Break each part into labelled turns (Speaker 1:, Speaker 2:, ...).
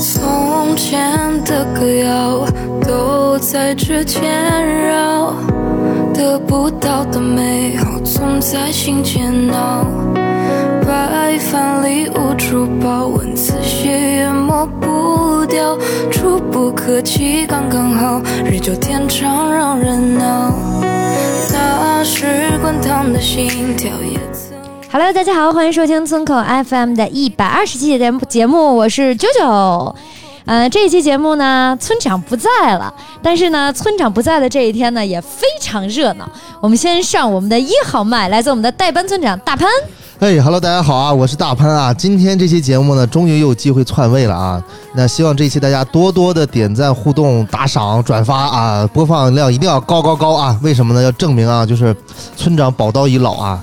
Speaker 1: 从前的歌谣都在指尖绕，得不到的美好总在心间闹。白饭里无处饱，文字写也抹不掉，触不可及刚刚好，日久天长让人恼。那时滚烫的心跳也曾。
Speaker 2: Hello，大家好，欢迎收听村口 FM 的一百二十期节目节目，我是九九。呃，这一期节目呢，村长不在了，但是呢，村长不在的这一天呢，也非常热闹。我们先上我们的一号麦，来自我们的代班村长大潘。
Speaker 3: 哎哈喽，大家好啊，我是大潘啊。今天这期节目呢，终于又有机会篡位了啊。那希望这一期大家多多的点赞、互动、打赏、转发啊，播放量一定要高高高啊！为什么呢？要证明啊，就是村长宝刀已老啊，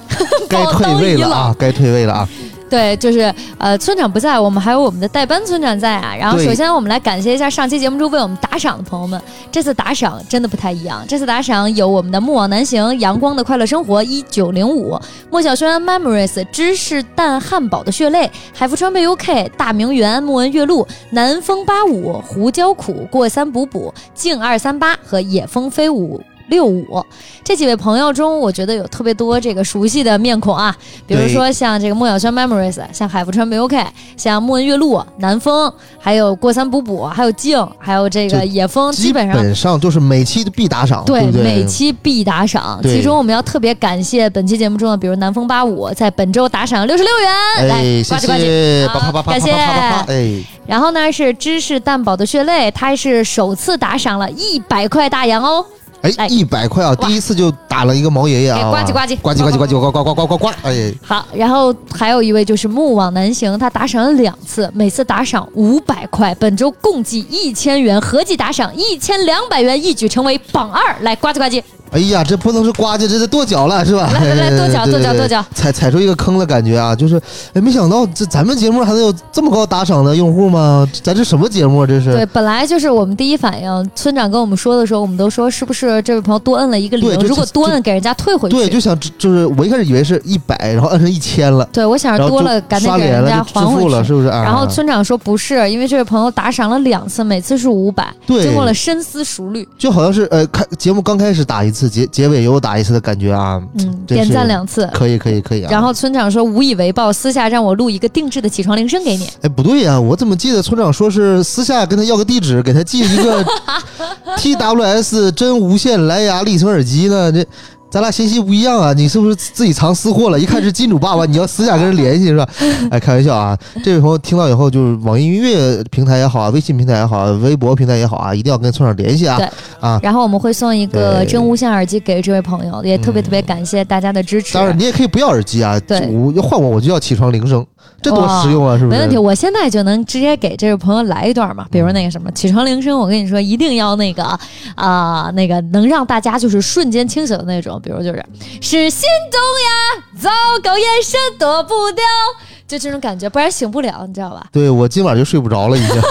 Speaker 3: 该退位了啊，该退位了啊。
Speaker 2: 对，就是呃，村长不在，我们还有我们的代班村长在啊。然后，
Speaker 3: 对
Speaker 2: 首先我们来感谢一下上期节目中为我们打赏的朋友们。这次打赏真的不太一样，这次打赏有我们的《暮往南行》、阳光的快乐生活一九零五、莫小轩 Memories、芝士蛋汉堡的血泪、海福川贝 UK、大名媛、莫文月露、南风八五、胡椒苦、过三补补、静二三八和野蜂飞舞。六五这几位朋友中，我觉得有特别多这个熟悉的面孔啊，比如
Speaker 3: 对
Speaker 2: 说像这个莫小轩 Memories，像啊海福川 BOK，像莫文月露、南风，还有过三补补，还有静，还有这个
Speaker 3: 就
Speaker 2: 野蜂，基
Speaker 3: 基
Speaker 2: 本上。
Speaker 3: 本上就是每期必打赏，对不对？
Speaker 2: 每期必打赏。
Speaker 3: 对
Speaker 2: 其中我们要特别感谢本期节目中的，比如南风八五，在本周打赏六十六元，来
Speaker 3: 哎，
Speaker 2: 呱
Speaker 3: 谢
Speaker 2: 唧呱唧。
Speaker 3: 谢，
Speaker 2: 好
Speaker 3: 啪啪啪啪啪
Speaker 2: 感谢
Speaker 3: 啪啪啪，哎，
Speaker 2: 然后呢是芝士蛋堡的血泪，他是首次打赏了一百块大洋哦，来
Speaker 3: 哎，一百块啊，
Speaker 2: 哇
Speaker 3: 第一次就打了一个毛爷爷啊，
Speaker 2: 哎呱唧呱唧
Speaker 3: 呱唧呱唧呱唧呱呱呱呱呱呱，哎，
Speaker 2: 好，然后还有一位就是木往南行，他打赏了两次，每次打赏五百块，本周共计一千元，合计打赏一千两百元，一举成为榜二。来，呱唧呱唧，
Speaker 3: 哎呀，这不能是呱唧，这是跺脚了是吧？
Speaker 2: 来来来跺脚
Speaker 3: 对
Speaker 2: 跺脚
Speaker 3: 对对
Speaker 2: 跺脚
Speaker 3: 踩踩出一个坑的感觉啊！就是，哎，没想到这咱们节目还能有这么高打赏的用户吗？这咱这什么节目啊？这是
Speaker 2: 对，本来就是我们第一反应，村长跟我们说的时候，我们都说是不是这位朋友多摁了一个零
Speaker 3: 对，就
Speaker 2: 如果
Speaker 3: 就
Speaker 2: 多摁给人家退回去。
Speaker 3: 对就想就是我一开始以为是一百，然后摁成一千了，
Speaker 2: 对我想
Speaker 3: 然
Speaker 2: 着
Speaker 3: 后
Speaker 2: 多了，
Speaker 3: 就
Speaker 2: 赶紧
Speaker 3: 刷
Speaker 2: 给
Speaker 3: 脸
Speaker 2: 人
Speaker 3: 了，
Speaker 2: 家
Speaker 3: 就支
Speaker 2: 还
Speaker 3: 付了
Speaker 2: 回去。
Speaker 3: 是不是啊？
Speaker 2: 然后村长说不是，因为这位朋友打赏了两次，每次是五百，
Speaker 3: 对
Speaker 2: 经过了深思熟虑，
Speaker 3: 就好像是呃，开节目刚开始打一次，结结尾又打一次的感觉啊！
Speaker 2: 嗯，
Speaker 3: 真
Speaker 2: 点
Speaker 3: 是
Speaker 2: 赞两次，
Speaker 3: 可以可以可以啊！
Speaker 2: 然后村长说无以为报，私下让我录一个定制的起床铃声给 你。
Speaker 3: 哎，不对呀、我怎么记得村长说是私下跟他要个地址，给他寄一 个 TWS 真无线蓝牙立声耳机呢？这咱俩信息不一样啊，你是不是自己藏私货了？一看是金主爸爸，你要私下跟人联系是吧？哎，开玩笑啊！这位朋友听到以后，就是网易音乐平台也好啊，微信平台也好啊，微博平台也好啊，一定要跟村长联系啊
Speaker 2: 对！
Speaker 3: 啊，
Speaker 2: 然后我们会送一个
Speaker 3: 对
Speaker 2: 真无线耳机给这位朋友，也特别特别感谢大家的支持。
Speaker 3: 当然你也可以不要耳机啊，
Speaker 2: 对
Speaker 3: 就我要换我我就要起床铃声，这多
Speaker 2: 哇
Speaker 3: 实用啊，是不是？嗯
Speaker 2: 没问题，我现在就能直接给这位朋友来一段嘛，比如那个什么起床铃声，我跟你说一定要那个啊、那个能让大家就是瞬间清醒的那种，比如就是是心动呀，糟糕，眼神躲不掉，就这种感觉，不然醒不了，你知道吧？
Speaker 3: 对我今晚就睡不着了，已 经，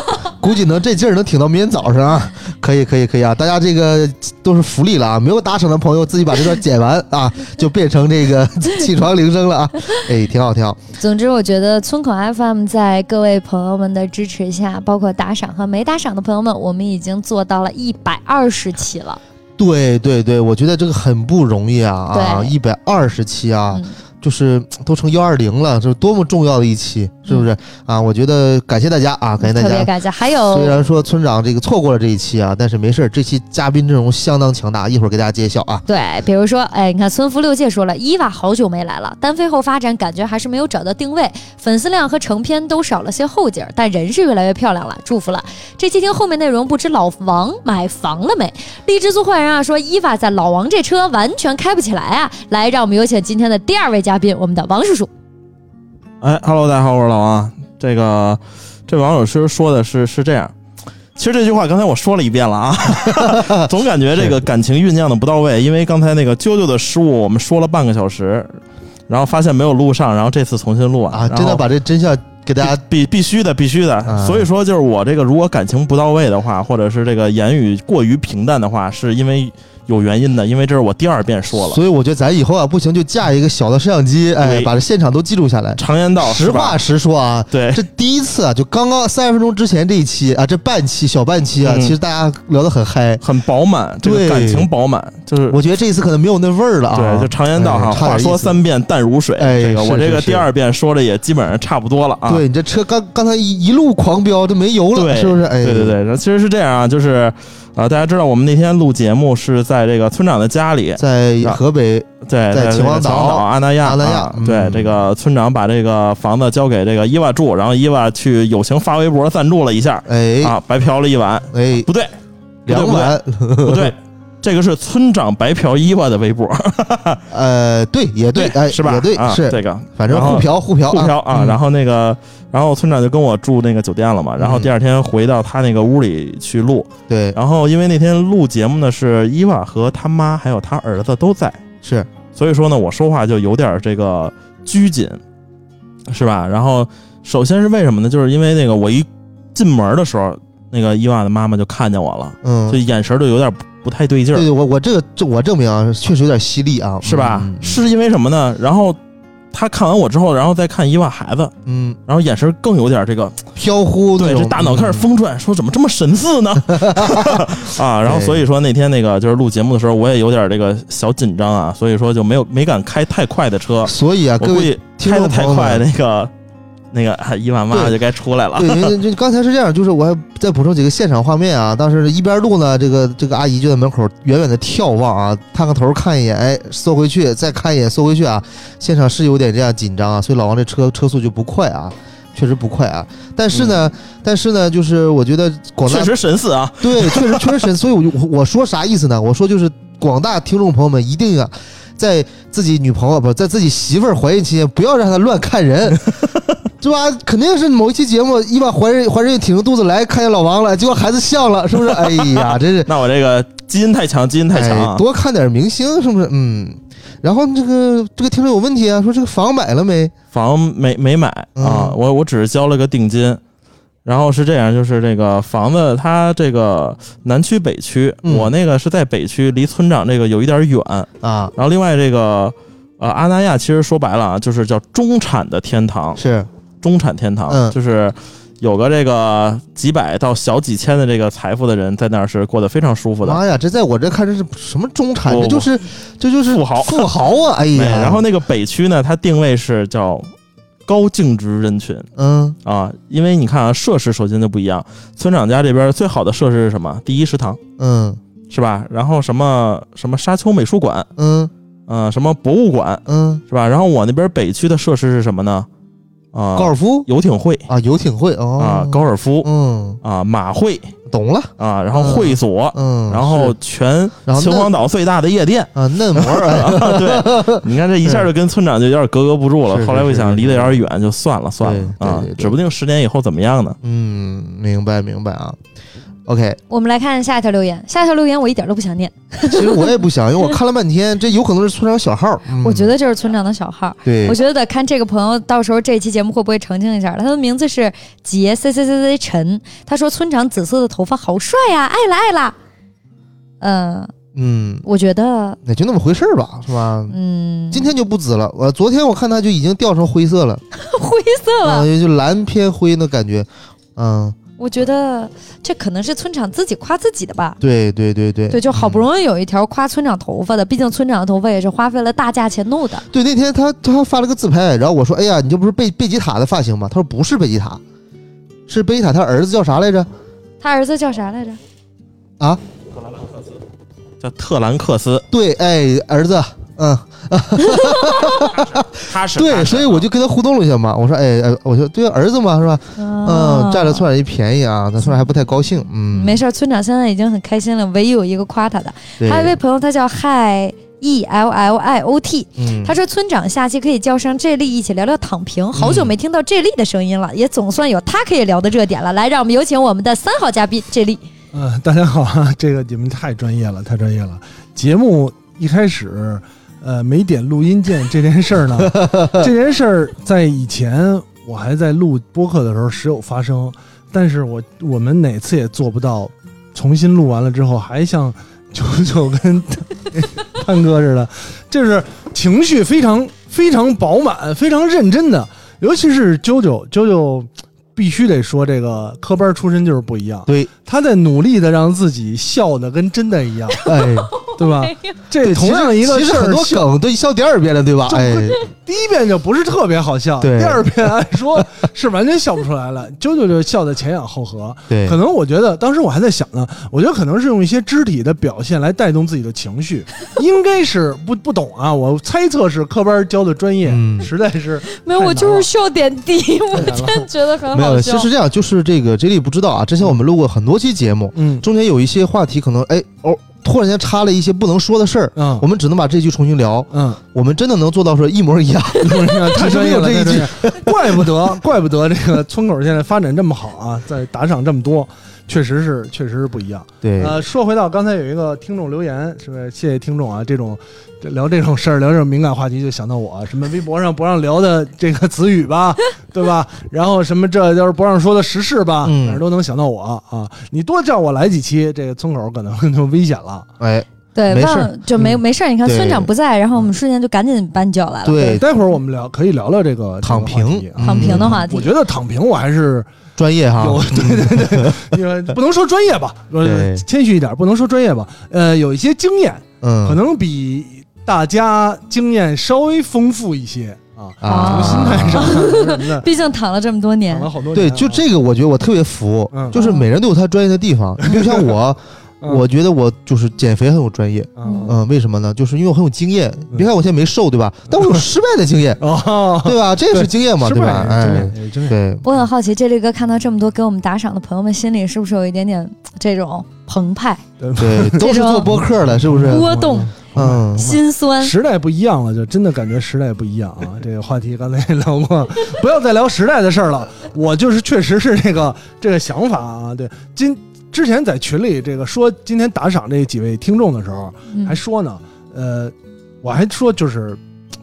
Speaker 3: 估计能这劲儿能挺到明天早上啊！可以，可以，可以啊！大家这个都是福利了啊！没有打赏的朋友自己把这段剪完啊，就变成 这个起床铃声了啊！哎，挺好，挺好。
Speaker 2: 总之，我觉得村口 FM 在各位朋友们的支持下，包括打赏和没打赏的朋友们，我们已经做到了一百二十期了。
Speaker 3: 对对对，我觉得这个很不容易啊啊！
Speaker 2: 对
Speaker 3: 一百二十期啊，
Speaker 2: 嗯，
Speaker 3: 就是都成幺二零了，这是多么重要的一期，是不是、啊？我觉得感谢大家啊，感谢
Speaker 2: 嗯
Speaker 3: 大
Speaker 2: 特别
Speaker 3: 家。
Speaker 2: 感谢。哦还
Speaker 3: 虽
Speaker 2: 有
Speaker 3: 然说村长这个错过了这一期啊，但是没事儿，这期嘉宾阵容相当强大，一会儿给大家揭晓啊。
Speaker 2: 对，比如说，哎，你看村夫六界说了，伊娃好久没来了，单飞后发展感觉还是没有找到定位，粉丝量和成片都少了些后劲儿，但人是越来越漂亮了，祝福了。这期听后面内容，不知老王买房了没？荔枝租坏人啊说，伊娃在老王这车完全开不起来啊！来，让我们有请今天的第二位嘉宾，我们的王叔叔。
Speaker 4: 哎哈喽，大家好，我是老王啊。这个这网友其实说的是是这样，其实这句话刚才我说了一遍了啊， 总感觉这个感情酝酿的不到位，因为刚才那个啾啾的失误，我们说了半个小时，然后发现没有录上，然后这次重新录完
Speaker 3: 啊，真的。把这真相给大
Speaker 4: 然后
Speaker 3: 家
Speaker 4: 必必须的，必须
Speaker 3: 啊
Speaker 4: 的。所以说，就是我这个如果感情不到位的话，或者是这个言语过于平淡的话，是因为有原因的，因为这是我第二遍说了。
Speaker 3: 所以我觉得咱以后啊，不行就架一个小的摄像机，哎，
Speaker 4: 对
Speaker 3: 把这现场都记录下来。
Speaker 4: 常言道，
Speaker 3: 实
Speaker 4: 是吧哎
Speaker 3: 话实说啊，
Speaker 4: 对
Speaker 3: 这第一次啊，就刚刚三十分钟之前这一期啊，这半期小半期啊，
Speaker 4: 嗯
Speaker 3: 其实大家聊得很嗨。
Speaker 4: 很饱满，这
Speaker 3: 对
Speaker 4: 个感情饱满，就是
Speaker 3: 我觉得这一次可能没有那味儿了啊。
Speaker 4: 对，就常言道哈，
Speaker 3: 哎差点
Speaker 4: 话
Speaker 3: 意
Speaker 4: 说
Speaker 3: 思
Speaker 4: 三遍淡如水。
Speaker 3: 哎
Speaker 4: 这个
Speaker 3: 是
Speaker 4: 我这
Speaker 3: 是
Speaker 4: 个
Speaker 3: 是
Speaker 4: 第二遍说的也基本上差不多了啊。
Speaker 3: 对你这车刚刚才一一路狂飙，这没油了，
Speaker 4: 对，
Speaker 3: 是不是？哎，
Speaker 4: 对对对，然后其实是这样啊，就是呃，大家知道我们那天录节目是在这个村长的家里，
Speaker 3: 在河北
Speaker 4: 在
Speaker 3: 在
Speaker 4: 在
Speaker 3: 秦
Speaker 4: 秦
Speaker 3: 皇
Speaker 4: 岛
Speaker 3: 岛
Speaker 4: 阿那亚
Speaker 3: 阿那亚
Speaker 4: 啊
Speaker 3: 嗯
Speaker 4: 对，这个村长把这个房子交给这个伊娃住，然后伊娃去友情发微博赞助了一下
Speaker 3: 哎
Speaker 4: 啊，白嫖了一晚，
Speaker 3: 哎
Speaker 4: 不对，不对
Speaker 3: 两
Speaker 4: 不对
Speaker 3: 晚，
Speaker 4: 不 对。这个是村长白嫖伊娃的微博，
Speaker 3: 呃，对也对，哎
Speaker 4: 是吧？
Speaker 3: 也对
Speaker 4: 啊
Speaker 3: 是，
Speaker 4: 这个，
Speaker 3: 反正
Speaker 4: 然后
Speaker 3: 互嫖互嫖
Speaker 4: 沪漂啊，然
Speaker 3: 后
Speaker 4: 后那个，然后村长就跟我住那个酒店了嘛，然后第二天回到他那个屋里去录，
Speaker 3: 嗯对
Speaker 4: 然后因为那天录节目呢是伊娃和他妈还有他儿子都在，
Speaker 3: 是
Speaker 4: 所以说呢我说话就有点这个拘谨，是吧？然后首先是为什么呢？就是因为那个我一进门的时候，那个伊娃的妈妈就看见我了，
Speaker 3: 嗯
Speaker 4: 所，以眼神就有点不不太对劲
Speaker 3: 对
Speaker 4: 儿，
Speaker 3: 对，我我这个这我证明啊，确实有点犀利啊，
Speaker 4: 是吧
Speaker 3: 嗯？
Speaker 4: 是因为什么呢？然后他看完我之后，然后再看伊娃孩子，
Speaker 3: 嗯，
Speaker 4: 然后眼神更有点这个。
Speaker 3: 飘忽那
Speaker 4: 对，
Speaker 3: 种
Speaker 4: 这大脑开始疯转，说怎么这么神 似呢？啊，然后所以说那天那个就是录节目的时候，我也有点这个小紧张啊，所以说就没有没敢开太快的车，
Speaker 3: 所以啊，
Speaker 4: 我
Speaker 3: 各
Speaker 4: 估
Speaker 3: 位
Speaker 4: 计开的太
Speaker 3: 听众朋
Speaker 4: 快，
Speaker 3: 友
Speaker 4: 那个那个哎伊万妈
Speaker 3: 对
Speaker 4: 就该出来了。
Speaker 3: 对， 您就刚才是这样，就是我还再补充几个现场画面啊。当时一边录呢，这个这个阿姨就在门口远远的眺望啊，探个头看一眼，哎，缩回去，再看一眼，缩回去啊。现场是有点这样紧张啊，所以老王这车车速就不快啊，确实不快啊。但是呢，但是呢，就是我觉得广大
Speaker 4: 嗯确实神似 啊，
Speaker 3: 对，确实确实神，所以我就我我说啥意思呢？我说就是广大听众朋友们一定啊，在自己女朋友不在自己媳妇儿怀孕期间，不要让她乱看 人，对吧？肯定是某一期节目，一把怀孕怀孕挺着肚子来，看见老王了，结果孩子像了，是 不是？哎呀，真是
Speaker 4: 那我这个基因太强，基因太强
Speaker 3: 哎
Speaker 4: 啊！
Speaker 3: 多看点明星，是不是？嗯。然后这个这个听众有问题啊，说这个房买了没？
Speaker 4: 房没没买啊
Speaker 3: 嗯，
Speaker 4: 我我只是交了个定金。然后是这样，就是这个房子，它这个南区、北区，
Speaker 3: 嗯
Speaker 4: 我那个是在北区，离村长这个有一点远，
Speaker 3: 啊，
Speaker 4: 然后另外这个呃阿那亚其实说白了啊，就是叫中产的天堂，
Speaker 3: 是
Speaker 4: 中产天堂、
Speaker 3: 嗯
Speaker 4: 就是。有个这个几百到小几千的这个财富的人，在那儿是过得非常舒服的。
Speaker 3: 妈呀，这在我这看这是什么中产？
Speaker 4: 不
Speaker 3: 这就是这就是
Speaker 4: 富豪
Speaker 3: 富豪啊！哎
Speaker 4: 对，
Speaker 3: 呀，
Speaker 4: 然后那个北区呢，它定位是叫高净值人群
Speaker 3: 嗯
Speaker 4: 啊，因为你看啊，设施首先就不一样。村长家这边最好的设施是什么？第一食堂
Speaker 3: 嗯
Speaker 4: 是吧？然后什么什么沙丘美术馆，
Speaker 3: 嗯。
Speaker 4: 呃，什么博物馆
Speaker 3: 嗯，
Speaker 4: 是吧？然后我那边北区的设施是什么呢？啊、
Speaker 3: 高尔夫
Speaker 4: 游艇会，
Speaker 3: 啊，游艇会哦
Speaker 4: 啊，高尔夫
Speaker 3: 嗯，
Speaker 4: 啊，马会
Speaker 3: 懂了，
Speaker 4: 啊，然后会所，
Speaker 3: 嗯，
Speaker 4: 然后
Speaker 3: 是
Speaker 4: 全
Speaker 3: 然后
Speaker 4: 秦
Speaker 3: 嫩。
Speaker 4: 皇岛最大的夜店 啊
Speaker 3: 啊嫩模儿，哎
Speaker 4: 对，你看这一下就跟村长就有点格格不入
Speaker 3: 是是
Speaker 4: 了。后来我一
Speaker 3: 是
Speaker 4: 想，
Speaker 3: 是
Speaker 4: 离得有点远，就算了算了
Speaker 3: 对对
Speaker 4: 啊
Speaker 3: 对对，
Speaker 4: 指不定十年以后怎么样呢？
Speaker 3: 嗯，明白明白啊。OK，
Speaker 2: 我们来看下一条留言，下一条留言我一点都不想念，
Speaker 3: 其实我也不想，因为我看了半天，这有可能是村长小号，嗯
Speaker 2: 我觉得这是村长的小号。
Speaker 3: 对
Speaker 2: 我，觉得得看这个朋友到时候这期节目会不会澄清一下了。他的名字是杰 C C C C 陈，他说村长紫色的头发好帅呀、爱了爱了。嗯，
Speaker 3: 嗯，
Speaker 2: 我觉得，
Speaker 3: 也就那么回事儿吧，是吧？
Speaker 2: 嗯，
Speaker 3: 今天就不紫了，我昨天我看他就已经掉成灰色了，
Speaker 2: 灰色了，
Speaker 3: 嗯，就蓝偏灰那感觉，嗯，
Speaker 2: 我觉得这可能是村长自己夸自己的吧。
Speaker 3: 对对对对嗯
Speaker 2: 对，就好不容易有一条夸村长头发的，毕竟村长的头发也是花费了大价钱弄的。
Speaker 3: 对，那天他他发了个自拍，然后我说：“哎呀，你这不是贝贝吉塔的发型吗？”他说：“不是贝吉塔，是贝吉塔他儿子叫啥来着
Speaker 2: 他儿子叫啥来着？？”
Speaker 4: 叫特兰克斯，
Speaker 3: 对，哎，儿子，嗯，
Speaker 4: 他是
Speaker 3: 对，所以我就跟他互动了一下嘛。我说：“哎，呃我说对儿子嘛，是吧？嗯，占了村长一便宜啊，那村长还不太高兴，嗯，
Speaker 2: 哦没事儿，村长现在已经很开心了。唯一有一个夸他的，
Speaker 3: 对，
Speaker 2: 还有一位朋友，他叫 Hi E L L I O T，
Speaker 3: 嗯，
Speaker 2: 他说村长下期可以叫上 J 莉一起聊聊躺平，好久没听到 J 莉的声音了，
Speaker 3: 嗯
Speaker 2: 也总算有他可以聊的热点了。来，让我们有请我们的三号嘉宾 J 莉。
Speaker 5: 嗯，大家好啊！这个你们太专业了，太专业了。节目一开始，呃，没点录音键这件事儿呢，这件事儿在以前我还在录播客的时候时有发生，但是我我们哪次也做不到，重新录完了之后还像九九跟 潘哥似的，就是情绪非常非常饱满，非常认真的，尤其是九九九九。必须得说，这个科班出身就是不一样。
Speaker 3: 对，
Speaker 5: 他在努力的让自己笑的跟真的一样，
Speaker 3: 哎，
Speaker 5: 对吧？这
Speaker 3: 对
Speaker 5: 同样一个
Speaker 3: 其实
Speaker 5: 事
Speaker 3: 很
Speaker 5: 儿
Speaker 3: 多，
Speaker 5: 笑
Speaker 3: 梗都笑第二遍了，对吧？
Speaker 5: 就
Speaker 3: 哎，
Speaker 5: 第一遍就不是特别好笑，
Speaker 3: 对
Speaker 5: 第二遍按说是完全笑不出来了。 啾啾就笑的前仰后合，
Speaker 3: 对
Speaker 5: 可，能我觉得当时我还在想呢，我觉得可能是用一些肢体的表现来带动自己的情绪， 应该是不不懂啊，我猜测是科班教的专业，
Speaker 3: 嗯
Speaker 5: 实在是
Speaker 2: 没有，
Speaker 5: 太
Speaker 2: 我
Speaker 5: 难
Speaker 2: 就是
Speaker 5: 了
Speaker 2: 笑点低，我
Speaker 5: 太难了
Speaker 2: 真觉得很
Speaker 3: 没
Speaker 2: 好
Speaker 3: 有，
Speaker 2: 笑
Speaker 3: 其。实这样就是这个 J 莉不知道啊，之前我们录过很多期节目，
Speaker 5: 嗯
Speaker 3: 中间有一些话题可能哎哦，突然间插了一些不能说的事儿，
Speaker 5: 嗯
Speaker 3: 我们只能把这句重新聊。
Speaker 5: 嗯，
Speaker 3: 我们真的能做到说一模一样。
Speaker 5: 太专业了，
Speaker 3: 这
Speaker 5: 太
Speaker 3: 一
Speaker 5: 专
Speaker 3: 句
Speaker 5: 业了，怪不得， 怪不得这个村口现在发展这么好啊，在打赏这么多，确实是，确实是不一样。
Speaker 3: 对，
Speaker 5: 呃，说回到刚才有一个听众留言，是不是？谢谢听众啊，这种这聊这种事儿，聊这种敏感话题，就想到我，什么微博上不让聊的这个词语吧，对吧？ 然后什么这就是不让说的时事吧，
Speaker 3: 嗯
Speaker 5: 哪儿都能想到我啊。你多叫我来几期，这个村口可能 就危险了。
Speaker 3: 哎，
Speaker 2: 对，
Speaker 3: 没事
Speaker 2: 忘
Speaker 3: 儿嗯
Speaker 2: 了就没没事儿。你看
Speaker 3: 对
Speaker 2: 村长不在，然后我们瞬间就赶紧把你叫来了。
Speaker 3: 对，
Speaker 5: 待会儿我们聊可以聊聊这个
Speaker 3: 躺
Speaker 5: 这个话
Speaker 3: 平
Speaker 5: 题啊
Speaker 3: 嗯
Speaker 2: 躺平的话题，
Speaker 5: 我觉得躺平我还是
Speaker 3: 专业哈，
Speaker 5: 有，对对 对，也不能说专业吧，呃
Speaker 3: 对
Speaker 5: 谦虚一点，不能说专业吧。呃，有一些经验，
Speaker 3: 嗯，
Speaker 5: 可能比大家经验稍微丰富一些 啊，
Speaker 3: 啊，
Speaker 2: 啊
Speaker 5: 心态上什么的，
Speaker 2: 毕竟躺了这么多年
Speaker 5: 讲了，好多
Speaker 3: 对，
Speaker 5: 年啊
Speaker 3: 就，这个我觉得我特别服，
Speaker 5: 嗯
Speaker 3: 就是每人都有他专业的地方。你比如像我，
Speaker 5: 嗯
Speaker 3: 我觉得我就是减肥很有专业。
Speaker 5: 嗯，
Speaker 3: 嗯，为什么呢？就是因为我很有经验。别看我现在没瘦，对吧？但我有失败的经验
Speaker 5: 哦，
Speaker 3: 对吧？这也是经验嘛，
Speaker 5: 失
Speaker 3: 对吧
Speaker 5: 败？
Speaker 3: 哎
Speaker 5: 也是，经验，也是经验，
Speaker 3: 对，
Speaker 2: 我很好奇，这力哥看到这么多给我们打赏的朋友们，心里是不是有一点点这种澎湃、
Speaker 3: 对，都是做播客了，是不是？
Speaker 2: 波动、
Speaker 3: 嗯，
Speaker 2: 心酸？
Speaker 5: 时代不一样了，就真的感觉时代不一样 啊！这个话题刚才也聊过，不要再聊时代的事儿了。我就是确实是这个 这个想法啊。对，今之前在群里这个说今天打赏这几位听众的时候，
Speaker 2: 嗯
Speaker 5: 还说呢，呃，我还说就是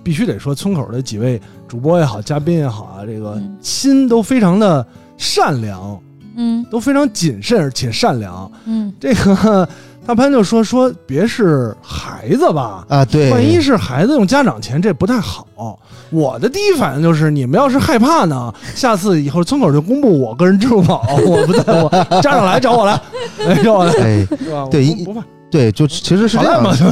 Speaker 5: 必须得说村口的几位主播也好，嘉宾也好啊，这个
Speaker 2: 嗯
Speaker 5: 心都非常的善良，
Speaker 2: 嗯
Speaker 5: 都非常谨慎且善良。
Speaker 2: 嗯，
Speaker 5: 这个 大潘就说说别是孩子吧，
Speaker 3: 啊，对，
Speaker 5: 万一是孩子用家长钱，这不太好。我的第一反应就是，你们要是害怕呢，下次以后村口就公布我个人支付宝，我不在我家长来找我来，来找我来，
Speaker 3: 哎，
Speaker 5: 是吧？
Speaker 3: 对
Speaker 5: 我不不怕，
Speaker 3: 对，就其实是
Speaker 5: 好
Speaker 3: 这
Speaker 5: 赖
Speaker 3: 样的，
Speaker 5: 嘛，就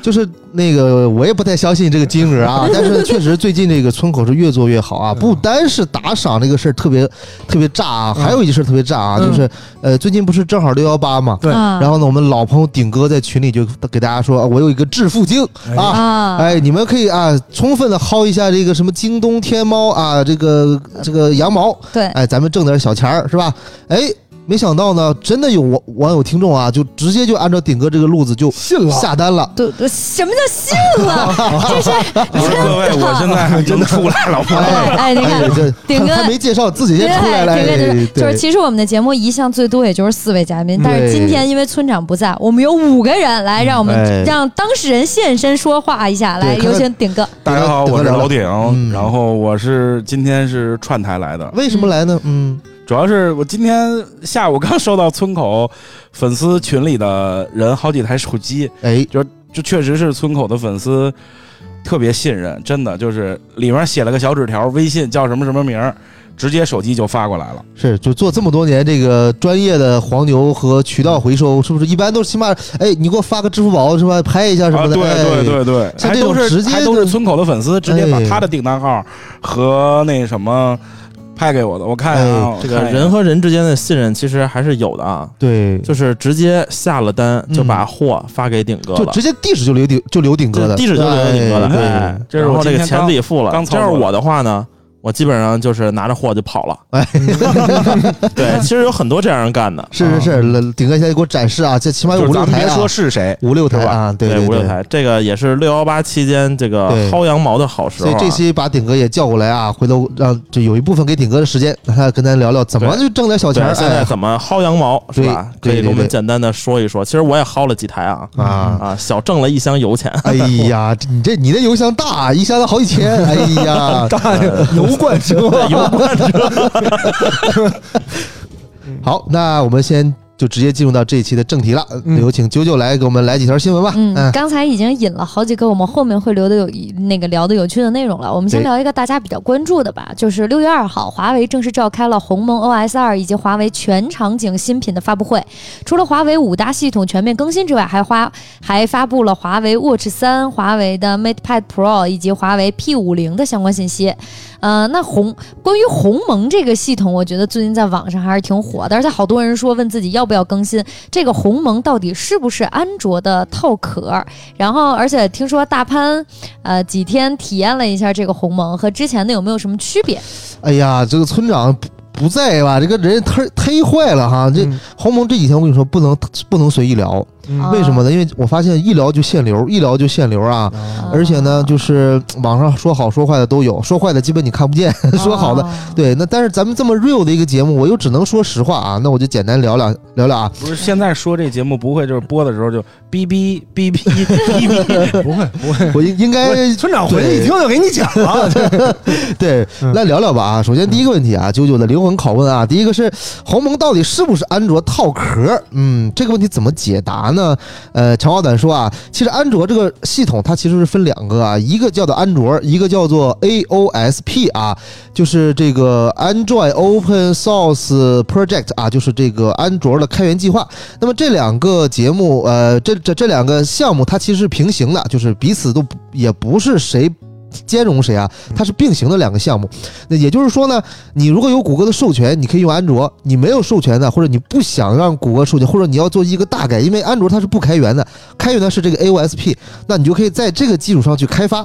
Speaker 3: 就是那个我也不太相信这个金额 啊，但是确实最近这个村口是越做越好啊，
Speaker 5: 嗯
Speaker 3: 不单是打赏这个事儿特别特别炸啊，
Speaker 5: 嗯
Speaker 3: 还有一件事特别炸啊，
Speaker 5: 嗯
Speaker 3: 就是呃最近不是正好六幺八嘛，
Speaker 5: 对
Speaker 2: 啊
Speaker 3: 然后呢我们老朋友顶哥在群里就给大家说，啊我有一个致富经啊。
Speaker 2: 啊，
Speaker 3: 哎，你们可以啊，充分的薅一下这个什么京东、天猫啊，这个这个羊毛，
Speaker 2: 对，
Speaker 3: 哎，咱们挣点小钱儿是吧？哎，没想到呢，真的有网网友听众啊，就直接就按照顶哥这个路子就
Speaker 5: 信了。
Speaker 3: 下单了。
Speaker 2: 对对，什么叫信 了？这是
Speaker 4: 我说各位，我现在真的啊出 来了，我
Speaker 2: 哎，你
Speaker 3: 哎，
Speaker 2: 看。
Speaker 3: 这
Speaker 2: 顶哥
Speaker 3: 他还没介绍，自己
Speaker 2: 对，
Speaker 3: 先出来了。
Speaker 2: 顶哥就是
Speaker 3: 哎
Speaker 2: 就是，其实我们的节目一向最多也就是四位嘉宾，但是
Speaker 3: 对
Speaker 2: 今天因为村长不在，我们有五个人来，让我
Speaker 3: 哎
Speaker 2: 们让当事人现身说话一下，来
Speaker 3: 对看
Speaker 2: 有
Speaker 3: 看
Speaker 2: 请顶哥。
Speaker 4: 大家好，我是老顶
Speaker 3: 嗯，
Speaker 4: 然后我是今天是串台来的，
Speaker 3: 为什么来呢？嗯，
Speaker 4: 主要是我今天下午刚收到村口粉丝群里的人好几台手机，
Speaker 3: 哎，
Speaker 4: 就确实是村口的粉丝特别信任，真的就是里面写了个小纸条，微信叫什么什么名儿，
Speaker 6: 直接手机就发过来了。
Speaker 3: 是，就做这么多年这个专业的黄牛和渠道回收，是不是一般都是起码，哎，你给我发个支付宝是吧，拍一下什
Speaker 6: 啊，
Speaker 3: 么
Speaker 6: 对
Speaker 3: 的，
Speaker 6: 对对
Speaker 3: 哎，
Speaker 6: 对，
Speaker 3: 像
Speaker 6: 还
Speaker 3: 这种
Speaker 6: 都
Speaker 3: 直
Speaker 6: 是
Speaker 3: 接
Speaker 6: 还
Speaker 3: 的
Speaker 6: 都是村口的粉丝，直接把
Speaker 3: 哎
Speaker 6: 他的订单号和那什么拍给我的，我看
Speaker 3: 哎
Speaker 6: 啊，我
Speaker 4: 这个
Speaker 6: 看一眼
Speaker 4: 人和人之间的信任其实还是有的啊，
Speaker 3: 对，嗯
Speaker 4: 就是直接下了单就把货发给顶哥
Speaker 3: 就
Speaker 4: 了，
Speaker 3: 直接地址就留顶就留顶哥
Speaker 4: 这
Speaker 3: 的，
Speaker 4: 地址就留给顶哥了。
Speaker 3: 对
Speaker 4: 哎
Speaker 6: 这是
Speaker 4: 然
Speaker 6: 我
Speaker 4: 后这
Speaker 6: 今
Speaker 4: 个
Speaker 6: 天
Speaker 4: 钱
Speaker 6: 刚
Speaker 4: 自己付了。
Speaker 6: 刚
Speaker 4: 这
Speaker 6: 操
Speaker 4: 要是
Speaker 6: 作的
Speaker 4: 我的话呢，我基本上就是拿着货就跑了。
Speaker 3: 哎，
Speaker 4: 对，其实有很多这样人 干的，
Speaker 3: 是是是，了顶哥现在给我展示啊，这起码有
Speaker 6: 就
Speaker 3: 五
Speaker 6: 是
Speaker 3: 六
Speaker 6: 咱们
Speaker 3: 台
Speaker 6: 别
Speaker 3: 啊
Speaker 6: 说，是谁，
Speaker 3: 五六台
Speaker 6: 对吧
Speaker 3: 啊，对
Speaker 4: 五
Speaker 3: 对
Speaker 4: 六。台，这个也是六幺八期间这个
Speaker 3: 对
Speaker 4: 薅羊毛的好时
Speaker 3: 所
Speaker 4: 候
Speaker 3: 以
Speaker 4: 啊。
Speaker 3: 这期把顶哥也叫过来啊，回头让就有一部分给顶哥的时间，让他跟咱聊聊怎么
Speaker 4: 对
Speaker 3: 就挣点小
Speaker 4: 对
Speaker 3: 钱儿，
Speaker 4: 现在
Speaker 3: 哎
Speaker 4: 怎么薅羊毛是吧？可
Speaker 3: 对对
Speaker 4: 以给我
Speaker 3: 对
Speaker 4: 们
Speaker 3: 对
Speaker 4: 简单的说一说。其实我也薅了几台啊
Speaker 3: 啊，
Speaker 4: 啊，小挣了一箱 油钱。
Speaker 3: 哎呀，这你这你这油箱大，啊一箱子好几千，哎 呀，
Speaker 5: 大爷
Speaker 3: 呃
Speaker 5: 油 罐车，
Speaker 4: 油罐车，
Speaker 3: 好，那我们先就直接进入到这一期的正题了，
Speaker 5: 嗯
Speaker 3: 有请九九来给我们来几条新闻吧。哎
Speaker 2: 嗯，刚才已经引了好几个我们后面会留的有那个聊的有趣的内容了。我们先
Speaker 3: 对
Speaker 2: 聊一个大家比较关注的吧，就是六月二号，华为正式召开了鸿蒙 OS 二以及华为全场景新品的发布会。除了华为五大系统全面更新之外，还花还发布了华为 Watch 三、华为的 MatePad Pro 以及华为 P 五零的相关信息。呃，那鸿关于鸿蒙这个系统，我觉得最近在网上还是挺火的，而且好多人说问自己要不要更新。这个鸿蒙到底是不是安卓的套壳儿？然后，而且听说大潘呃几天体验了一下这个鸿蒙，和之前的有没有什么区别？
Speaker 3: 哎呀，这个村长不不在吧？这个人忒忒坏了哈！
Speaker 4: 嗯
Speaker 3: 这鸿蒙这几天我跟你说，不能不能随意聊，
Speaker 2: 啊
Speaker 3: 嗯为什么呢？因为我发现一聊就限流，一聊就限流
Speaker 2: 啊
Speaker 3: 啊！而且呢，就是网上说好说坏的都有，说坏的基本你看不见， 说好的。
Speaker 2: 哦
Speaker 3: 对，那但是咱们这么 real 的一个节目，我又只能说实话啊，那我就简单聊聊聊聊啊，
Speaker 6: 不是现在说这节目不会就是播的时候就哔哔哔哔 哔哔，
Speaker 5: 不会不会，
Speaker 3: 我应应该
Speaker 5: 村长回去
Speaker 3: 哎对啊
Speaker 5: 一听就给你讲了，
Speaker 3: 对，
Speaker 5: 嗯
Speaker 3: 来聊聊吧啊。首先第一个问题啊，九九的灵魂拷问啊，第一个是鸿蒙到底是不是安卓套壳？嗯，这个问题怎么解答呢？呃，长话短说啊，其实安卓这个系统它其实是分两个啊，一个叫做安卓，一个叫做 AOSP 啊，就是这个 Android Open Source Project 啊，就是这个安卓的开源计划。那么这两个节目，呃，这这这两个项目它其实是平行的，就是彼此都不也不是谁。兼容谁啊？它是并行的两个项目。那也就是说呢，你如果有谷歌的授权，你可以用安卓；你没有授权的，或者你不想让谷歌授权，或者你要做一个大改，因为安卓它是不开源的，开源的是这个 AOSP，那你就可以在这个基础上去开发。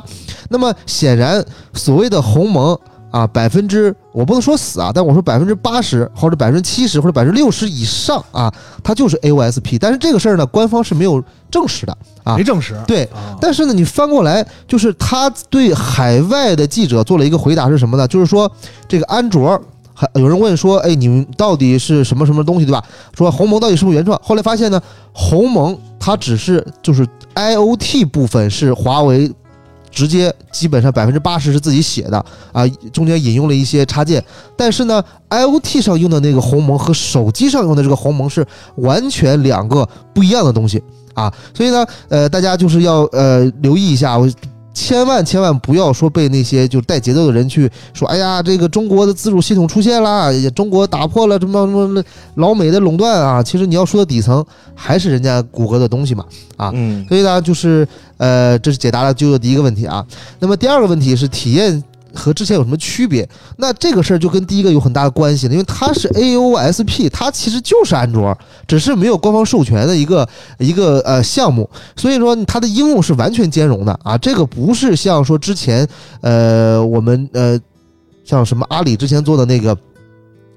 Speaker 3: 那么显然，所谓的鸿蒙。啊，百分之我不能说死啊，但我说百分之八十或者百分之七十或者百分之六十以上啊，它就是 AOSP。但是这个事儿呢，官方是没有证实的。啊
Speaker 5: 没证实。
Speaker 3: 对
Speaker 5: 啊，
Speaker 3: 但是呢，你翻过来，就是他对海外的记者做了一个回答是什么呢？就是说，这个安卓，还有人问说，哎，你们到底是什么什么东西，对吧？说鸿蒙到底是不是原创？后来发现呢，鸿蒙它只是就是 IOT 部分是华为。直接基本上百分之八十是自己写的啊，中间引用了一些插件，但是呢，IOT 上用的那个鸿蒙和手机上用的这个鸿蒙是完全两个不一样的东西啊，所以呢，呃，大家就是要呃留意一下，我千万千万不要说被那些就带节奏的人去说，哎呀，这个中国的自主系统出现啦，也中国打破了什么什么老美的垄断啊。其实你要说到底层，还是人家谷歌的东西嘛。
Speaker 4: 嗯，
Speaker 3: 所以呢，就是呃，这是解答了啾啾第一个问题啊。那么第二个问题是体验和之前有什么区别？那这个事儿就跟第一个有很大的关系了，因为它是 AOSP，它其实就是安卓，只是没有官方授权的一个一个呃项目，所以说它的应用是完全兼容的啊。这个不是像说之前呃我们呃像什么阿里之前做的那个。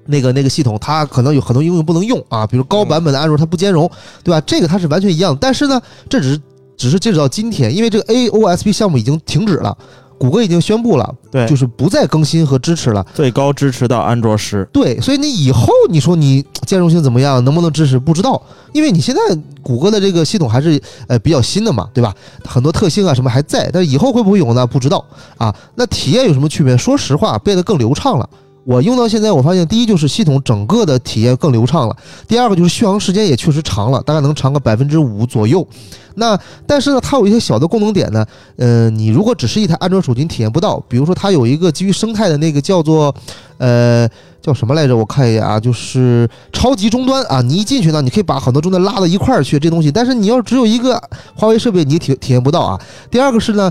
Speaker 3: 那个那个系统，它可能有很多应用不能用啊，比如高版本的安卓它不兼容，对吧？这个它是完全一样的，但是呢，这只是只是截止到今天，因为这个 AOSP 项目已经停止了，谷歌已经宣布了，
Speaker 4: 对
Speaker 3: 就是不再更新和支持了。
Speaker 4: 最高支持到安卓十。
Speaker 3: 对，所以你以后你说你兼容性怎么样，能不能支持不知道，因为你现在谷歌的这个系统还是呃比较新的嘛，对吧？很多特性啊什么还在，但是以后会不会有呢？不知道啊。那体验有什么区别？说实话，变得更流畅了。我用到现在，我发现第一就是系统整个的体验更流畅了，第二个就是续航时间也确实长了，大概能长个百分之五左右。那但是呢，它有一些小的功能点呢，呃，你如果只是一台安卓手机，你体验不到。比如说，它有一个基于生态的那个叫做，呃，叫什么来着？我看一眼啊，就是超级终端啊。你一进去呢，你可以把很多终端拉到一块儿去，这东西。但是你要只有一个华为设备，你也体体验不到啊。第二个是呢。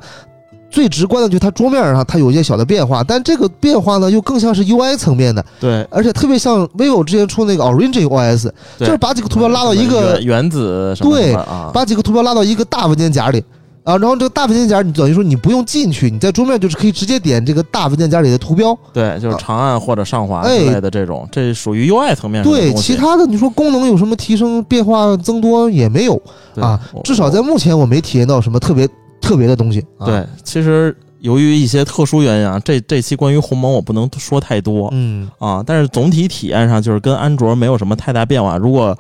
Speaker 3: 最直观的就是它桌面上它有一些小的变化，但这个变化呢又更像是 UI 层面的，
Speaker 4: 对，
Speaker 3: 而且特别像 vivo 之前出那个 Origin OS，就
Speaker 4: 对
Speaker 3: 是把几个图标拉到一个
Speaker 4: 原原子什么
Speaker 3: 对
Speaker 4: 的啊，
Speaker 3: 把几个图标拉到一个大文件夹里啊，然后这个大文件夹你等于说你不用进去，你在桌面就是可以直接点这个大文件夹里的图标。
Speaker 4: 对，就是长按或者上滑之
Speaker 3: 哎
Speaker 4: 类的这种，这属于 UI 层面上的
Speaker 3: 对，
Speaker 4: 东西
Speaker 3: 其他的你说功能有什么提升、变化增多也没有
Speaker 4: 对
Speaker 3: 啊，
Speaker 4: 我
Speaker 3: 至少在目前我没体验到什么特别特别的东西。啊、，
Speaker 4: 对，其实由于一些特殊原因啊，这这期关于鸿蒙我不能说太多
Speaker 3: 嗯，
Speaker 4: 啊，但是总体体验上就是跟安卓没有什么太大变化。如果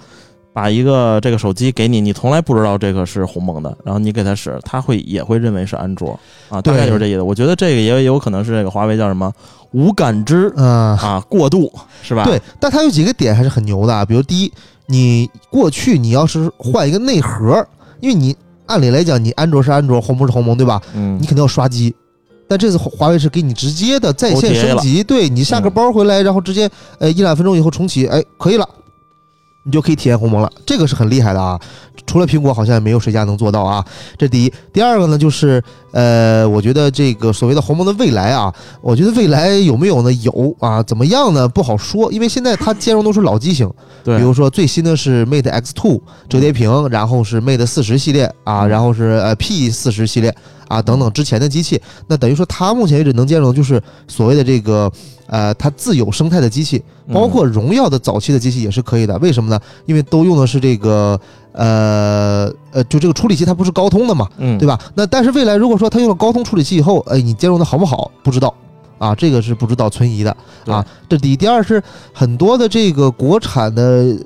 Speaker 4: 把一个这个手机给你，你从来不知道这个是鸿蒙的，然后你给它使，它会也会认为是安卓啊，大概
Speaker 3: 对
Speaker 4: 就是这意思。我觉得这个也有可能是这个华为叫什么无感知
Speaker 3: 啊、
Speaker 4: 啊过度是吧？
Speaker 3: 对，但它有几个点还是很牛的啊，比如第一，你过去你要是换一个内核，因为你按理来讲，你安卓是安卓，鸿蒙是鸿蒙，对吧？
Speaker 4: 嗯
Speaker 3: 你肯定要刷机。但这次华为是给你直接的在线
Speaker 4: OTA
Speaker 3: 升级，对你下个
Speaker 4: 嗯
Speaker 3: 包回来，然后直接呃一两分钟以后重启，哎，可以了，你就可以体验鸿蒙了，这个是很厉害的啊。除了苹果，好像也没有谁家能做到啊。这第一，第二个呢，就是呃，我觉得这个所谓的鸿蒙的未来啊，我觉得未来有没有呢？有啊，怎么样呢？不好说，因为现在它兼容都是老机型，
Speaker 4: 对，
Speaker 3: 比如说最新的是 Mate X2 折叠屏，然后是 Mate 四十系列啊，然后是呃 P 四十系列啊等等之前的机器，那等于说它目前为止能兼容就是所谓的这个呃它自有生态的机器，
Speaker 4: 嗯
Speaker 3: 包括荣耀的早期的机器也是可以的。为什么呢？因为都用的是这个呃呃就这个处理器它不是高通的嘛，
Speaker 4: 嗯，
Speaker 3: 对吧？那但是未来如果说它用了高通处理器以后，哎，你兼容的好不好不知道啊，这个是不知道存疑的啊。这第一，第二是很多的这个国产的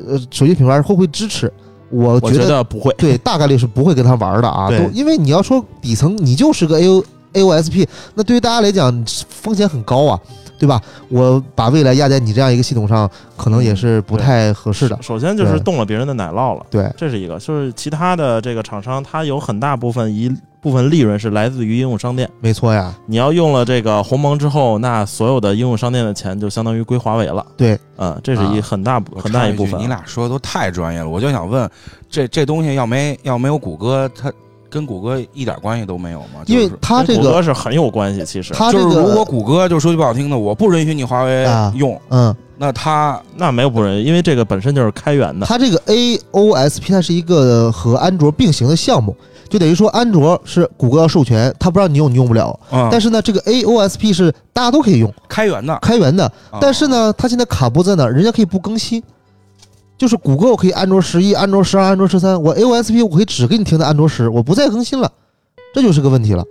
Speaker 3: 呃手机品牌会不会支持？我
Speaker 4: 我
Speaker 3: 觉得
Speaker 4: 得不会，
Speaker 3: 对，大概率是不会跟他玩的啊，
Speaker 4: 对
Speaker 3: 都因为你要说底层你就是个 A O A O S P，那对于大家来讲风险很高啊，对吧？我把未来压在你这样一个系统上，可能也是不
Speaker 4: 对
Speaker 3: 太合适的。
Speaker 4: 首先就是
Speaker 3: 对
Speaker 4: 动了别人的奶酪了。
Speaker 3: 对，
Speaker 4: 这是一个，就是其他的这个厂商，它有很大部分一部分利润是来自于应用商店。
Speaker 3: 没错呀，
Speaker 4: 你要用了这个鸿蒙之后，那所有的应用商店的钱就相当于归华为了。
Speaker 3: 对，
Speaker 4: 嗯，这是一
Speaker 7: 啊
Speaker 4: 很大、
Speaker 7: 我
Speaker 4: 很大
Speaker 7: 插
Speaker 4: 一
Speaker 7: 句
Speaker 4: 部
Speaker 6: 啊
Speaker 4: 分。啊
Speaker 7: 你俩说的都太专业了，我就想问，这这东西要没要没有谷歌，它跟谷歌一点关系都没有吗？
Speaker 3: 因为
Speaker 7: 就是
Speaker 3: 它
Speaker 4: 跟
Speaker 3: 这
Speaker 4: 谷
Speaker 3: 个
Speaker 4: 歌是很有关系，其实
Speaker 3: 它这
Speaker 7: 就是如果
Speaker 3: 个
Speaker 7: 谷歌就说句不好听的，我不允许你华为
Speaker 3: 啊
Speaker 7: 用，
Speaker 3: 嗯，
Speaker 7: 那它
Speaker 4: 那没有不仁，因为这个本身就是开源的。
Speaker 3: 它这个 AOSP 它是一个和安卓并行的项目，就等于说安卓是谷歌要授权，它不让你用，你用不了。
Speaker 7: 嗯
Speaker 4: 啊
Speaker 3: 但是呢，这个 AOSP 是大家都可以用，
Speaker 7: 开源的，
Speaker 3: 开源的。
Speaker 7: 啊
Speaker 3: 但是呢，它现在卡脖在哪儿？人家可以不更新，就是谷歌我可以安卓十一、安卓十二、安卓十三，我 AOSP 我可以只给你停在安卓十，我不再更新了，这就是个问题了。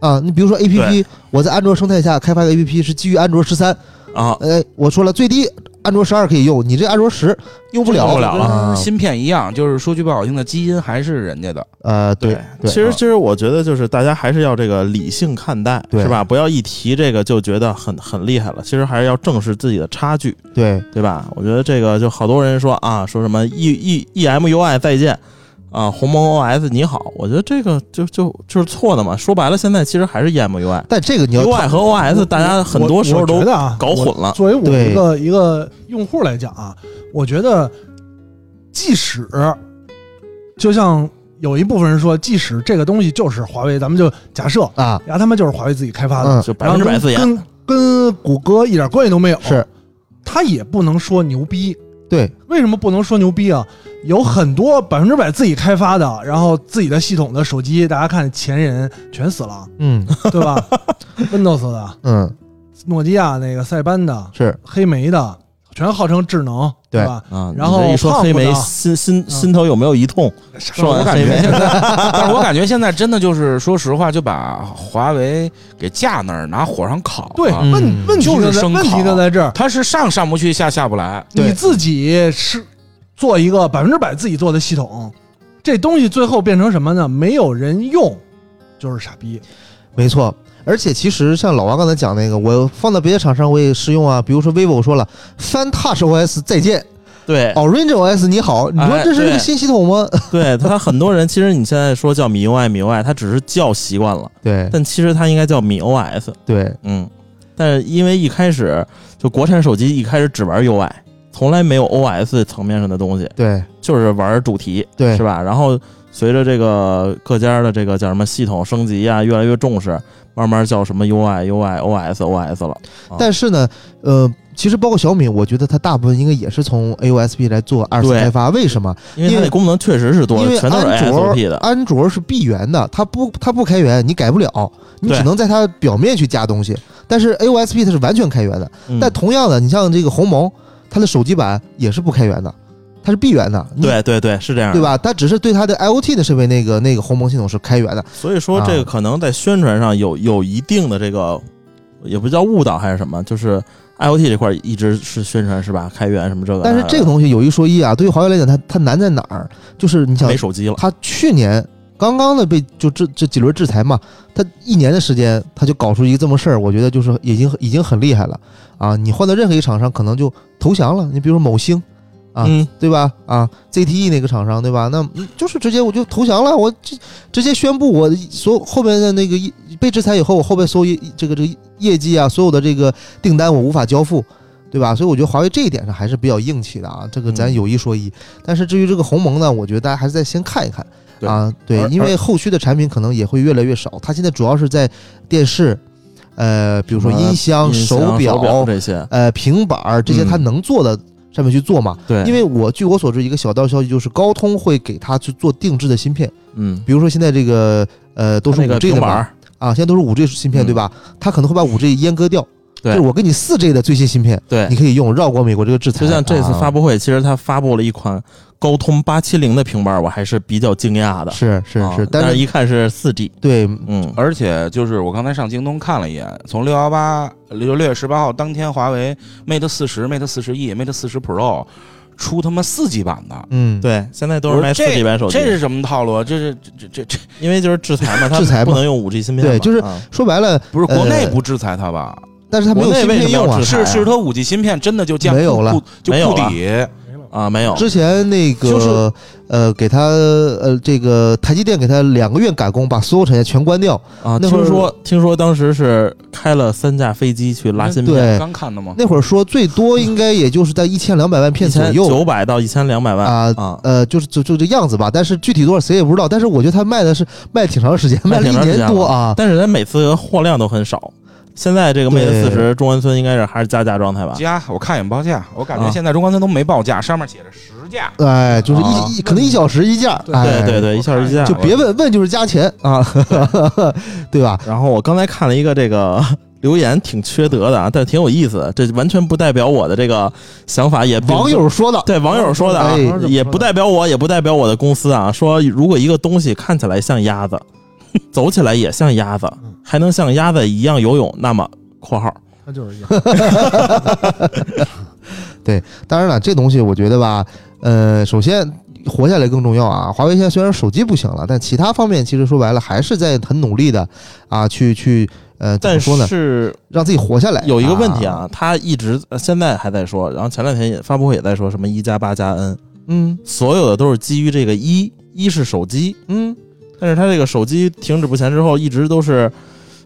Speaker 3: 啊，你比如说 A P P，
Speaker 4: 对
Speaker 3: 我在安卓生态下开发个 A P P 是基于安卓十三，
Speaker 4: 啊，
Speaker 3: 哎，我说了最低安卓十二可以用，你这安卓十用不了，
Speaker 4: 用不了了
Speaker 3: 啊
Speaker 7: 芯片一样，就是说句不好听的，基因还是人家的。
Speaker 3: 呃，对，对
Speaker 4: 其实其实我觉得就是大家还是要这个理性看待，
Speaker 3: 对
Speaker 4: 是吧？不要一提这个就觉得很很厉害了，其实还是要正视自己的差距。
Speaker 3: 对，
Speaker 4: 对吧？我觉得这个就好多人说啊，说什么 E E E M U I 再见啊，鸿蒙 O S 你好，我觉得这个就就就是错的嘛。说白了，现在其实还是 E M U I。
Speaker 3: 但这个你要
Speaker 4: U I 和 O S 大家很多时候
Speaker 5: 我我
Speaker 4: 都
Speaker 5: 觉得啊
Speaker 4: 搞混了
Speaker 5: 我作为我
Speaker 3: 对
Speaker 5: 一个一个用户来讲啊，我觉得即使就像有一部分人说，即使这个东西就是华为，咱们就假设，
Speaker 3: 啊，
Speaker 5: 呀他妈就是华为自己开发的，
Speaker 3: 嗯，
Speaker 4: 就百
Speaker 5: 然
Speaker 4: 分
Speaker 5: 后
Speaker 4: 之
Speaker 5: 跟
Speaker 4: 百自研。
Speaker 5: 跟跟谷歌一点关系都没有，
Speaker 3: 是
Speaker 5: 他也不能说牛逼。
Speaker 3: 对，
Speaker 5: 为什么不能说牛逼啊？有很多百分之百自己开发的，然后自己的系统的手机，大家看前人全死了，
Speaker 3: 嗯
Speaker 5: 对吧？Windows 的、
Speaker 3: 嗯，
Speaker 5: 诺基亚那个塞班的、
Speaker 3: 是
Speaker 5: 黑莓的，全号称智能，
Speaker 3: 对
Speaker 5: 吧？
Speaker 4: 啊，
Speaker 5: 然后
Speaker 4: 你这一说黑莓，
Speaker 5: 胖不到
Speaker 4: 心心
Speaker 5: 嗯
Speaker 4: 心头有没有一痛？说
Speaker 7: 我
Speaker 4: 完
Speaker 7: 感
Speaker 4: 黑
Speaker 7: 觉
Speaker 4: 莓
Speaker 7: 现， 在，但是我感觉现在真的就是，说实话，就把华为给架那儿，拿火上烤了。
Speaker 5: 对，
Speaker 3: 嗯
Speaker 5: 问问题就
Speaker 7: 就是
Speaker 5: 在
Speaker 7: 生烤
Speaker 5: 问题就在这儿，
Speaker 7: 它是上上不去，下下不来。
Speaker 3: 对
Speaker 5: 你自己是做一个百分之百自己做的系统，这东西最后变成什么呢？没有人用，就是傻逼。
Speaker 3: 没错。而且其实像老王刚才讲那个，我放到别的厂商我也适用啊，比如说 vivo 说了 FanTouch OS 再见哦
Speaker 4: 对
Speaker 3: ，Orange OS 你好，你说
Speaker 4: 哎
Speaker 3: 这是
Speaker 4: 对
Speaker 3: 个新系统吗？
Speaker 4: 对，他很多人其实你现在说叫米 UI 米 UI，他只是叫习惯了，
Speaker 3: 对
Speaker 4: 但其实它应该叫米 OS。
Speaker 3: 对，
Speaker 4: 嗯，但是因为一开始就国产手机一开始只玩 UI，从来没有 OS 层面上的东西，
Speaker 3: 对
Speaker 4: 就是玩主题，
Speaker 3: 对
Speaker 4: 是吧？然后随着这个各家的这个叫什么系统升级啊，越来越重视，慢慢叫什么 UI、UI、OS、OS 了。
Speaker 3: 但是呢，呃，其实包括小米，我觉得它大部分应该也是从 AOSP 来做二次
Speaker 4: 对
Speaker 3: 开发。为什么？
Speaker 4: 因为
Speaker 3: 因
Speaker 4: 它
Speaker 3: 为
Speaker 4: 那功能确实是多
Speaker 3: 因为，
Speaker 4: 全都是
Speaker 3: 安
Speaker 4: ASOP
Speaker 3: 卓啊
Speaker 4: 的。
Speaker 3: 安卓是闭源的，它不它不开源，你改不了，你
Speaker 4: 对
Speaker 3: 只能在它表面去加东西。但是 AOSP 它是完全开源的。
Speaker 4: 嗯
Speaker 3: 但同样的，你像这个鸿蒙，它的手机版也是不开源的，它是闭源的。你
Speaker 4: 对对对，是这样的，
Speaker 3: 对？吧？它只是对它的 IoT 的设备那个那个鸿蒙系统是开源的，
Speaker 4: 所以说
Speaker 3: 啊
Speaker 4: 这个可能在宣传上有有一定的这个，也不叫误导还是什么，就是 IOT 这块儿一直是宣传是吧？开源什么这个那的，
Speaker 3: 但是这个东西有一说一啊，对于华为来讲，它它难在哪儿？就是你想
Speaker 4: 没，手机了，
Speaker 3: 它去年刚刚的被就这这几轮制裁嘛，它一年的时间，它就搞出一个这么事儿，我觉得就是已经已经很厉害了啊！你换到任何一个厂商，可能就投降了。你比如说某星，啊
Speaker 4: 嗯，
Speaker 3: 对吧？啊，ZTE 那个厂商，对吧？那嗯就是直接我就投降了，我直直接宣布我所有后边的那个一被制裁以后，我后边所有这个这个业绩啊，所有的这个订单我无法交付，对吧？所以我觉得华为这一点上还是比较硬气的啊，这个咱
Speaker 4: 嗯
Speaker 3: 有一说一。但是至于这个鸿蒙呢，我觉得大家还是再先看一看。
Speaker 4: 对
Speaker 3: 啊，对
Speaker 4: 而，
Speaker 3: 因为后续的产品可能也会越来越少。它现在主要是在电视，呃，比如说
Speaker 4: 什么
Speaker 3: 音箱、
Speaker 4: 音箱嗯手
Speaker 3: 表、
Speaker 4: 这些，
Speaker 3: 呃平板儿这些，
Speaker 4: 嗯
Speaker 3: 它能做的上面去做嘛。
Speaker 4: 对，
Speaker 3: 因为我据我所知，一个小道消息就是高通会给它去做定制的芯片，
Speaker 4: 嗯，
Speaker 3: 比如说现在这个呃都是
Speaker 4: 它那
Speaker 3: 五
Speaker 4: 个
Speaker 3: G 的
Speaker 4: 平板
Speaker 3: 嘛，
Speaker 4: 儿，
Speaker 3: 啊，现在都是五 G 芯片
Speaker 4: 嗯
Speaker 3: 对吧？它可能会把五 G 阉割掉，
Speaker 4: 对
Speaker 3: 就是我给你四 G 的最新芯片，
Speaker 4: 对
Speaker 3: 你，可以用，绕过美国这个制裁。啊
Speaker 4: 就像这次发
Speaker 3: 布
Speaker 4: 布会，其实它发布了一款高通八七零的平板儿，我还是比较惊讶的，
Speaker 3: 是是
Speaker 4: 啊
Speaker 3: 是，
Speaker 4: 但
Speaker 3: 但是
Speaker 4: 一看是四 G，
Speaker 3: 对
Speaker 4: 嗯，
Speaker 7: 而且就是我刚才上京东看了一眼，从六幺八六六月十八号当天，华为 Mate 四十、Mate 四十 E、Mate 四十 Pro 出他妈四 G 版的，
Speaker 3: 嗯，
Speaker 4: 对，现在都是卖
Speaker 7: 我
Speaker 4: 四
Speaker 7: 说
Speaker 4: G 版手机，
Speaker 7: 这是什么套路？啊这是这这这
Speaker 4: 因为就是 制裁嘛，它
Speaker 3: 制裁嘛
Speaker 4: 不能用五 G 芯片嘛，
Speaker 3: 对就是
Speaker 4: 啊
Speaker 3: 说白了，
Speaker 7: 不是
Speaker 3: 呃
Speaker 7: 国内不制裁它吧？
Speaker 3: 但是它没有
Speaker 4: 国内
Speaker 3: 芯
Speaker 4: 为什
Speaker 3: 片
Speaker 4: 么要
Speaker 3: 用啊
Speaker 4: 制。裁
Speaker 7: 是是它五 G 芯片真的就降
Speaker 3: 没有了
Speaker 7: 库就
Speaker 4: 没有
Speaker 7: 库
Speaker 4: 了
Speaker 7: 底，
Speaker 4: 啊没有，
Speaker 3: 之前那个、
Speaker 7: 就是
Speaker 3: 呃，给他呃，这个台积电给他两个月赶工，把所有产业全关掉。
Speaker 4: 啊，
Speaker 3: 那
Speaker 4: 听
Speaker 3: 会儿
Speaker 4: 说听说当时是开了三架飞机去
Speaker 7: 嗯
Speaker 4: 拉芯
Speaker 3: 嗯
Speaker 4: 片，
Speaker 3: 对，
Speaker 7: 刚看的吗？
Speaker 3: 那会儿说最多应该也就是在一千两百万片左右，
Speaker 4: 九百到一千两百万
Speaker 3: 啊
Speaker 4: 啊，
Speaker 3: 呃，就是就就这样子吧。但是具体多少谁也不知道。但是我觉得他卖的是卖挺长时间，
Speaker 4: 卖
Speaker 3: 卖了
Speaker 4: 挺
Speaker 3: 一
Speaker 4: 长时间
Speaker 3: 年多啊。
Speaker 4: 但是它每次货量都很少。现在这个 Mate
Speaker 3: 对
Speaker 4: 四十中关村应该是还是加价状态吧？
Speaker 7: 加我看一眼报价，我感觉
Speaker 4: 啊
Speaker 7: 现在中关村都没报价，上面写着十价。
Speaker 3: 哎，就是一、
Speaker 4: 啊
Speaker 3: 一可能一小时一件儿，
Speaker 5: 对
Speaker 3: 哎、
Speaker 4: 对对对，一下一价。
Speaker 3: 就别问问就是加钱啊， 对吧？
Speaker 4: 然后我刚才看了一个这个 留言，挺缺德的啊，但挺有意思的。这完全不代表我的这个想法，也并
Speaker 3: 网友说的，
Speaker 4: 对网友说的啊
Speaker 3: 哎，
Speaker 4: 也不代表我，也不代表我的公司啊。说如果一个东西看起来像鸭子， 走起来也像鸭子，
Speaker 3: 嗯
Speaker 4: 还能像鸭子一样游泳，那么（括号
Speaker 5: 他就是一样。
Speaker 3: 当然了，这东西我觉得吧，呃，首先活下来更重要啊。华为现在虽然手机不行了，但其他方面其实说白了还是在很努力的啊，去去呃，），怎
Speaker 4: 但
Speaker 3: 么说呢？
Speaker 4: 是
Speaker 3: 让自己活下来。
Speaker 4: 有一个问题啊，他一直呃现在还在说，然后前两天也发布会也在说什么一加八加 N，
Speaker 3: 嗯
Speaker 4: 所有的都是基于这个一，一是手机，
Speaker 3: 嗯，
Speaker 4: 但是它这个手机停止不前之后，一直都是，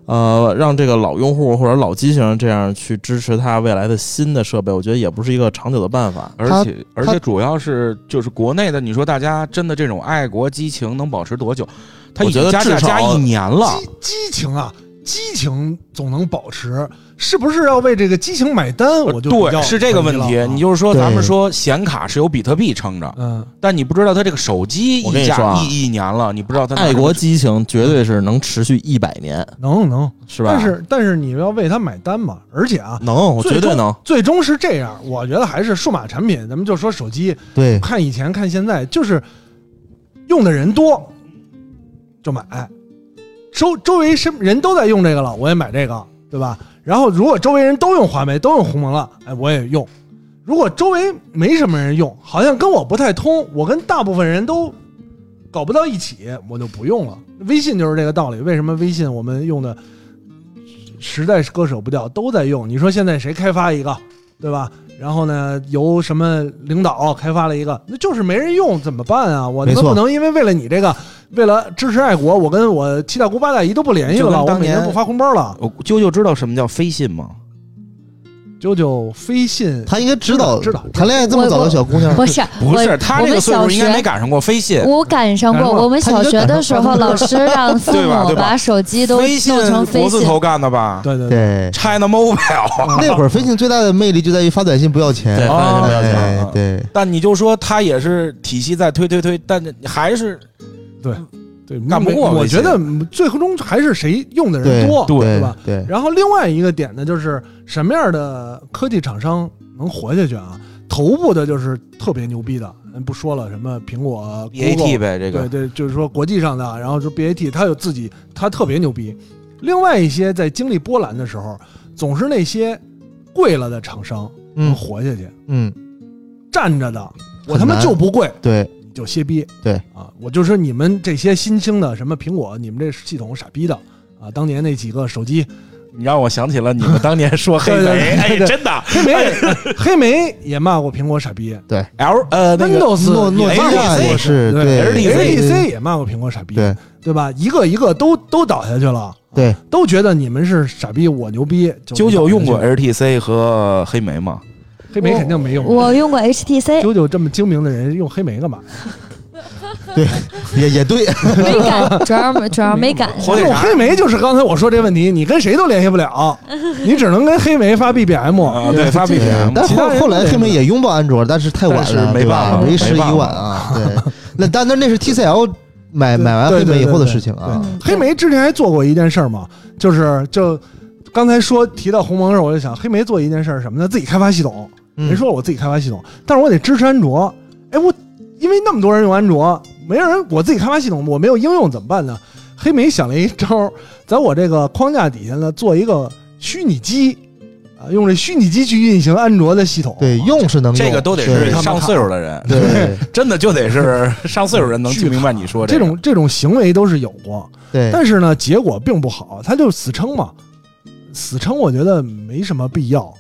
Speaker 4: 呃，让这个老用户或者老机型这样去支持它未来的新的设备，我觉得也不是一个长久的办法。
Speaker 7: 而
Speaker 3: 它
Speaker 7: 且而且主要是就是国内的，你说大家真的这种爱国激情能保持多久？他已
Speaker 4: 我觉
Speaker 7: 经
Speaker 4: 得
Speaker 7: 加价
Speaker 4: 至少
Speaker 7: 加一年了，
Speaker 5: 激激情啊，激情总能保持，是不是要为这个激情买单？我就比较
Speaker 7: 呃对，是这个问
Speaker 5: 怀疑
Speaker 7: 题
Speaker 5: 了啊。
Speaker 7: 你就是说，
Speaker 3: 对
Speaker 7: 咱们说显卡是由比特币撑着，
Speaker 5: 嗯，
Speaker 7: 但你不知道它这个手机
Speaker 4: 我跟
Speaker 7: 一
Speaker 4: 你说
Speaker 7: 价
Speaker 4: 啊
Speaker 7: 一一年了，你不知道它哪
Speaker 4: 爱国激情绝对是能持续一百年，
Speaker 5: 能能，
Speaker 4: 是吧？
Speaker 5: 但是但是你要为他买单嘛，而且啊。
Speaker 4: 能，我
Speaker 5: 最
Speaker 4: 绝对
Speaker 5: 终
Speaker 4: 能。
Speaker 5: 最终是这样，我觉得还是数码产品，咱们就说手机，
Speaker 3: 对
Speaker 5: 看以前看现在，就是用的人多就买，周周围身人都在用这个了，我也买这个，对吧？然后如果周围人都用华为，都用鸿蒙了，哎，我也用。如果周围没什么人用，好像跟我不太通，我跟大部分人都搞不到一起，我就不用了。微信就是这个道理。为什么微信我们用的实在是割舍不掉，都在用。你说现在谁开发一个，对吧？然后呢，由什么领导啊开发了一个，那就是没人用，怎么办啊？我他
Speaker 3: 没
Speaker 5: 妈
Speaker 3: 错
Speaker 5: 不能因为为了你这个，为了支持爱国，我跟我七大姑八大姨都不联系
Speaker 7: 就
Speaker 5: 了，
Speaker 7: 跟
Speaker 5: 我
Speaker 7: 当
Speaker 5: 每
Speaker 7: 年
Speaker 5: 年不发红包了。
Speaker 7: 我啾啾知道什么叫飞信吗？
Speaker 5: 九九飞信，
Speaker 3: 他应该知道，
Speaker 5: 知道知道
Speaker 3: 谈恋爱这么早的小姑娘，
Speaker 2: 不是，
Speaker 7: 不是，
Speaker 2: 我
Speaker 7: 他这
Speaker 2: 我
Speaker 7: 个
Speaker 2: 们
Speaker 7: 岁数
Speaker 2: 小
Speaker 7: 应该没
Speaker 2: 学。
Speaker 7: 赶上过飞信。
Speaker 2: 我赶上
Speaker 5: 赶
Speaker 2: 过，
Speaker 5: 上过
Speaker 2: 我们
Speaker 3: 他
Speaker 2: 小
Speaker 3: 应该
Speaker 2: 学
Speaker 3: 赶
Speaker 2: 的
Speaker 3: 上
Speaker 2: 时候，老师让父
Speaker 7: 对吧
Speaker 2: 母
Speaker 7: 对吧
Speaker 2: 把手机都
Speaker 7: 飞信
Speaker 2: 弄成飞
Speaker 7: 国字
Speaker 2: 信，
Speaker 7: 头干的吧
Speaker 5: 对对对，
Speaker 3: 对，
Speaker 7: ？China Mobile 啊。
Speaker 3: 那会儿飞信最大的魅力就在于发短信不要钱
Speaker 4: 对，发短信不要钱
Speaker 5: 啊
Speaker 3: 哎对，
Speaker 7: 哦但你就说他也是体系在推推推，但还是
Speaker 5: 对，
Speaker 7: 干不过
Speaker 5: 我
Speaker 7: 微信
Speaker 5: 觉得最终还是谁用的
Speaker 3: 对
Speaker 5: 人多，
Speaker 3: 对
Speaker 5: 吧？？
Speaker 3: 对，
Speaker 5: 然后另外一个点呢，就是什么样的科技厂商能活下去啊？头部的就是特别牛逼的，咱不说了，什么苹果、啊
Speaker 7: BAT
Speaker 5: Google，
Speaker 7: 呗，这
Speaker 5: 对
Speaker 7: 个
Speaker 5: 对，就是说国际上的，啊然后就 BAT，它有自己，它特别牛逼。另外一些在经历波澜的时候，总是那些贵了的厂商能
Speaker 3: 嗯
Speaker 5: 活下去，
Speaker 3: 嗯，
Speaker 5: 站着的，我
Speaker 3: 很
Speaker 5: 他妈
Speaker 3: 难
Speaker 5: 就不贵，
Speaker 3: 对，
Speaker 5: 你就歇逼。
Speaker 3: 对
Speaker 5: 啊，我就说你们这些新兴的什么苹果，你们这系统傻逼的啊！当年那几个手机，
Speaker 6: 你让我想起了你们当年说黑
Speaker 5: 对
Speaker 6: 莓，
Speaker 5: 对
Speaker 6: 哎，
Speaker 5: 对对
Speaker 6: 真的，
Speaker 5: 黑莓，黑莓也骂过苹果傻逼
Speaker 7: L 呃那个
Speaker 5: ，Windows E
Speaker 3: 诺诺
Speaker 5: 也
Speaker 3: 基
Speaker 5: 骂过
Speaker 3: 亚
Speaker 5: 苹
Speaker 3: 也
Speaker 5: 果
Speaker 3: 是，
Speaker 5: 对
Speaker 3: 对 E
Speaker 5: HTC 也骂过苹果傻逼，
Speaker 3: 对
Speaker 5: 对吧？一个一个都都倒下去了，
Speaker 3: 对，
Speaker 5: 都觉得你们是傻逼，我牛逼。
Speaker 7: 九九用过
Speaker 5: 就
Speaker 7: HTC 和黑莓吗？
Speaker 5: 黑莓肯定没用过。
Speaker 2: 我用过 HTC，
Speaker 5: 九九这么精明的人用黑莓干嘛？
Speaker 3: 也也 对，
Speaker 2: 没赶，主要主要没赶上
Speaker 7: 火。腿
Speaker 5: 用
Speaker 7: 肠
Speaker 5: 黑莓就是刚才我说这问题，你跟谁都联系不了，你只能跟黑莓发 BBM。
Speaker 7: 啊，对，发
Speaker 3: 对
Speaker 7: BBM，
Speaker 3: 但
Speaker 5: 其他
Speaker 3: 后
Speaker 5: 人
Speaker 3: 后来
Speaker 5: 对
Speaker 3: 黑莓也拥抱安卓，但是太晚
Speaker 7: 但是
Speaker 3: 了，
Speaker 7: 没
Speaker 3: 对
Speaker 7: 办
Speaker 3: 吧
Speaker 7: 法？
Speaker 3: 为时
Speaker 7: 没办
Speaker 3: 已
Speaker 7: 法
Speaker 3: 晚 啊。对，那但那那是 TCL 买
Speaker 5: 对
Speaker 3: 买完
Speaker 5: 对
Speaker 3: 黑莓
Speaker 5: 对
Speaker 3: 以后的
Speaker 5: 对
Speaker 3: 事情啊。
Speaker 2: 嗯
Speaker 5: 黑莓之前还做过一件事儿嘛，就是就刚才说提到鸿蒙的时候，我就想黑莓做一件事儿是什么呢？自己开发系统，
Speaker 3: 嗯
Speaker 5: 人说我自己开发系统，但是我得支持安卓。哎，我因为那么多人用安卓，没人我自己开发系统，我没有应用怎么办呢？黑莓想了一招儿，在我这个框架底下呢，做一个虚拟机，啊，用这虚拟机去运行安卓的系统。
Speaker 3: 对，用是能用，
Speaker 7: 这个都得是
Speaker 3: 对
Speaker 7: 上岁数的人，
Speaker 3: 对
Speaker 7: 真的就得是上岁数人能
Speaker 5: 巨
Speaker 7: 听明白你说
Speaker 5: 这
Speaker 7: 个
Speaker 5: 种这种行为都是有过，
Speaker 3: 对，
Speaker 5: 但是呢，结果并不好，他就死撑嘛，死撑我觉得没什么必要，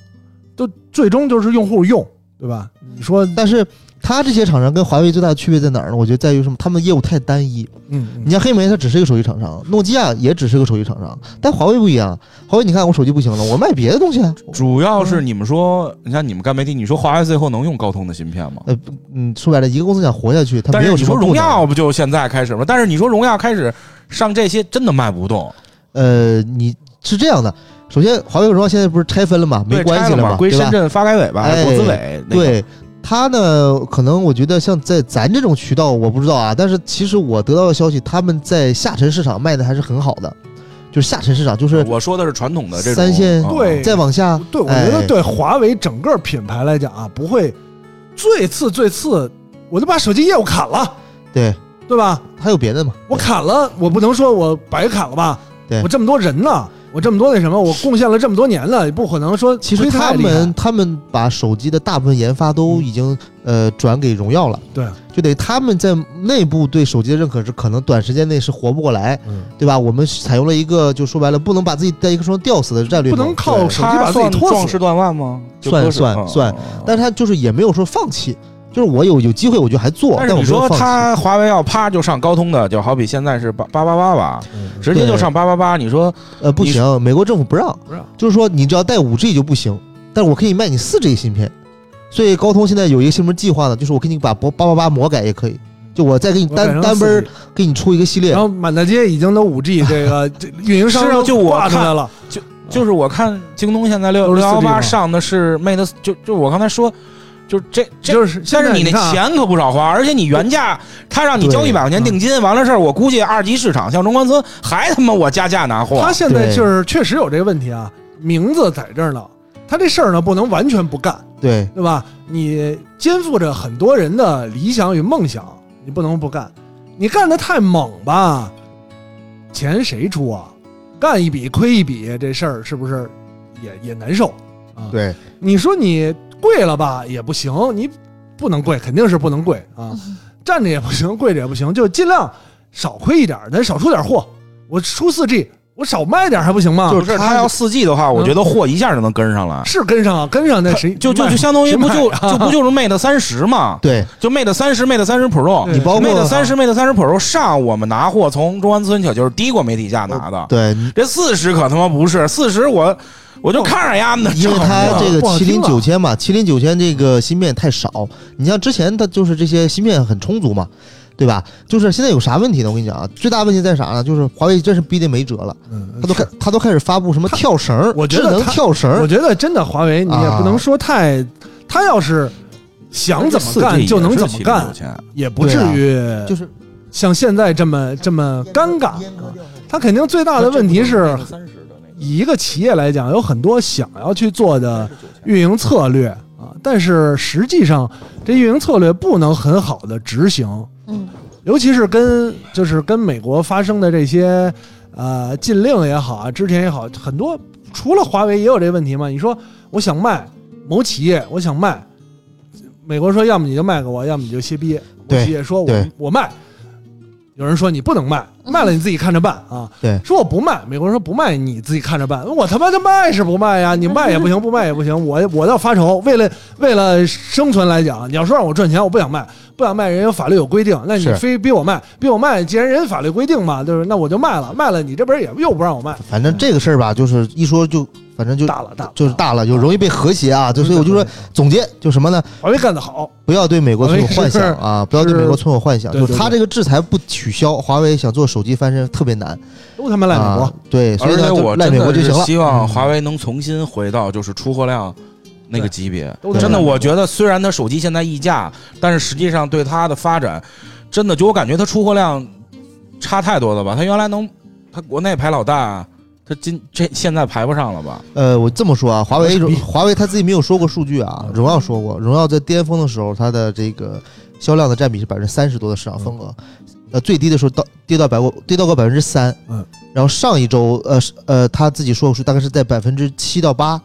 Speaker 5: 就最终就是用户用，对吧？你说，
Speaker 3: 但是。它这些厂商跟华为最大的区别在哪儿呢？我觉得在于什么？他们业务太单一。
Speaker 5: 嗯，
Speaker 3: 你像黑莓，它只是一个手机厂商；诺基亚也只是个手机厂商。但华为不一样，华为你看我手机不行了，我卖别的东西啊。
Speaker 7: 主要是你们说，你像你们干媒体，你说华为最后能用高通的芯片吗？
Speaker 3: 呃，嗯，说白了，一个公司想活下去，它
Speaker 7: 但
Speaker 3: 没
Speaker 7: 是
Speaker 3: 有
Speaker 7: 你
Speaker 3: 什
Speaker 7: 说
Speaker 3: 么
Speaker 7: 荣
Speaker 3: 不能
Speaker 7: 耀不就现在开始吗？但是你说荣耀开始上这些真的卖不动，
Speaker 3: 呃，你是这样的，首先华为和荣耀现在不是拆分了嘛，没
Speaker 7: 对
Speaker 3: 关
Speaker 7: 拆
Speaker 3: 系
Speaker 7: 了
Speaker 3: 嘛，
Speaker 7: 归
Speaker 3: 对吧
Speaker 7: 深？圳发改
Speaker 3: 哎
Speaker 7: 委吧，
Speaker 4: 哎
Speaker 7: 还是国资委那个。
Speaker 3: 对他呢，可能我觉得像在咱这种渠道，我不知道啊，但是其实我得到的消息，他们在下沉市场卖的还是很好的，就是下沉市场，就是
Speaker 7: 我说的是传统的这种
Speaker 3: 三线
Speaker 7: 啊
Speaker 5: 对
Speaker 3: 再往下，
Speaker 5: 对，我觉得
Speaker 3: 哎
Speaker 5: 对华为整个品牌来讲啊，不会最次最次，我就把手机业务砍了，
Speaker 3: 对，
Speaker 5: 对吧？
Speaker 3: 还有别的嘛，
Speaker 5: 我砍了，我不能说我白砍了吧？
Speaker 3: 对
Speaker 5: 我这么多人呢，我这么多那什么，我贡献了这么多年了，也不可能说
Speaker 3: 其实
Speaker 5: 亏
Speaker 3: 他
Speaker 5: 太厉害
Speaker 3: 们他们把手机的大部分研发
Speaker 7: 嗯
Speaker 3: 都已经呃转给荣耀了，
Speaker 5: 对，
Speaker 3: 就等于他们在内部对手机的认可是可能短时间内是活不过来，
Speaker 5: 嗯
Speaker 3: 对吧？我们采用了一个就说白了不能把自己在一个床上吊死的战略嘛，
Speaker 5: 不能靠
Speaker 3: 对
Speaker 5: 手机把自己
Speaker 7: 算
Speaker 5: 拖
Speaker 7: 壮
Speaker 5: 死
Speaker 7: 士。断腕吗？就
Speaker 3: 算
Speaker 7: 割舍
Speaker 3: 算
Speaker 7: 啊
Speaker 3: 算
Speaker 7: 啊啊
Speaker 3: 但是他就是也没有说放弃，就是我有有机会我就还做，
Speaker 7: 但
Speaker 3: 但
Speaker 7: 是
Speaker 3: 我
Speaker 7: 你
Speaker 3: 没有
Speaker 7: 说
Speaker 3: 放弃
Speaker 7: 他华为要啪就上高通的，就好比现在是八八八八吧，直接就上八八八。你说
Speaker 3: 呃不
Speaker 7: 你
Speaker 3: 行，美国政府不让，
Speaker 5: 不让
Speaker 3: 就是说你只要带五 G 就不行，但是我可以卖你四 G 芯片，所以高通现在有一个什么计划呢？就是我给你把八八八魔改也可以，就我再给你
Speaker 5: 嗯我改
Speaker 3: 单
Speaker 5: 成
Speaker 3: 单奔儿
Speaker 5: 4G
Speaker 3: 给你出一个系列
Speaker 5: 然，后满大街已经都五 G，这个这运营商
Speaker 7: 是啊
Speaker 5: 都
Speaker 7: 就我
Speaker 5: 挂出来了，
Speaker 7: 就是我看京东现在六
Speaker 5: 都
Speaker 7: 六
Speaker 5: 是
Speaker 7: 幺
Speaker 5: 4G
Speaker 7: 八
Speaker 5: 吗
Speaker 7: 上的是 Mate，4就就我刚才说，就这这。
Speaker 5: 就是现
Speaker 7: 但是
Speaker 5: 在
Speaker 7: 你那
Speaker 5: 看啊
Speaker 7: 钱可不少花，而且你原价他让你交
Speaker 3: 对
Speaker 7: 一百块钱定金，完了事儿，我估计二级市场像中关村还他妈我加价拿货啊
Speaker 5: 他，现在
Speaker 3: 对
Speaker 5: 就是确实有这个问题啊，名字在这儿呢，他这事儿呢不能完全不干，
Speaker 3: 对
Speaker 5: 对吧？你肩负着很多人的理想与梦想，你不能不干。你干的太猛吧，钱谁出啊？干一笔亏一笔，这事儿是不是也也难受啊？，
Speaker 3: 对。
Speaker 5: 你说你跪了吧也不行，你不能跪，肯定是不能跪啊，站着也不行，跪着也不行，就尽量少亏一点儿，咱少出点货。我出四 G，我少卖点还不行吗？
Speaker 7: 不是他要四 G 的话，我觉得货一下就能跟上了。
Speaker 5: 是跟上啊，跟上那谁
Speaker 7: 就就
Speaker 5: 卖
Speaker 7: 就相当于
Speaker 5: 谁
Speaker 7: 不
Speaker 5: 卖
Speaker 7: 就
Speaker 5: 啊
Speaker 7: 就不就是 Mate 三十嘛？
Speaker 3: 对，
Speaker 7: 就 Mate 三十、Mate 三十 Pro，
Speaker 5: 你
Speaker 3: 包括
Speaker 7: Mate 三十、Mate 三十 Pro 上，我们拿货从中关村小就是低过媒体价拿的。
Speaker 3: 对，
Speaker 7: 这四十可他妈不是四十，我我就看上丫们的啊
Speaker 3: 因
Speaker 7: 正
Speaker 3: 为
Speaker 7: 好
Speaker 3: 它
Speaker 7: 就
Speaker 3: 这个
Speaker 5: 不好
Speaker 3: 麒麟
Speaker 5: 听了
Speaker 3: 九千嘛，麒麟九千这个芯片太少。你像之前它就是这些芯片很充足嘛，对吧？就是现在有啥问题呢？我跟你讲啊，最大问题在啥呢？就是华为真是逼得没辙了，
Speaker 5: 嗯
Speaker 3: 它都开它都开始发布什么
Speaker 5: 它
Speaker 3: 跳绳儿，
Speaker 5: 我觉
Speaker 3: 智
Speaker 5: 得
Speaker 3: 能
Speaker 5: 它
Speaker 3: 跳绳
Speaker 5: 我
Speaker 3: 儿，
Speaker 5: 觉得真的华为你也不能
Speaker 3: 啊
Speaker 5: 说太，他要是想怎么干就能怎么干，，也不
Speaker 3: 啊
Speaker 5: 至于
Speaker 3: 就是
Speaker 5: 像现在这么这么尴尬。
Speaker 3: 啊
Speaker 5: 他肯定最大的问题是，以一个企业来讲，有很多想要去做 的运营策略啊，但是实际上这运营策略不能很好的执行，
Speaker 2: 嗯
Speaker 5: 尤其是跟就是跟美国发生的这些呃禁令也好啊，之前也好，很多除了华为也有这问题嘛。你说我想卖某企业，我想卖，美国说要么你就卖给我，要么你就歇逼。某
Speaker 3: 对
Speaker 5: 企业说我
Speaker 3: 对
Speaker 5: 我卖，有人说你不能卖，
Speaker 2: 嗯
Speaker 5: 卖了你自己看着办啊。
Speaker 3: 对
Speaker 5: 说我不卖，美国人说不卖你自己看着办，我他妈的卖是不卖呀？你卖也不行，不卖也不行，我我要发愁。为了为了生存来讲，你要说让我赚钱，我不想卖，不想卖，人有法律有规定，那你
Speaker 3: 是
Speaker 5: 非逼我卖，逼我卖，既然人法律规定嘛，就是那我就卖了，卖了你这边也又不让我卖，
Speaker 3: 反正这个事儿吧，就是一说就反正就
Speaker 5: 大了大了
Speaker 3: 就是大了，就容易被和谐啊。就所以我就 说总结就什么呢？
Speaker 5: 华为干得好，
Speaker 3: 不要对美国存有幻想
Speaker 5: 是
Speaker 3: 啊！不要对美国存有幻想，
Speaker 5: 对
Speaker 3: 就
Speaker 5: 对
Speaker 3: 他这
Speaker 5: 对
Speaker 3: 个制裁不取消，华为想做手机翻身特别难。
Speaker 5: 都他妈赖美国。
Speaker 3: 啊，对，所以
Speaker 7: 而且
Speaker 3: 呢，就
Speaker 7: 我
Speaker 3: 赖
Speaker 7: 真
Speaker 3: 美国
Speaker 7: 的
Speaker 3: 就是行了。嗯
Speaker 7: 希望华为能重新回到就是出货量那个级别
Speaker 5: 都。
Speaker 3: 对
Speaker 7: 真的，我觉得虽然它手机现在溢价，但是实际上对它的发展，真的就我感觉它出货量差太多了吧？它原来能，它国内排老大，它今这现在排不上了吧？
Speaker 3: 呃，我这么说啊，华为
Speaker 5: 我是逼
Speaker 3: 华为他自己没有说过数据啊，荣耀说过，荣耀在巅峰的时候，它的这个销量的占比是百分之三十多的市场份额，呃，最低的时候到跌到百过跌到过百分之三，
Speaker 5: 嗯，
Speaker 3: 然后上一周呃是呃他自己说过是大概是在百分之七到八，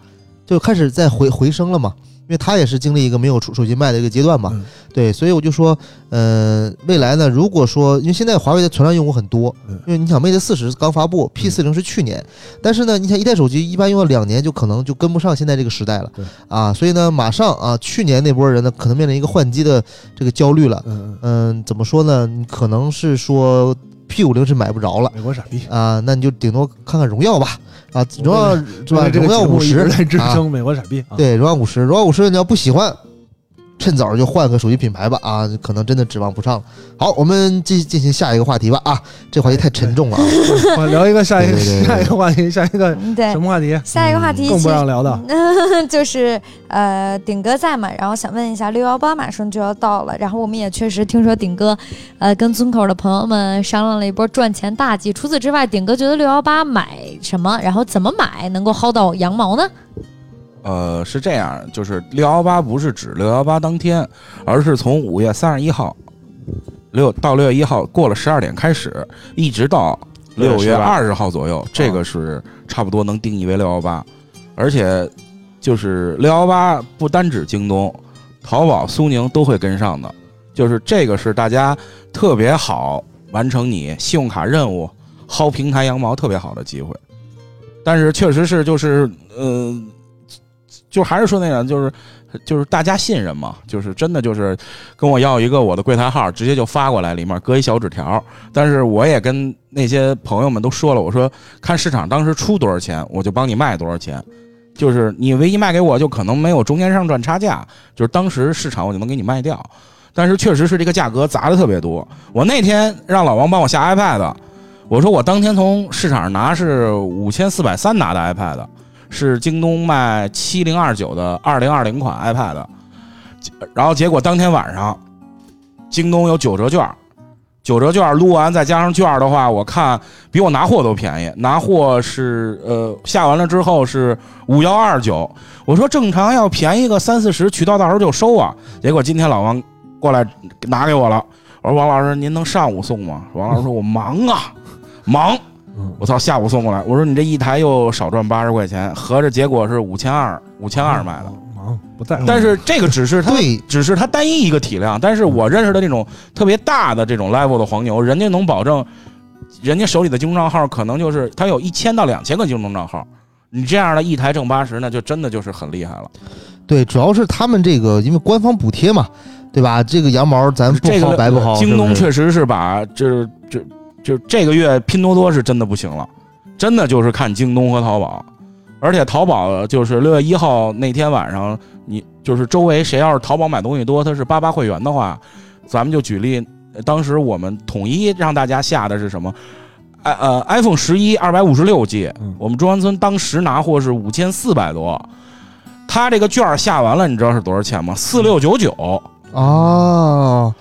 Speaker 3: 就开始在回回升了嘛。因为他也是经历一个没有手手机卖的一个阶段嘛，
Speaker 5: 嗯
Speaker 3: 对，所以我就说，呃，未来呢，如果说，因为现在华为的存量用户很多，
Speaker 5: 嗯
Speaker 3: 因为你想 Mate 四十刚发布，P 四零是去年，但是呢，你想一代手机一般用了两年就可能就跟不上现在这个时代了
Speaker 5: 对，
Speaker 3: 啊，所以呢，马上啊，去年那波人呢可能面临一个换机的这个焦虑了。
Speaker 5: 嗯，
Speaker 3: 嗯，怎么说呢？你可能是说 P 五零是买不着了
Speaker 5: 美国傻逼。
Speaker 3: 啊，那你就顶多看看荣耀吧，啊，
Speaker 5: 我
Speaker 3: 荣耀 是吧？
Speaker 5: 这个
Speaker 3: 荣耀
Speaker 5: 节目
Speaker 3: 五
Speaker 5: 一直
Speaker 3: 十
Speaker 5: 在支
Speaker 3: 啊，
Speaker 5: 撑美国傻逼啊！
Speaker 3: 对，荣耀五十，荣耀五十，你要不喜欢。趁早就换个手机品牌吧啊，可能真的指望不上了。好，我们进进行下一个话题吧啊，这话题太沉重了啊。
Speaker 5: 我聊一个下一个
Speaker 3: 对对对对
Speaker 5: 下一个话题，下一个
Speaker 8: 嗯对
Speaker 5: 什，么话题？嗯
Speaker 8: 下一个话题
Speaker 5: 更
Speaker 8: 其
Speaker 5: 不
Speaker 8: 实
Speaker 5: 让聊的。
Speaker 2: 嗯
Speaker 8: 就是呃，顶哥在嘛，然后想问一下，六幺八马上就要到了，然后我们也确实听说顶哥，呃，跟村口的朋友们商量了一波赚钱大计。除此之外，顶哥觉得六幺八买什么，然后怎么买能够薅到羊毛呢？
Speaker 7: 呃，是这样，就是六幺八不是指六幺八当天，而是从五月三十一号六到六月一号过了十二点开始，一直到六月二十号啊左右，这个是差不多能定义为六幺八。而且就是六幺八不单指京东、淘宝、苏宁都会跟上的，就是这个是大家特别好完成你信用卡任务、薅平台羊毛特别好的机会。但是确实是就是呃。就还是说那样，就是就是大家信任嘛，就是真的就是跟我要一个我的柜台号，直接就发过来，里面搁一小纸条。但是我也跟那些朋友们都说了，我说看市场当时出多少钱，我就帮你卖多少钱。就是你唯一卖给我，就可能没有中间商赚差价，就是当时市场我就能给你卖掉。但是确实是这个价格砸的特别多。我那天让老王帮我下 iPad，我说我当天从市场上拿是五千四百三拿的 iPad，是京东卖七零二九的二零二零款 iPad，然后结果当天晚上，京东有九折券儿，九折券儿撸完再加上券儿的话，我看比我拿货都便宜，拿货是呃下完了之后是五幺二九，我说正常要便宜个三四十，渠道到时候就收啊，结果今天老王过来拿给我了，我说王老师您能上午送吗？王老师说我忙啊，忙。我操，下午送过来，我说你这一台又少赚八十块钱，合着结果是五千二，五千二买的。
Speaker 8: 嗯
Speaker 5: 忙不在乎，
Speaker 7: 但是这个只是它，
Speaker 3: 对，
Speaker 7: 只是它单一一个体量，但是我认识的这种特别大的这种 level 的黄牛，人家能保证人家手里的京东账号可能就是他有一千到两千个京东账号，你这样的一台挣八十，那就真的就是很厉害了。
Speaker 3: 对，主要是他们这个因为官方补贴嘛，对吧？这个羊毛咱不
Speaker 7: 这
Speaker 3: 薅
Speaker 7: 个
Speaker 3: 白不薅。
Speaker 7: 京东
Speaker 3: 是不是
Speaker 7: 确实是把这这就这个月拼多多是真的不行了，真的就是看京东和淘宝，而且淘宝就是六月一号那天晚上，你就是周围谁要是淘宝买东西多，他是八八会员的话，咱们就举例，呃当时我们统一让大家下的是什么？i 呃 iPhone 十一二百五十六 G，
Speaker 5: 嗯
Speaker 7: 我们中关村当时拿货是五千四百多，他这个券儿下完了，你知道是多少钱吗？四六九九。
Speaker 3: 哦，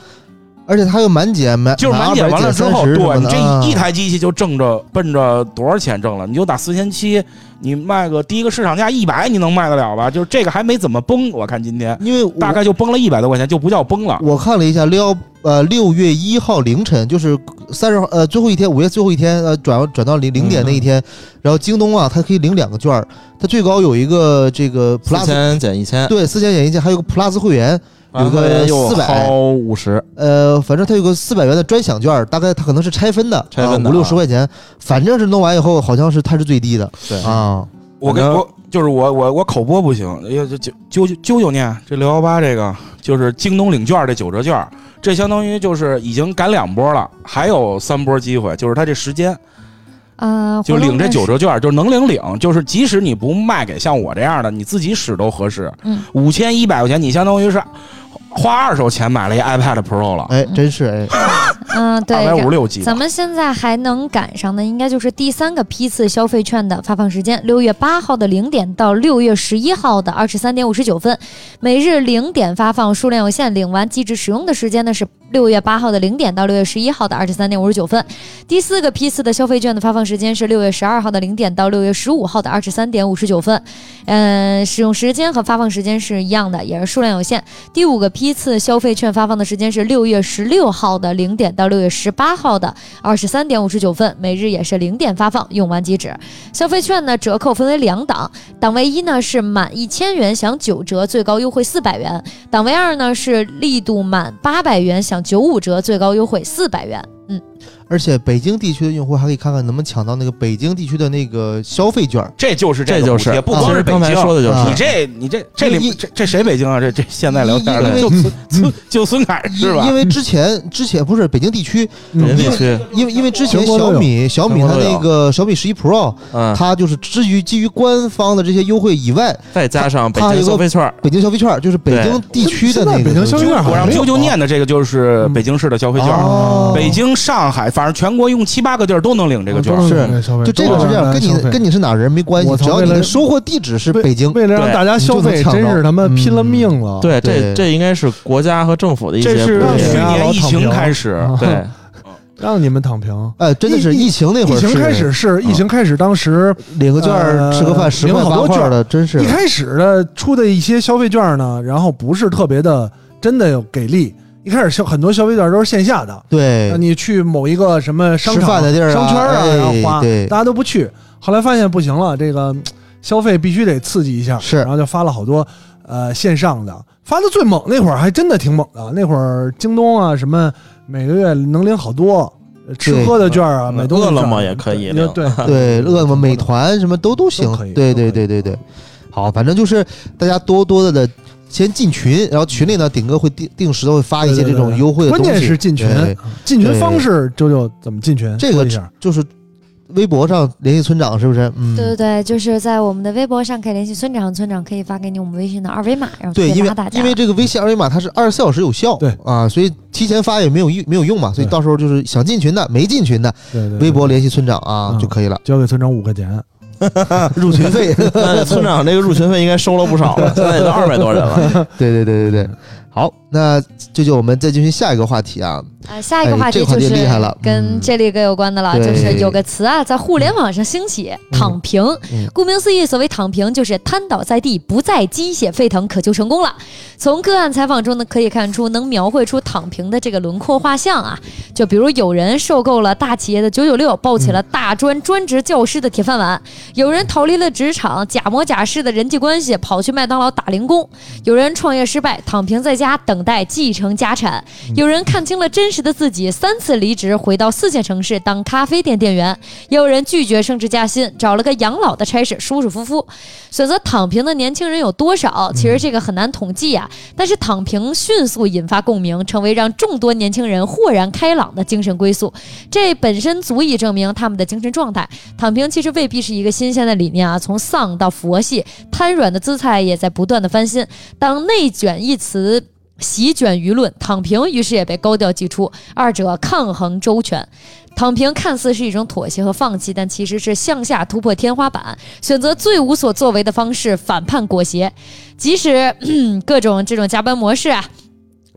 Speaker 3: 而且它又满减，满
Speaker 7: 就是满减
Speaker 3: 减
Speaker 7: 完了之后，
Speaker 3: 30什
Speaker 7: 对
Speaker 3: 么
Speaker 7: 你
Speaker 3: 的
Speaker 7: 这
Speaker 3: 啊
Speaker 7: 一台机器就挣着奔着多少钱挣了，你就打四千七，你卖个第一个市场价一百，你能卖得了吧？就是这个还没怎么崩，我看今天
Speaker 3: 因为我
Speaker 7: 大概就崩了一百多块钱，就不叫崩了。
Speaker 3: 我看了一下六呃六月一号凌晨，就是三十号呃最后一天，五月最后一天呃转转到零零
Speaker 4: 嗯
Speaker 3: 点那一天，然后京东啊它可以领两个券儿，它最高有一个这个
Speaker 4: 四
Speaker 3: plus
Speaker 4: 千减一千，
Speaker 3: 对四千减一千，还有个 plus 会员，有一个
Speaker 4: 又
Speaker 3: 400
Speaker 4: 薅五十，
Speaker 3: 呃反正它有个四百元的专享券儿，大概它可能是拆分的，
Speaker 4: 拆分的
Speaker 3: 五六
Speaker 4: 啊
Speaker 3: 十块钱，反正是弄完以后好像是它是最低的，
Speaker 4: 对
Speaker 3: 啊，
Speaker 7: 我跟我就是我我我口播不行，哎要就就揪揪揪揪念这六幺八这个就是京东领券这九折券，这相当于就是已经赶两波了，还有三波机会，就是它这时间
Speaker 2: 呃，
Speaker 7: 就
Speaker 2: 活动
Speaker 7: 领这
Speaker 2: 的
Speaker 7: 九折券，就是能领领，就是即使你不卖给像我这样的，你自己使都合适。
Speaker 2: 嗯，
Speaker 7: 五千一百块钱，你相当于是花二手钱买了一 iPad Pro 了，
Speaker 3: 哎真是哎，
Speaker 2: 嗯，对，
Speaker 7: 二百
Speaker 2: 然
Speaker 7: 五十六 G
Speaker 2: 咱们现在还能赶上的，应该就是第三个批次消费券的发放时间，六月八号的零点到六月十一号的二十三点五十九分，每日零点发放，数量有限，领完即止使用的时间呢是六月八号的零点到六月十一号的二十三点五十九分。第四个批次的消费券的发放时间是六月十二号的零点到六月十五号的二十三点五十九分，嗯，使用时间和发放时间是一样的，也是数量有限。第五个批次消费券发放的时间是六月十六号的零点到六月十八号的二十三点五十九分，每日也是零点发放，用完即止。消费券呢折扣分为两档，档位一呢是满一千元享九折，最高优惠四百元；档位二呢是力度满八百元享九五折，最高优惠四百元。嗯，
Speaker 3: 而且北京地区的用户还可以看看能不能抢到那个北京地区的那个消费券儿。
Speaker 7: 这就是
Speaker 4: 这
Speaker 7: 个
Speaker 4: 就
Speaker 7: 补
Speaker 4: 是
Speaker 7: 贴不光
Speaker 4: 其
Speaker 7: 是
Speaker 4: 实
Speaker 7: 北
Speaker 4: 刚才
Speaker 7: 京。嗯
Speaker 4: 说的嗯就
Speaker 3: 啊
Speaker 7: 你
Speaker 4: 是
Speaker 7: 这你这这
Speaker 3: 一
Speaker 7: 里这这谁北京啊？这这现在聊天
Speaker 3: 因
Speaker 7: 的
Speaker 3: 为
Speaker 7: 就孙孙就孙凯是吧
Speaker 3: 因？为之前之前不是北京地区，
Speaker 4: 人
Speaker 5: 嗯
Speaker 4: 地区，
Speaker 3: 因为因为之前
Speaker 5: 全国都
Speaker 3: 小
Speaker 5: 有
Speaker 3: 米小米
Speaker 4: 全
Speaker 3: 它
Speaker 4: 国都有
Speaker 3: 那个小米十一 Pro，
Speaker 4: 嗯，
Speaker 3: 它就是至于基于官方的这些优惠以外，
Speaker 4: 再加上北
Speaker 3: 它有
Speaker 4: 京
Speaker 3: 个
Speaker 4: 消费券儿，
Speaker 3: 北京消费券就是北京地区的
Speaker 5: 现在
Speaker 3: 那个
Speaker 5: 北京消费
Speaker 3: 券
Speaker 5: 券好
Speaker 7: 我让
Speaker 5: 像没有
Speaker 7: 啾啾念的这个就是北京市的消费券，
Speaker 3: 哦
Speaker 7: 北京、上海，反正全国用七八个地儿都能领这个券。
Speaker 5: 嗯哦都
Speaker 3: 是
Speaker 5: 有消费
Speaker 3: 就这个是这样，跟你跟你是哪人没关系
Speaker 5: 我，操
Speaker 3: 只要你
Speaker 5: 为
Speaker 3: 的
Speaker 5: 了
Speaker 3: 收货地址是
Speaker 5: 为
Speaker 3: 北京，
Speaker 5: 为了让
Speaker 4: 对
Speaker 5: 大家
Speaker 3: 你就
Speaker 5: 消
Speaker 3: 能
Speaker 5: 费，
Speaker 3: 抢
Speaker 5: 真
Speaker 3: 到
Speaker 5: 是他妈拼了
Speaker 3: 嗯
Speaker 5: 命了。
Speaker 4: 对，
Speaker 3: 对
Speaker 4: 这这应该是国家和政府的一些
Speaker 7: 这是
Speaker 4: 补
Speaker 5: 让你
Speaker 7: 去
Speaker 4: 贴，
Speaker 5: 啊
Speaker 7: 年
Speaker 5: 老
Speaker 7: 疫
Speaker 5: 躺
Speaker 7: 情
Speaker 5: 平
Speaker 7: 开始，
Speaker 5: 啊
Speaker 4: 对，
Speaker 5: 让你们躺平。
Speaker 3: 哎，真的是
Speaker 5: 疫
Speaker 3: 疫情那会
Speaker 5: 疫
Speaker 3: 儿，啊
Speaker 5: 情开始是疫情开始，当时
Speaker 3: 领个券儿
Speaker 5: 呃
Speaker 3: 吃个饭十
Speaker 5: 领
Speaker 3: 块
Speaker 5: 好
Speaker 3: 八
Speaker 5: 多券
Speaker 3: 块
Speaker 5: 儿
Speaker 3: 的，真是
Speaker 5: 一开始的出的一些消费券呢，然后不是特别的真的有给力。一开始消很多消费券都是线下的，
Speaker 3: 对
Speaker 5: 让你去某一个什么商
Speaker 3: 吃
Speaker 5: 场
Speaker 3: 饭的地儿啊
Speaker 5: 商圈啊，
Speaker 3: 哎
Speaker 5: 然后花
Speaker 3: 对，
Speaker 5: 大家都不去。后来发现不行了，这个嗯消费必须得刺激一下，
Speaker 3: 是
Speaker 5: 然后就发了好多呃线上的，发的最猛那会儿还真的挺猛的，那会儿京东啊什么每个月能领好多。呃吃
Speaker 3: 对
Speaker 5: 喝的券啊，
Speaker 4: 嗯
Speaker 5: 买东西券
Speaker 4: 饿了么也可以
Speaker 5: 对
Speaker 4: 领
Speaker 5: 对
Speaker 3: 对，饿了么、美团什么都都行
Speaker 5: 都可以，
Speaker 3: 对
Speaker 5: 都可
Speaker 3: 对
Speaker 5: 以
Speaker 3: 对对对，好，反正就是大家多多的先进群，然后群里呢，顶哥会定定时的会发一些
Speaker 5: 对
Speaker 3: 这
Speaker 5: 对对
Speaker 3: 种优惠的
Speaker 5: 关
Speaker 3: 东西。
Speaker 5: 键是进群
Speaker 3: 对
Speaker 5: 进群方式，周周怎么进群？
Speaker 3: 这
Speaker 5: 说
Speaker 3: 个
Speaker 5: 一下，
Speaker 3: 就是微博上联系村长是不是？嗯，
Speaker 2: 对对对，就是在我们的微博上可以联系村长，村长可以发给你我们微信的二维码，然后
Speaker 3: 对
Speaker 2: 可以
Speaker 3: 因为
Speaker 2: 拉大家。
Speaker 3: 因为这个微信二维码它是二十四小时有效，
Speaker 5: 对
Speaker 3: 啊，所以提前发也没有用没有用嘛，所以
Speaker 5: 对
Speaker 3: 到时候就是想进群的没进群的，
Speaker 5: 对对对
Speaker 3: 微博联系村长啊
Speaker 5: 嗯
Speaker 3: 就 可以了，
Speaker 5: 交给村长五 块钱，
Speaker 3: 入 群费。
Speaker 4: 那村长这个入群费应该收了不少了，现在也都二百多人了。
Speaker 3: 对对对对对，好，那这就我们再进行下一个话题啊，
Speaker 2: 啊，下一个
Speaker 3: 哎
Speaker 2: 话
Speaker 3: 这
Speaker 2: 题
Speaker 3: 个话
Speaker 2: 就
Speaker 3: 题
Speaker 2: 是
Speaker 3: 厉害了嗯
Speaker 2: 跟这类歌有关的了，
Speaker 3: 对
Speaker 2: 就是有个词啊，在互联网上兴起“躺平”
Speaker 3: 嗯
Speaker 2: 顾名思义，所谓“躺平”就是瘫倒在地，不再鸡血沸腾，渴求成功了。从个案采访中呢，可以看出能描绘出躺平的这个轮廓画像啊。就比如有人受够了大企业的九九六，抱
Speaker 3: 嗯
Speaker 2: 起了大专专职教师的铁饭碗；有人逃离了职场，假模假式的人际关系，跑去麦当劳打零工；有人创业失败，躺平在家等等待继承家产。有人看清了真实的自己，三次离职回到四线城市当咖啡店店员；也有人拒绝升职加薪，找了个养老的差事，舒舒服服。选择躺平的年轻人有多少？其实这个很难统计呀、但是躺平迅速引发共鸣，成为让众多年轻人豁然开朗的精神归宿。这本身足以证明他们的精神状态。躺平其实未必是一个新鲜的理念啊，从丧到佛系，瘫软的姿态也在不断的翻新。当“内卷”一词席卷舆论，躺平于是也被高调祭出，二者抗衡周全。躺平看似是一种妥协和放弃，但其实是向下突破天花板，选择最无所作为的方式反叛裹挟。即使 咳各种这种加班模式啊，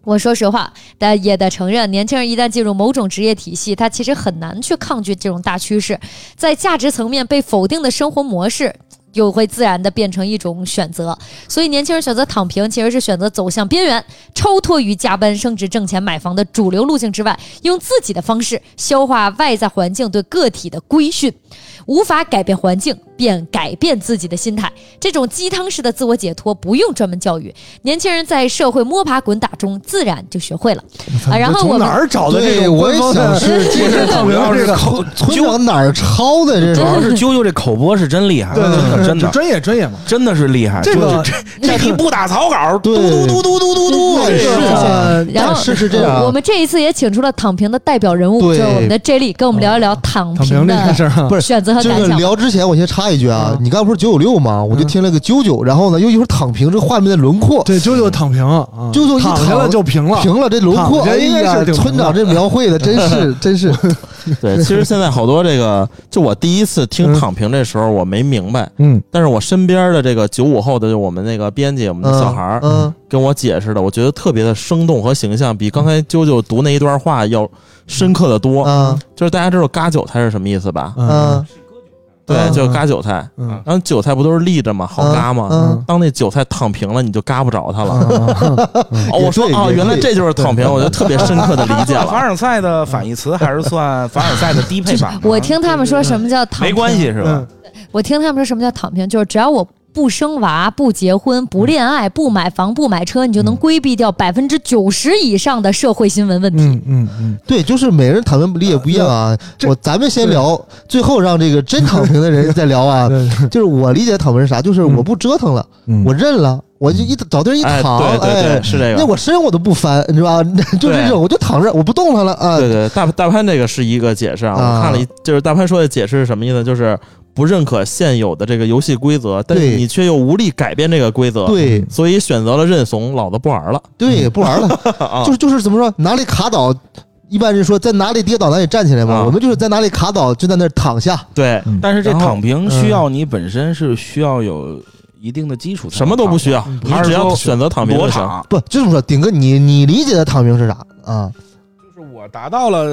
Speaker 2: 我说实话，但也得承认，年轻人一旦进入某种职业体系，他其实很难去抗拒这种大趋势，在价值层面被否定的生活模式。又会自然的变成一种选择，所以年轻人选择躺平，其实是选择走向边缘，超脱于加班、升职、挣钱、买房的主流路径之外，用自己的方式消化外在环境对个体的规训。无法改变环境，便改变自己的心态。这种鸡汤式的自我解脱，不用专门教育，年轻人在社会摸爬滚打中，自然就学会了。啊，然后我
Speaker 5: 从哪
Speaker 2: 们
Speaker 5: 儿找的这
Speaker 3: 对，
Speaker 5: 种
Speaker 3: 我
Speaker 5: 官
Speaker 3: 也
Speaker 5: 方
Speaker 3: 想
Speaker 5: 的？
Speaker 3: 是，这是
Speaker 6: 主要
Speaker 3: 这
Speaker 6: 是
Speaker 3: 个
Speaker 6: 口，
Speaker 3: 村长哪儿抄的这
Speaker 6: 主
Speaker 3: 是？
Speaker 6: 要是啾啾这口播是真厉害，
Speaker 5: 对对
Speaker 6: 真的
Speaker 5: 对，
Speaker 6: 真
Speaker 5: 就哎
Speaker 6: 的
Speaker 5: 专业专业嘛。
Speaker 6: 真的是厉害。
Speaker 5: 这个
Speaker 6: 这你不打草稿，嘟嘟嘟嘟嘟嘟嘟，
Speaker 3: 对
Speaker 6: 是
Speaker 3: 啊
Speaker 2: 然后
Speaker 3: 但是是这样
Speaker 2: 我
Speaker 3: 啊，
Speaker 2: 们这一次也请出了躺平的代表人物，就
Speaker 3: 对
Speaker 2: 是我们的 J 莉，跟我们聊一聊躺
Speaker 5: 躺平这件
Speaker 2: 的
Speaker 5: 事儿啊
Speaker 3: 不，是
Speaker 2: 选择和
Speaker 3: 这
Speaker 2: 感
Speaker 3: 个
Speaker 2: 想。。
Speaker 3: 聊之前，我先插一句啊，你刚不是九九六吗？我就听了个九九，然后呢，又一会儿躺平这个画面的轮廓，
Speaker 5: 对，啾啾躺平啊，
Speaker 3: 啾啾一
Speaker 5: 躺下
Speaker 3: 躺
Speaker 5: 了就平了，
Speaker 3: 平了这轮廓，
Speaker 5: 躺
Speaker 3: 哎
Speaker 5: 着应该
Speaker 3: 呀
Speaker 5: 是，挺平的
Speaker 3: 村长这描绘的真是真是，
Speaker 4: 对，其实现在好多这个，就我第一次听
Speaker 5: 嗯
Speaker 4: 躺平这时候我没明白，
Speaker 5: 嗯，
Speaker 4: 但是我身边的这个九五后的，就我们那个编辑，我们的小孩儿
Speaker 3: 嗯，
Speaker 4: 跟我解释的，我觉得特别的生动和形象，比刚才啾啾读那一段话要深刻的多。
Speaker 3: 嗯
Speaker 4: 就是大家知道嘎韭菜是什么意思吧？
Speaker 5: 嗯
Speaker 3: 嗯
Speaker 4: 对，
Speaker 3: 嗯
Speaker 4: 就嘎韭菜。
Speaker 5: 嗯
Speaker 4: 然后韭菜不都是立着吗？好嘎吗？
Speaker 3: 嗯啊
Speaker 4: 当那韭菜躺平了，你就嘎不着它了。
Speaker 5: 嗯，
Speaker 4: 哦，我说
Speaker 3: 也对
Speaker 4: 哦，
Speaker 3: 也
Speaker 4: 原来
Speaker 3: 对
Speaker 4: 这就是躺平，我就特别深刻的理解
Speaker 6: 凡
Speaker 4: 了。
Speaker 6: 尔赛的反义 词还是算凡尔赛的低配版
Speaker 2: 我听他们说什么叫躺平，
Speaker 6: 没关系是
Speaker 5: 嗯
Speaker 6: 吧？
Speaker 2: 我听他们说什么叫躺平，就是只要我不生娃、不结婚、不恋爱、不买房、不买车，你就能规避掉百分之九十以上的社会新闻问题。
Speaker 5: 嗯嗯嗯，
Speaker 3: 对，就是每人躺平理解不一样啊。
Speaker 5: 这
Speaker 3: 我咱们先聊，最后让这个真躺平的人再聊啊。
Speaker 5: 对对
Speaker 3: 就是我理解躺平是啥，就是我不折腾了，
Speaker 5: 嗯
Speaker 3: 我认了，我就一找地儿一
Speaker 4: 哎，
Speaker 3: 躺，
Speaker 4: 对对对，
Speaker 3: 哎，
Speaker 4: 是这
Speaker 3: 那
Speaker 4: 个。
Speaker 3: 我身我都不翻，你知道吧？ 就这种，我就躺着，我不动弹了啊。
Speaker 4: 对对，大大潘这个是一个解释啊，
Speaker 3: 啊
Speaker 4: 我看了一，就是大潘说的解释是什么意思？就是不认可现有的这个游戏规则，但是
Speaker 3: 对
Speaker 4: 你却又无力改变这个规则，
Speaker 5: 嗯
Speaker 3: 对
Speaker 4: 所以选择了认怂，老子不玩了。
Speaker 3: 对，不 玩
Speaker 5: 啊
Speaker 3: 了，就是就是怎么说，哪里卡倒。一般人说在哪里跌倒哪里站起来嘛，
Speaker 4: 啊
Speaker 3: 我们就是在哪里卡倒就在那儿躺下，
Speaker 4: 对，
Speaker 6: 但是这
Speaker 4: 然后
Speaker 6: 躺
Speaker 5: 嗯
Speaker 6: 平需要你本身是需要有一定的基础，
Speaker 4: 什么都不需要，
Speaker 3: 嗯
Speaker 4: 你
Speaker 6: 还是
Speaker 4: 只要
Speaker 6: 说
Speaker 4: 选择躺平
Speaker 6: 裸
Speaker 4: 就行。
Speaker 6: 躺。
Speaker 3: 不就这么说？顶哥，你你理解的躺平是啥啊？
Speaker 6: 就是我达到了，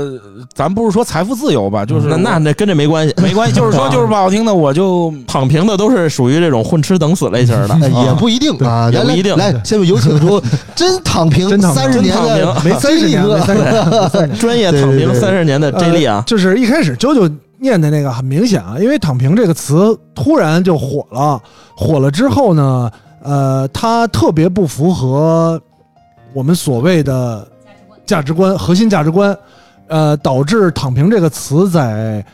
Speaker 6: 咱不是说财富自由吧，就是
Speaker 4: 那那那跟这没 关系，
Speaker 6: 没关系，就是说就是不好听的，我就
Speaker 4: 躺平的都是属于这种混吃等死类型 的，
Speaker 3: 哎也
Speaker 4: 啊
Speaker 3: 不一定啊，
Speaker 4: 也
Speaker 3: 来
Speaker 4: 不
Speaker 3: 来
Speaker 4: 一定
Speaker 3: 来，下面有请 出真躺平
Speaker 5: 真躺平
Speaker 3: 三十年
Speaker 4: 真
Speaker 3: 的
Speaker 4: 躺
Speaker 5: 没三 十年，没
Speaker 3: 哥，
Speaker 5: 三十年，没三十年。
Speaker 4: 专业躺
Speaker 3: 对对
Speaker 4: 平
Speaker 3: 对
Speaker 4: 三十年的
Speaker 5: 呃
Speaker 4: J 莉啊，
Speaker 5: 就是一开始啾啾念的那个很明显啊，因为“躺平”这个词突然就火了，火了之后呢，呃，它特别不符合我们所谓的价值观、核心价值观，呃，导致“躺平”这个词在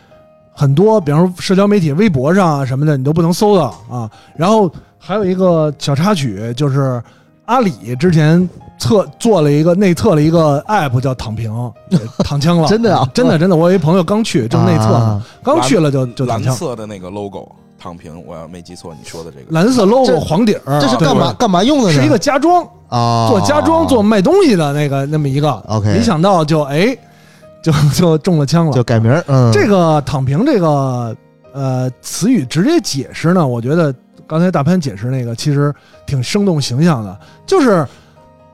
Speaker 5: 很多，比方说社交媒体、微博上啊什么的，你都不能搜到啊。然后还有一个小插曲，就是阿里之前测做了一个内测了一个 app 叫“躺平”， 躺枪了，
Speaker 3: 真的啊
Speaker 5: 真的真的，我有一朋友刚去，正内测呢，
Speaker 3: 啊
Speaker 5: 刚去了就就
Speaker 7: 蓝
Speaker 5: 躺枪，
Speaker 7: 色的那个 logo 躺平，我要没记错你说的这个，
Speaker 5: 蓝色 logo
Speaker 3: 这
Speaker 5: 黄底儿，
Speaker 3: 啊这是干嘛干嘛用的呢？
Speaker 5: 是一个家装，
Speaker 3: 啊，
Speaker 5: 做家装做卖东西的那个那么一个。
Speaker 3: OK
Speaker 5: 没想到就哎，就就中了枪
Speaker 3: 就
Speaker 5: 了。
Speaker 3: 改名儿，嗯，
Speaker 5: 这个“躺平”这个呃词语直接解释呢，我觉得刚才大潘解释那个其实挺生动形象的，就是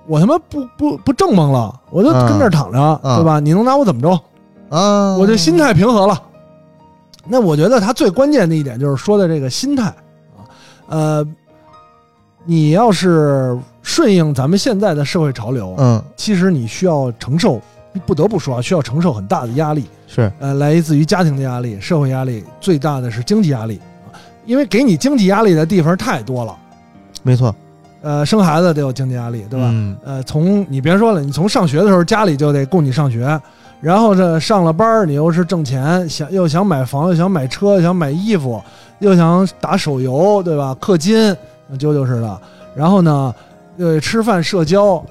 Speaker 5: 我他妈不不不正蒙了，我就
Speaker 3: 嗯
Speaker 5: 跟这儿躺着，
Speaker 3: 嗯
Speaker 5: 对吧？你能拿我怎么着？
Speaker 3: 啊，
Speaker 5: 我这心态平和了。那我觉得他最关键的一点就是说的这个心态啊，呃，你要是顺应咱们现在的社会潮流，
Speaker 3: 嗯
Speaker 5: 其实你需要承受，不得不说啊，需要承受很大的压力，
Speaker 3: 是
Speaker 5: 呃，来自于家庭的压力、社会压力，最大的是经济压力啊，因为给你经济压力的地方太多了。
Speaker 3: 没错，
Speaker 5: 呃，生孩子得有经济压力，对吧？
Speaker 4: 嗯
Speaker 5: 呃，从你别说了，你从上学的时候家里就得供你上学，然后这上了班儿，你又是挣钱，想又想买房，又想买车，又想买衣服，又想打手游，对吧？氪金，像啾啾似的。然后呢，呃，吃饭社交，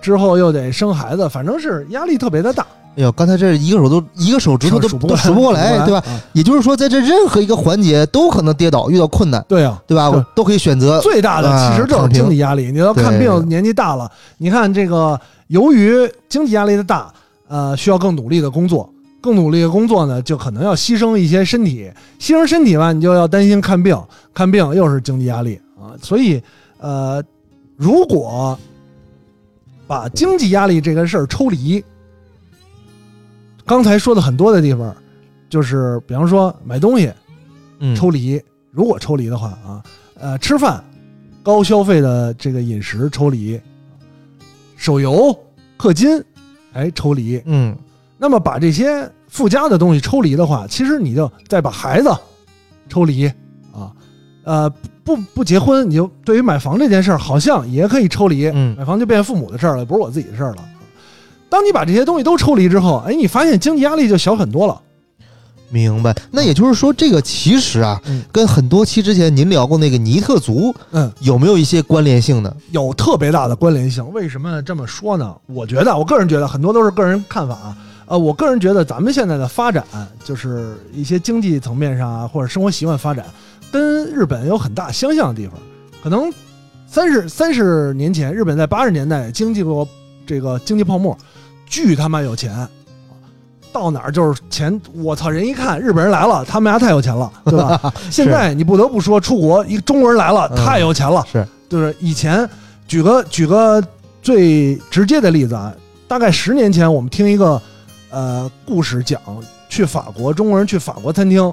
Speaker 5: 之后又得生孩子，反正是压力特别的大，
Speaker 3: 哎呦，刚才这一个手都一个手指头都
Speaker 5: 数不
Speaker 3: 都数不过来，对吧？？
Speaker 5: 啊
Speaker 3: 也就是说，在这任何一个环节都可能跌倒，遇到困难，
Speaker 5: 对啊，
Speaker 3: 对吧？
Speaker 5: 对
Speaker 3: 我都可以选择
Speaker 5: 最大的其实就是经济压力。你要看
Speaker 3: 对
Speaker 5: 病，年纪大了，你看这个，由于经济压力的大，呃，需要更努力的工作，更努力的工作呢，就可能要牺牲一些身体，牺牲身体吧，你就要担心看病，看病又是经济压力啊。所以，呃，如果把经济压力这个事儿抽离，刚才说的很多的地方，就是比方说买东西，
Speaker 4: 嗯
Speaker 5: 抽离，如果抽离的话啊，呃，吃饭，高消费的这个饮食抽离，手游、氪金，哎，抽离。
Speaker 3: 嗯，
Speaker 5: 那么把这些附加的东西抽离的话，其实你就再把孩子抽离啊，呃，不不结婚，你就对于买房这件事儿，好像也可以抽离，
Speaker 3: 嗯
Speaker 5: 买房就变父母的事儿了，不是我自己的事儿了。当你把这些东西都抽离之后，哎，你发现经济压力就小很多了。
Speaker 3: 明白。那也就是说，这个其实啊，
Speaker 5: 嗯
Speaker 3: 跟很多期之前您聊过那个尼特族
Speaker 5: 嗯，
Speaker 3: 有没有一些关联性呢？
Speaker 5: 有特别大的关联性。为什么这么说呢？我觉得，我个人觉得很多都是个人看法啊。呃，我个人觉得咱们现在的发展，就是一些经济层面上啊，或者生活习惯发展，跟日本有很大相像的地方。可能三十三十年前，日本在八十年代经济过这个经济泡沫，巨他妈有钱。到哪儿就是钱，我操！人一看日本人来了，他们家太有钱了，对吧？现在你不得不说，出国一中国人来了，
Speaker 3: 嗯
Speaker 5: 太有钱了，
Speaker 3: 是
Speaker 5: 就是以前举个举个最直接的例子啊，大概十年前我们听一个呃故事讲，去法国中国人去法国餐厅，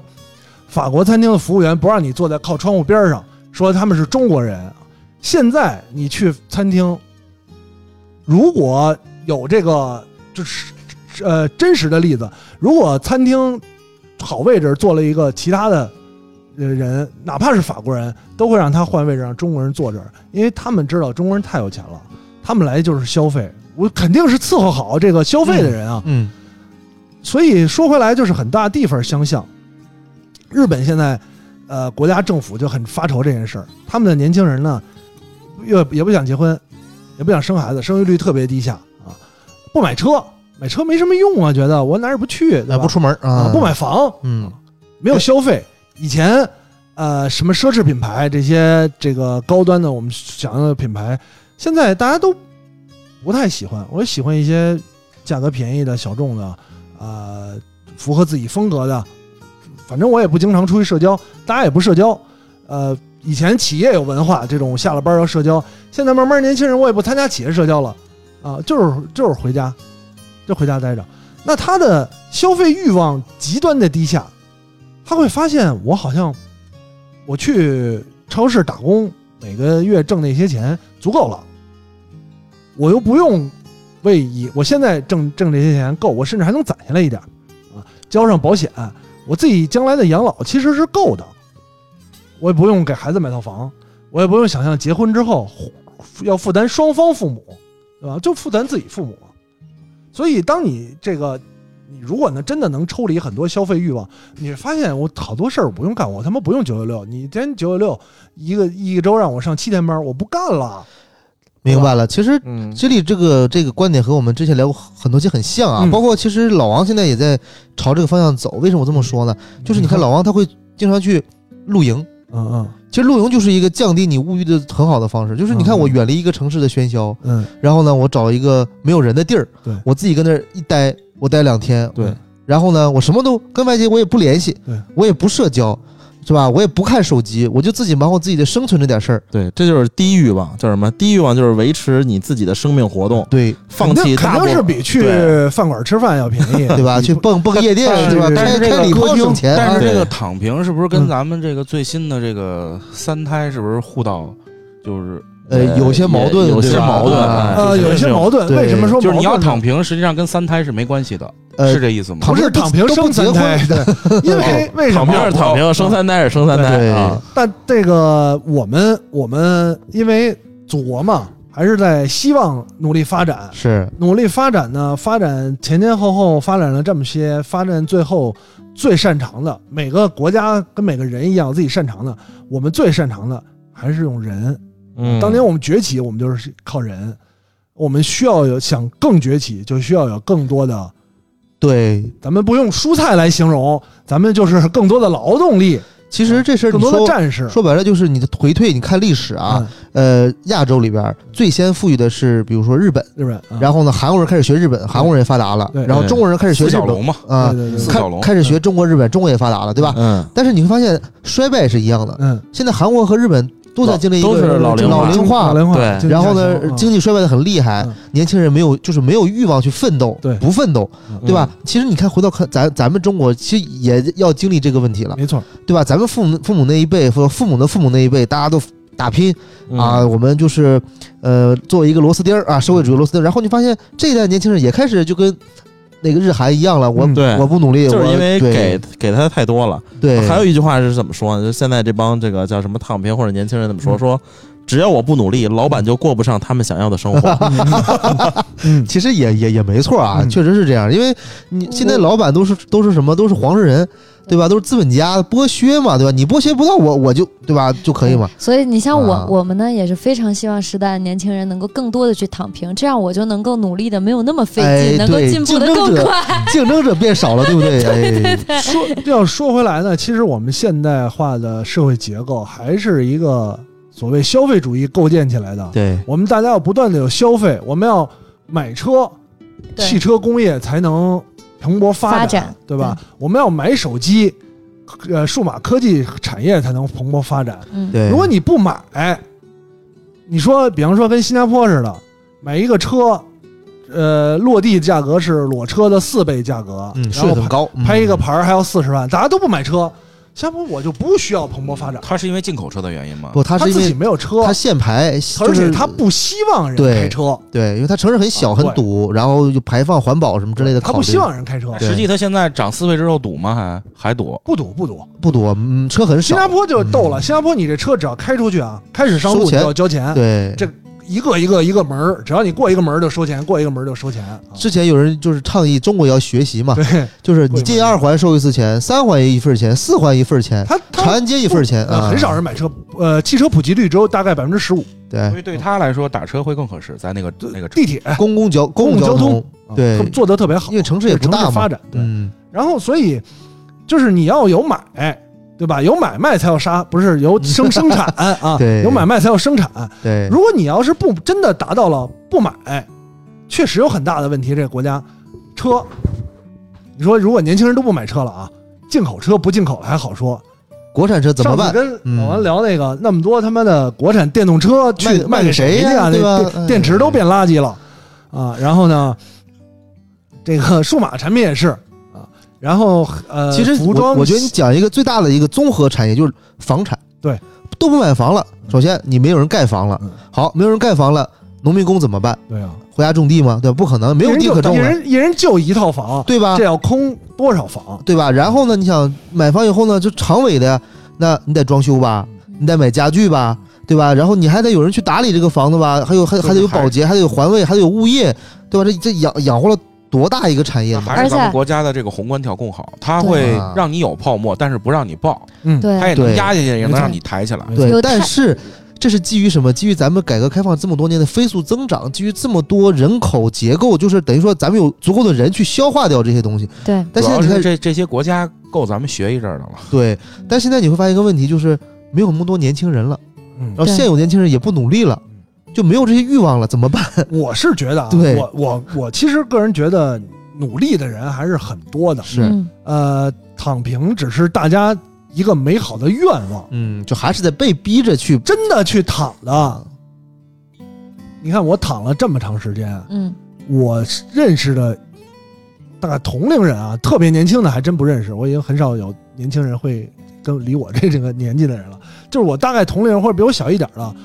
Speaker 5: 法国餐厅的服务员不让你坐在靠窗户边上，说他们是中国人。现在你去餐厅，如果有这个就是呃真实的例子，如果餐厅好位置坐了一个其他的呃人，哪怕是法国人，都会让他换位置，让中国人坐这儿，因为他们知道中国人太有钱了，他们来就是消费，我肯定是伺候好这个消费的人啊。
Speaker 3: 嗯
Speaker 5: 所以说回来，就是很大地方相像。日本现在，呃，国家政府就很发愁这件事儿，他们的年轻人呢，也也不想结婚，也不想生孩子，生育率特别低下啊，不买车，买车没什么用啊，觉得我哪儿也不去，对吧
Speaker 3: 哎，不出门啊
Speaker 5: 啊，，不买，房，
Speaker 3: 嗯
Speaker 5: 没有消费。以前，呃，什么奢侈品牌这些这个高端的我们想要的品牌，现在大家都不太喜欢。我喜欢一些价格便宜的小众的，呃，符合自己风格的。反正我也不经常出去社交，大家也不社交。呃，以前企业有文化这种下了班要社交，现在慢慢年轻人我也不参加企业社交了，啊、就是就是回家，就回家待着。那他的消费欲望极端的低下，他会发现我好像我去超市打工，每个月挣那些钱足够了，我又不用为以我现在挣挣这些钱够，我甚至还能攒下来一点儿啊，交上保险，我自己将来的养老其实是够的，我也不用给孩子买套房，我也不用想象结婚之后要负担双方父母，对吧？就负担自己父母。所以，当你这个，你如果呢真的能抽离很多消费欲望，你发现我好多事儿我不用干，我他妈不用九九六，你真九九六一个一个周让我上七天班，我不干了。
Speaker 3: 明白了。其实
Speaker 4: 嗯
Speaker 3: 这里这个这个观点和我们之前聊过很多期很像啊，
Speaker 5: 嗯
Speaker 3: 包括其实老王现在也在朝这个方向走。为什么我这么说呢？就是你看老王他会经常去露营，
Speaker 5: 嗯
Speaker 3: 其实露营就是一个降低你物欲的很好的方式。就是你看
Speaker 5: 嗯
Speaker 3: 我远离一个城市的喧嚣，
Speaker 5: 嗯
Speaker 3: 然后呢，我找一个没有人的地儿，
Speaker 5: 对
Speaker 3: 我自己跟那儿一待，我待两天，
Speaker 4: 对。
Speaker 3: 然后呢，我什么都跟外界我也不联系，
Speaker 5: 对
Speaker 3: 我也不社交，是吧？我也不看手机，我就自己忙活自己的生存这点事儿。
Speaker 4: 对，这就是低欲望，叫什么？低欲望就是维持你自己的生命活动，
Speaker 3: 对，
Speaker 4: 放
Speaker 5: 那
Speaker 4: 弃
Speaker 5: 肯
Speaker 4: 大部
Speaker 5: 定是
Speaker 4: 分。
Speaker 5: 比去
Speaker 4: 对
Speaker 5: 饭馆吃饭要便宜，
Speaker 3: 对 吧？去蹦蹦夜店，
Speaker 5: 但
Speaker 3: 对吧？开
Speaker 5: 是
Speaker 7: 但是这个
Speaker 3: 开礼
Speaker 7: 歌
Speaker 3: 炮
Speaker 7: 厅
Speaker 3: 省钱
Speaker 7: 但
Speaker 3: 啊
Speaker 7: 是。这
Speaker 4: 对
Speaker 7: 个躺平是不是跟
Speaker 3: 嗯
Speaker 7: 咱们这个最新的这个三胎是不是互道就是
Speaker 3: 呃，有些矛盾，
Speaker 4: 也有
Speaker 3: 对
Speaker 4: 些
Speaker 3: 吧
Speaker 4: 矛盾
Speaker 3: 啊
Speaker 4: 哎
Speaker 5: 呃，有一些矛盾。
Speaker 3: 对
Speaker 5: 为什么说
Speaker 7: 就是你要
Speaker 5: 矛盾
Speaker 7: 躺
Speaker 5: 呢？
Speaker 7: 平，实际上跟三胎是没关系的，
Speaker 3: 呃
Speaker 7: 是，这意思吗？
Speaker 3: 躺
Speaker 5: 不是
Speaker 3: 平
Speaker 5: 躺平
Speaker 3: 都不
Speaker 5: 生
Speaker 3: 结
Speaker 5: 三胎，对，因为为什
Speaker 4: 躺
Speaker 5: 么
Speaker 4: 平是躺平，生三胎是生三胎
Speaker 3: 对
Speaker 4: 啊。
Speaker 5: 但这个我们我们因为琢磨，还是在希望努力发展。
Speaker 3: 是
Speaker 5: 努力发展呢，发展前前后后发展了这么些，发展最后最擅长的，每个国家跟每个人一样，有自己擅长的，我们最擅长的还是用人。
Speaker 4: 嗯，
Speaker 5: 当年我们崛起，我们就是靠人，我们需要有想更崛起，就需要有更多的，
Speaker 3: 对。
Speaker 5: 咱们不用蔬菜来形容，咱们就是更多的劳动力，
Speaker 3: 其实这事儿
Speaker 5: 更
Speaker 3: 你
Speaker 5: 多的
Speaker 3: 说
Speaker 5: 战嗯士
Speaker 3: 说白了就是你的回退，你看历史啊，，呃，亚洲里边儿最先富裕的是比如说日本，
Speaker 5: 嗯日本，啊
Speaker 3: 然后呢，韩国人开始学日本，韩国人发达了
Speaker 5: 对，
Speaker 3: 然后中国人开始学
Speaker 7: 四
Speaker 3: 日
Speaker 7: 小
Speaker 3: 本
Speaker 7: 龙嘛，
Speaker 3: 啊，
Speaker 5: 对对对
Speaker 7: 四
Speaker 5: 对，
Speaker 7: 小龙
Speaker 3: 开开始学中国日本，中国也发达了，对吧？
Speaker 4: 嗯，
Speaker 3: 但是你会发现衰败是一样的，
Speaker 5: 嗯，
Speaker 3: 现在韩国和日本都在经历一
Speaker 4: 都是
Speaker 3: 个
Speaker 4: 老龄
Speaker 3: 老
Speaker 4: 化
Speaker 3: 龄化
Speaker 5: 老，龄化，
Speaker 4: 对
Speaker 5: 经济
Speaker 3: 然后
Speaker 5: 下行
Speaker 3: 呢，
Speaker 5: 嗯
Speaker 3: 经济衰败的很厉害
Speaker 5: 嗯，
Speaker 3: 年轻人没有就是没有欲望去奋斗
Speaker 5: 对，
Speaker 3: 不奋斗，
Speaker 5: 嗯
Speaker 3: 对吧？其实你看，回到看咱咱们中国，其实也要经历这个问题了，
Speaker 5: 没错，
Speaker 3: 对吧？咱们父母父母那一辈和父母的父母那一辈，大家都打拼
Speaker 4: 嗯
Speaker 3: 啊，，我们就是呃作为一个螺丝钉儿啊，社会主义螺丝钉儿。然后你发现这一代年轻人也开始就跟那个日韩一样了，我
Speaker 5: 嗯
Speaker 4: 对，
Speaker 3: 我不努力，
Speaker 4: 就是
Speaker 3: 我
Speaker 4: 因为
Speaker 3: 对
Speaker 4: 给给他太多了。
Speaker 3: 对，
Speaker 4: 还有一句话是怎么说呢？就现在这帮这个叫什么躺平或者年轻人怎么说？说只要我不努力，老板就过不上他们想要的生活。
Speaker 5: 嗯，
Speaker 3: 其实也也也没错啊，
Speaker 5: 嗯
Speaker 3: 确实是这样，因为你现在老板都是都是什么，都是黄世仁，对吧？都是资本家剥削嘛，对吧？你剥削不到我，我就对吧就可以 嘛，
Speaker 2: 所以你像我，
Speaker 3: 啊
Speaker 2: 我们呢也是非常希望时代的年轻人能够更多的去躺平，这样我就能够努力的没有那么费
Speaker 3: 哎
Speaker 2: 劲，能够
Speaker 3: 对
Speaker 2: 进步的
Speaker 3: 竞争
Speaker 2: 更
Speaker 3: 者
Speaker 2: 快。
Speaker 3: 竞争者变少了，对不对？哎，
Speaker 5: 说要说回来呢，其实我们现代化的社会结构还是一个所谓消费主义构建起来的。
Speaker 3: 对，
Speaker 5: 我们大家要不断的有消费，我们要买车，
Speaker 2: 对
Speaker 5: 汽车工业才能蓬勃发
Speaker 2: 发展
Speaker 5: 对吧？我们要买手机，呃，数码科技产业才能蓬勃发展。
Speaker 2: 嗯，
Speaker 3: 对。
Speaker 5: 如果你不买，你说，比方说跟新加坡似的，买一个车，呃，落地价格是裸车的四倍价格，
Speaker 3: 嗯，
Speaker 5: 然
Speaker 3: 税
Speaker 5: 后
Speaker 3: 很
Speaker 5: 拍
Speaker 3: 高，嗯
Speaker 5: 拍一个牌儿还要四十万，大家都不买车，下坡我就不需要蓬勃发展。
Speaker 7: 他是因为进口车的原因吗？
Speaker 3: 不，他
Speaker 5: 他
Speaker 3: 是因
Speaker 5: 自己
Speaker 3: 为
Speaker 5: 没有车，
Speaker 3: 他限牌，
Speaker 5: 而
Speaker 3: 就是
Speaker 5: 且他不希望人
Speaker 3: 对
Speaker 5: 开车，
Speaker 3: 对，因为他城市很小
Speaker 5: 啊
Speaker 3: 很
Speaker 5: 对
Speaker 3: 堵，然后就排放环保什么之类的考
Speaker 5: 他
Speaker 3: 虑，
Speaker 5: 不希望人开车，
Speaker 7: 哎实际他现在涨四倍之后堵吗？还还堵？
Speaker 5: 不堵不堵。
Speaker 3: 不多，嗯，车很
Speaker 5: 新
Speaker 3: 少，嗯
Speaker 5: 加坡就逗了，新加坡你这车只要开出去啊，开始上路
Speaker 3: 收
Speaker 5: 你就
Speaker 3: 钱
Speaker 5: 要交钱，
Speaker 3: 对，
Speaker 5: 这一个一个一个门儿，只要你过一个门儿就收钱，过一个门儿就收钱。啊
Speaker 3: 之前有人就是倡议中国要学习嘛，
Speaker 5: 对，
Speaker 3: 就是你
Speaker 5: 贵
Speaker 3: 进
Speaker 5: 吗
Speaker 3: 二环收一次钱，三环一份钱，四环一份钱，
Speaker 5: 他
Speaker 3: 长
Speaker 5: 他
Speaker 3: 安街一份钱
Speaker 5: 呃
Speaker 3: 啊，
Speaker 5: 很少人买车，呃，汽车普及率只有大概百分之十五，
Speaker 3: 对
Speaker 7: 所以对他来说打车会更合适，在那个那个车
Speaker 5: 地铁
Speaker 3: 公共交公
Speaker 5: 共
Speaker 3: 交
Speaker 5: 交
Speaker 3: 通，
Speaker 5: 啊
Speaker 3: 对
Speaker 5: 特做得特别好，
Speaker 3: 因为城市也不
Speaker 5: 城
Speaker 3: 大
Speaker 5: 市
Speaker 3: 嘛
Speaker 5: 发，展对。
Speaker 3: 嗯，
Speaker 5: 然后所以就是你要有买，对吧？有买卖才有杀，不是有生生产 啊？
Speaker 3: 对
Speaker 5: 有买卖才有生产。
Speaker 3: 对，
Speaker 5: 如果你要是不真的达到了不买，确实有很大的问题。这个国家车，你说如果年轻人都不买车了啊，进口车不进口了还好说，
Speaker 3: 国产车怎么办？
Speaker 5: 上次跟
Speaker 3: 嗯
Speaker 5: 老王聊那个那么多他妈的国产电动车去
Speaker 3: 卖卖
Speaker 5: 给
Speaker 3: 给谁
Speaker 5: 呀、
Speaker 3: 呀对吧
Speaker 5: 那
Speaker 3: 哎
Speaker 5: 电电池都变垃圾了啊！然后呢，这个数码产品也是啊。然后呃，
Speaker 3: 其实
Speaker 5: 服
Speaker 3: 我
Speaker 5: 装
Speaker 3: 我觉得你讲一个最大的一个综合产业就是房产，
Speaker 5: 对，
Speaker 3: 都不买房了，首先你没有人盖房了
Speaker 5: 嗯，
Speaker 3: 好，没有人盖房了，农民工怎么办？
Speaker 5: 对啊，
Speaker 3: 回家种地吗？对吧，不可能，没有
Speaker 5: 一人
Speaker 3: 地
Speaker 5: 就
Speaker 3: 可种
Speaker 5: 一
Speaker 3: 了，
Speaker 5: 人一人就一套房，
Speaker 3: 对啊吧
Speaker 5: 这？要空多少房？
Speaker 3: 对吧？然后呢，你想买房以后呢，就长尾的，那你得装修吧，
Speaker 7: 嗯
Speaker 3: 你得买家具吧，对吧？然后你还得有人去打理这个房子吧，还有还还得有保洁，还得有环卫，还得有物业，对吧？这这养养活了多大一个产业
Speaker 7: 那
Speaker 3: 呢？
Speaker 7: 还是咱
Speaker 2: 而
Speaker 7: 们
Speaker 2: 且
Speaker 7: 国家的这个宏观调控好，它会
Speaker 3: 对啊
Speaker 7: 让你有泡沫，但是不让你爆，
Speaker 5: 嗯，
Speaker 7: 它也
Speaker 2: 对，
Speaker 7: 能
Speaker 3: 对
Speaker 7: 压下去，也
Speaker 5: 没
Speaker 7: 能
Speaker 5: 错
Speaker 7: 让你抬起来。
Speaker 3: 对，
Speaker 2: 有
Speaker 3: 但
Speaker 2: 太
Speaker 3: 是这是基于什么？基于咱们改革开放这么多年的飞速增长，基于这么多人口结构，就是等于说咱们有足够的人去消化掉这些东西。
Speaker 2: 对，
Speaker 3: 但
Speaker 7: 主
Speaker 3: 现在
Speaker 7: 要
Speaker 3: 你
Speaker 7: 是
Speaker 3: 看，
Speaker 7: 这这些国家够咱们学一阵儿的了。
Speaker 3: 对，但现在你会发现一个问题，就是没有那么多年轻人了，
Speaker 5: 嗯
Speaker 3: 然后
Speaker 2: 对
Speaker 3: 现有年轻人也不努力了，就没有这些欲望了，怎么办？
Speaker 5: 我是觉得啊，
Speaker 3: 对
Speaker 5: 我我我其实个人觉得努力的人还是很多的，
Speaker 3: 是
Speaker 2: 嗯
Speaker 5: 呃，躺平只是大家一个美好的愿望。
Speaker 3: 嗯，就还是得被逼着去
Speaker 5: 真的去躺的。你看我躺了这么长时间，
Speaker 2: 嗯，
Speaker 5: 我认识的大概同龄人啊，特别年轻的还真不认识。我已经很少有年轻人会跟离我这这个年纪的人了。就是我大概同龄人或者比我小一点的，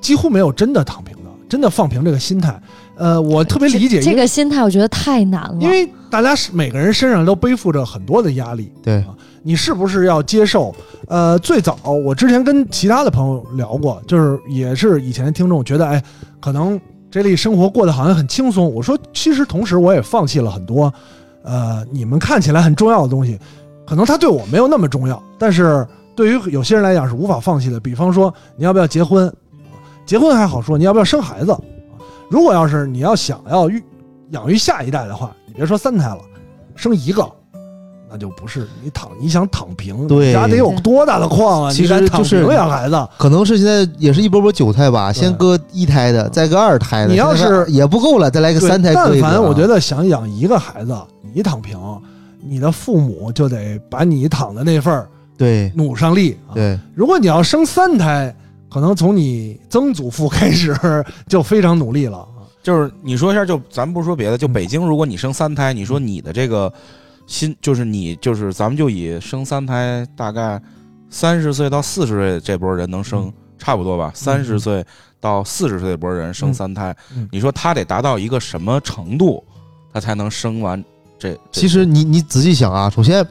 Speaker 5: 几乎没有真的躺平的，真的放平这个心态。呃，我特别理解，
Speaker 2: 这个心态，我觉得太难了。
Speaker 5: 因为因为大家是每个人身上都背负着很多的压力。
Speaker 3: 对
Speaker 5: 啊，你是不是要接受？呃，最早我之前跟其他的朋友聊过，就是也是以前听众觉得，哎，可能这里生活过得好像很轻松。我说，其实同时我也放弃了很多，呃，你们看起来很重要的东西，可能它对我没有那么重要，但是对于有些人来讲是无法放弃的。比方说，你要不要结婚？结婚还好说，你要不要生孩子？如果要是你要想要育养育下一代的话，你别说三胎了，生一个，那就不是你躺你想躺平，
Speaker 3: 对
Speaker 5: 你家得有多大的矿啊？
Speaker 3: 其
Speaker 5: 你敢
Speaker 3: 实
Speaker 5: 躺
Speaker 3: 就是
Speaker 5: 平养孩子，
Speaker 3: 可能是现在也是一波波九胎吧，
Speaker 5: 对
Speaker 3: 先割一胎的，再割二胎的。
Speaker 5: 你要是
Speaker 3: 现在也不够了，再来个
Speaker 5: 对
Speaker 3: 三胎割
Speaker 5: 但
Speaker 3: 一个啊。
Speaker 5: 凡我觉得想养一个孩子，你躺平，你的父母就得把你躺的那份儿
Speaker 3: 对
Speaker 5: 努上力啊。
Speaker 3: 对，
Speaker 5: 如果你要生三胎，可能从你曾祖父开始 就非常努力了啊。
Speaker 7: 就是你说一下，就咱不说别的，就北京，如果你生三胎，你说你的这个心，就是你就是咱们就以生三胎，大概三十岁到四十岁这波人能生，
Speaker 3: 嗯
Speaker 7: 差不多吧？三十岁到四十岁这波人生三胎，
Speaker 5: 嗯
Speaker 7: 你说他得达到一个什么程度，他才能生完这？这
Speaker 3: 其实你你仔细想啊，首先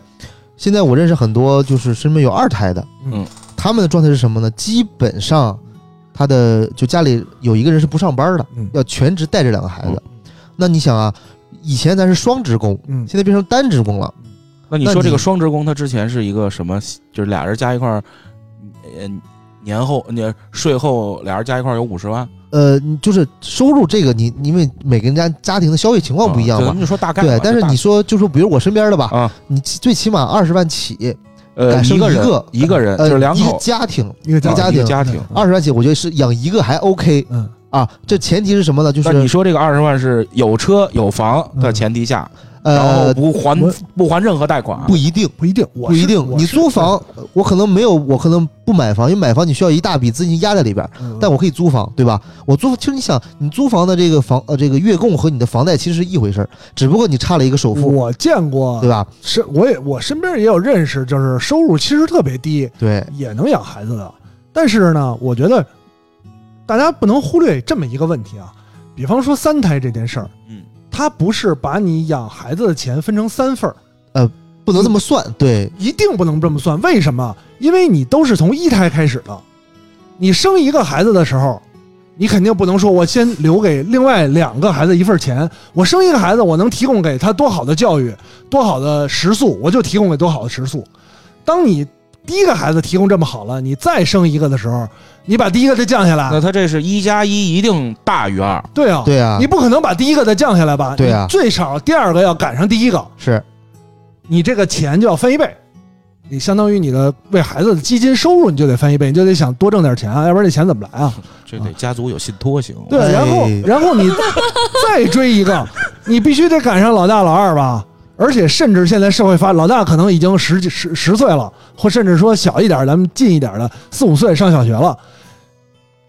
Speaker 3: 现在我认识很多就是身边有二胎的，
Speaker 7: 嗯，
Speaker 3: 他们的状态是什么呢？基本上他的就家里有一个人是不上班的，
Speaker 5: 嗯
Speaker 3: 要全职带着两个孩子。那你想啊，以前咱是双职工，
Speaker 5: 嗯
Speaker 3: 现在变成单职工了，
Speaker 7: 那你
Speaker 3: 那
Speaker 7: 说这
Speaker 3: 你
Speaker 7: 个双职工，他之前是一个什么？就是俩人加一块儿，呃，年后年税后俩人加一块儿有五十万，
Speaker 3: 呃，你就是收入这个你，你因为每个人家家庭的消费情况不一样
Speaker 7: 啊就
Speaker 3: 嘛
Speaker 7: 咱，们就说大概吧，
Speaker 3: 对。但是
Speaker 7: 就大
Speaker 3: 你说，就说比如我身边的吧，
Speaker 7: 啊，
Speaker 3: 你起最起码二十万起，
Speaker 7: 呃，
Speaker 3: 敢生
Speaker 7: 一个
Speaker 3: 一
Speaker 7: 人
Speaker 3: 个
Speaker 7: 一个人
Speaker 3: 呃，
Speaker 7: 就是两
Speaker 3: 一个
Speaker 7: 口嗯
Speaker 3: 家庭
Speaker 5: 一个
Speaker 3: 啊一个家
Speaker 7: 一
Speaker 3: 庭
Speaker 7: 个家庭。
Speaker 3: 二十万起，我觉得是养一个还 OK
Speaker 5: 嗯，
Speaker 3: 啊。这前提是什么呢？就
Speaker 7: 那你
Speaker 3: 是嗯
Speaker 7: 说这个二十万是有车有房的前提下，然后
Speaker 3: 呃，
Speaker 7: 不还不还任何贷款，
Speaker 3: 不一定。
Speaker 5: 不一定，我
Speaker 3: 不
Speaker 5: 是
Speaker 3: 一定，
Speaker 5: 我
Speaker 3: 你
Speaker 5: 是
Speaker 3: 租房，呃我可能没有，我可能不买房，因为买房你需要一大笔资金压在里边儿，
Speaker 5: 嗯
Speaker 3: 但我可以租房，对吧？我租，其实你想，你租房的这个房呃这个月供和你的房贷其实是一回事儿，只不过你差了一个首付，
Speaker 5: 嗯我见过
Speaker 3: 对，吧？
Speaker 5: 是我也我身边也有认识，就是收入其实特别低，
Speaker 3: 对，
Speaker 5: 也能养孩子的。但是呢，我觉得大家不能忽略这么一个问题啊，比方说三胎这件事儿，
Speaker 7: 嗯，
Speaker 5: 它不是把你养孩子的钱分成三份儿，
Speaker 3: 不能这么算，对
Speaker 5: 一定不能这么算。为什么？因为你都是从一胎开始的，你生一个孩子的时候，你肯定不能说我先留给另外两个孩子一份钱，我生一个孩子，我能提供给他多好的教育，多好的食宿，我就提供给多好的食宿。当你第一个孩子提供这么好了，你再生一个的时候，你把第一个再降下
Speaker 7: 那
Speaker 5: 来，
Speaker 7: 他这是一加一一定大于二，
Speaker 5: 对啊，
Speaker 3: 对啊
Speaker 5: 你，不可能把第一个再降下来吧？
Speaker 3: 对啊
Speaker 5: 你最少第二个要赶上第一个，
Speaker 3: 是
Speaker 5: 你这个钱就要翻一倍，你相当于你的为孩子的基金收入你就得翻一倍，你就得想多挣点钱啊，要不然这钱怎么来啊？
Speaker 7: 这得家族有信托行。
Speaker 5: 对，
Speaker 3: 哎
Speaker 5: 然后然后你再追一个，你必须得赶上老大老二吧。而且甚至现在社会发，老大可能已经十几十十岁了，或甚至说小一点儿，咱们近一点儿的四五岁上小学了，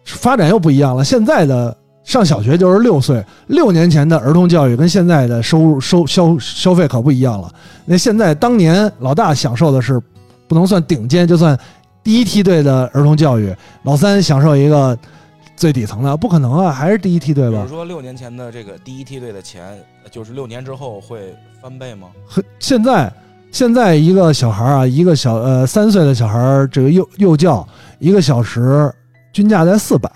Speaker 5: 发展又不一样了。现在的上小学就是六岁，六年前的儿童教育跟现在的收入收消消费可不一样了。那现在当年老大享受的是不能算顶尖，就算第一梯队的儿童教育，老三享受一个最底层的，不可能啊，还是第一梯队
Speaker 7: 比
Speaker 5: 吧
Speaker 7: 如？说六年前的这个第一梯队的钱，就是六年之后会翻倍吗？
Speaker 5: 很
Speaker 3: 嗯
Speaker 5: 现在现在一个小孩儿啊，一个小呃三岁的小孩儿，这个幼幼教一个小时均价在四百，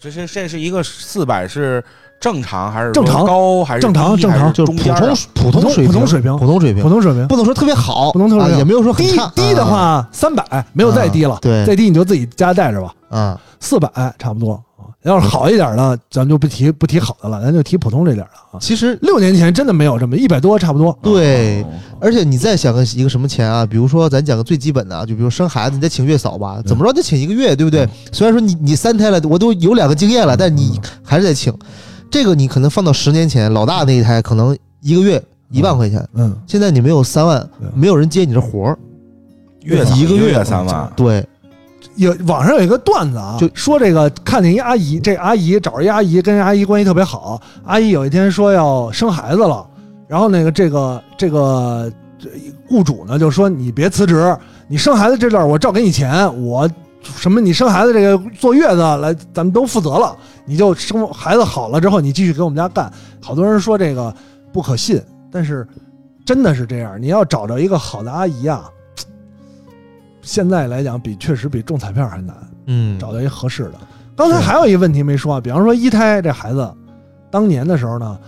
Speaker 7: 这是这是一个四百是正常还是
Speaker 5: 正常
Speaker 7: 说高还是
Speaker 5: 啊正常
Speaker 7: 低还
Speaker 5: 正常
Speaker 3: 就是
Speaker 7: 中
Speaker 3: 普
Speaker 7: 间啊
Speaker 3: 通
Speaker 7: 的
Speaker 3: 普通水平，
Speaker 5: 普通水平
Speaker 3: 普通水
Speaker 5: 普
Speaker 3: 平，
Speaker 5: 通水平。
Speaker 3: 不能说特别好，
Speaker 5: 不能特别
Speaker 3: 啊
Speaker 5: 好
Speaker 3: 也没有说很
Speaker 5: 低
Speaker 3: 差，啊
Speaker 5: 低的话三百，没有再低了，
Speaker 3: 对
Speaker 5: 再低你就自己家带着吧，
Speaker 3: 啊啊，
Speaker 5: 四百差不多啊。要是好一点的，咱就不提不提好的了，咱就提普通这点儿的啊。
Speaker 3: 其实
Speaker 5: 六年前真的没有这么一百多，差不多。
Speaker 7: 哦
Speaker 3: 对，而且你再想个一个什么钱啊？比如说，咱讲个最基本的啊，就比如生孩子，你再请月嫂吧，怎么
Speaker 5: 嗯
Speaker 3: 着得请一个月，对不对？虽然说你你三胎了，我都有两个经验了，但
Speaker 5: 嗯
Speaker 3: 你还是得请。这个你可能放到十年前，老大那一胎可能一个月一万块钱，
Speaker 5: 嗯，
Speaker 3: 现在你没有三万
Speaker 5: 对，
Speaker 3: 没有人接你这活儿，
Speaker 7: 月
Speaker 3: 一个
Speaker 7: 月三万，
Speaker 3: 对，
Speaker 5: 有网上有一个段子啊
Speaker 3: 就，
Speaker 5: 说这个看见一阿姨，这阿姨找着一阿姨，跟阿姨关系特别好。阿姨有一天说要生孩子了，然后那个这个这个这雇主呢就说你别辞职，你生孩子这段我照给你钱，我什么你生孩子这个坐月子来咱们都负责了，你就生孩子好了之后你继续给我们家干。好多人说这个不可信，但是真的是这样。你要找着一个好的阿姨啊，现在来讲比确实比中彩票还难，
Speaker 9: 嗯，
Speaker 5: 找到一合适的。刚才还有一个问题没说啊，比方说一胎这孩子，当年的时候呢，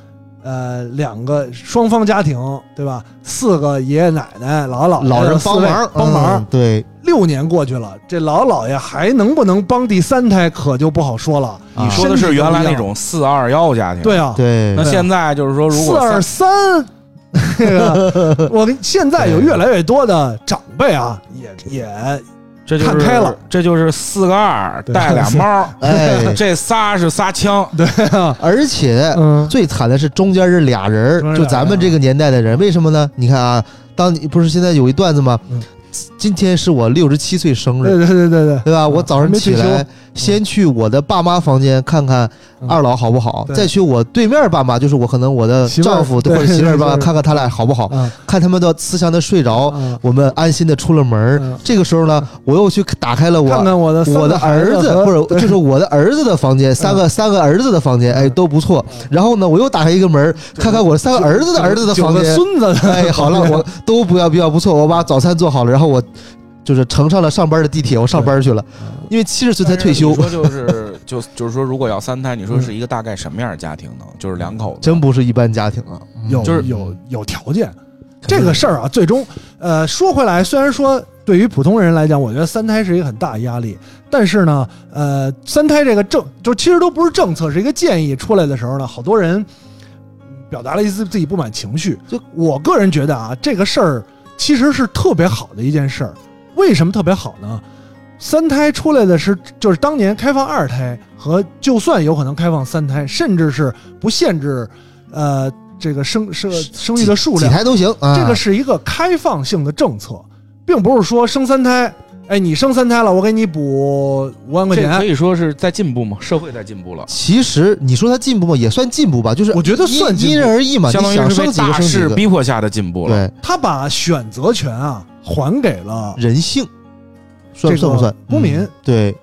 Speaker 5: 呃，两个双方家庭对吧？四个爷爷奶奶、姥姥姥爷
Speaker 3: 老人帮
Speaker 5: 呃四位
Speaker 3: 忙
Speaker 5: 帮忙、啊
Speaker 3: 嗯对，
Speaker 5: 六年过去了，这老姥爷还能不能帮第三胎可就不好说了。
Speaker 3: 啊
Speaker 7: 你说的是原来那种四二幺家庭，
Speaker 5: 对啊，
Speaker 3: 对
Speaker 7: 那现在就是说，如
Speaker 5: 四
Speaker 7: 果
Speaker 5: 二
Speaker 7: 三
Speaker 5: 三， 这个我跟现在有越来越多的长辈啊，也也
Speaker 7: 这就是
Speaker 5: 看开了，
Speaker 7: 这就是四个二
Speaker 5: 对
Speaker 7: 带俩猫，
Speaker 3: 哎，
Speaker 7: 这仨是仨枪，
Speaker 3: 而且
Speaker 5: 嗯，
Speaker 3: 最惨的是中间是俩人
Speaker 5: 中间
Speaker 3: 儿，
Speaker 5: 是俩人啊
Speaker 3: 就咱们这个年代的人，为什么呢？你看啊，当你不是现在有一段子吗
Speaker 5: 嗯？
Speaker 3: 今天是我六十七岁生
Speaker 5: 对
Speaker 3: 日，
Speaker 5: 对对对对，
Speaker 3: 对吧？我早上起
Speaker 5: 还没退
Speaker 3: 来
Speaker 5: 休
Speaker 3: 先去我的爸妈房间看看
Speaker 5: 嗯
Speaker 3: 二老好不好，
Speaker 5: 对
Speaker 3: 再去我对面爸妈，就是我可能我的
Speaker 5: 媳妇儿
Speaker 3: 丈夫
Speaker 5: 对
Speaker 3: 或者媳妇儿
Speaker 5: 对
Speaker 3: 爸妈
Speaker 5: 对
Speaker 3: 看看他俩好不好，
Speaker 5: 嗯
Speaker 3: 看他们都慈祥的睡着，
Speaker 5: 嗯，
Speaker 3: 我们安心的出了门儿。
Speaker 5: 嗯
Speaker 3: 这个时候呢，我又去打开了我
Speaker 5: 看看我的呃三个
Speaker 3: 我的
Speaker 5: 孩
Speaker 3: 儿子
Speaker 5: 和
Speaker 3: 或者
Speaker 5: 对嗯
Speaker 3: 就是我的儿子的房间，三个三个儿子的房间，哎，都不错。然后呢，我又打开一个门儿，看看我三个儿子的儿子的
Speaker 5: 九
Speaker 3: 房
Speaker 5: 个
Speaker 3: 间，
Speaker 5: 孙子的，
Speaker 3: 哎，好了，我都不要比较不错，我把早餐做好了，然后我就是乘上了上班的地铁，我上班去了，因为七十岁才退休
Speaker 7: 你，说就是就就是说，如果要三胎，你说是一个大概什么样的家庭呢？就是两口子，
Speaker 3: 真不是一般家庭啊。
Speaker 5: 有
Speaker 7: 就是
Speaker 5: 有有条件。这个事儿啊，最终，呃，说回来，虽然说对于普通人来讲，我觉得三胎是一个很大的压力，但是呢，呃，三胎这个政，就其实都不是政策，是一个建议出来的时候呢，好多人表达了一次自己不满情绪。就我个人觉得啊，这个事儿其实是特别好的一件事儿。为什么特别好呢？三胎出来的是，就是当年开放二胎和就算有可能开放三胎，甚至是不限制，呃，这个生生生育的数
Speaker 3: 几
Speaker 5: 量，
Speaker 3: 台都行啊。
Speaker 5: 这个是一个开放性的政策，并不是说生三胎，哎，你生三胎了，我给你补五万块
Speaker 7: 这可
Speaker 5: 钱，
Speaker 7: 以说是在进步嘛，社会在进步了，
Speaker 3: 其实你说它进步吗？也算进步吧，就是
Speaker 5: 我觉得算
Speaker 3: 因
Speaker 5: 进步
Speaker 3: 因人而异嘛，你
Speaker 7: 相当
Speaker 3: 想
Speaker 7: 于是
Speaker 3: 生
Speaker 7: 被
Speaker 3: 几个
Speaker 7: 大
Speaker 3: 生几
Speaker 7: 势
Speaker 3: 个。
Speaker 7: 逼迫下的进步了。
Speaker 3: 对，
Speaker 5: 他把选择权啊还给了
Speaker 3: 人性算不
Speaker 5: 这个
Speaker 3: 算不算？
Speaker 5: 公民
Speaker 3: 嗯对，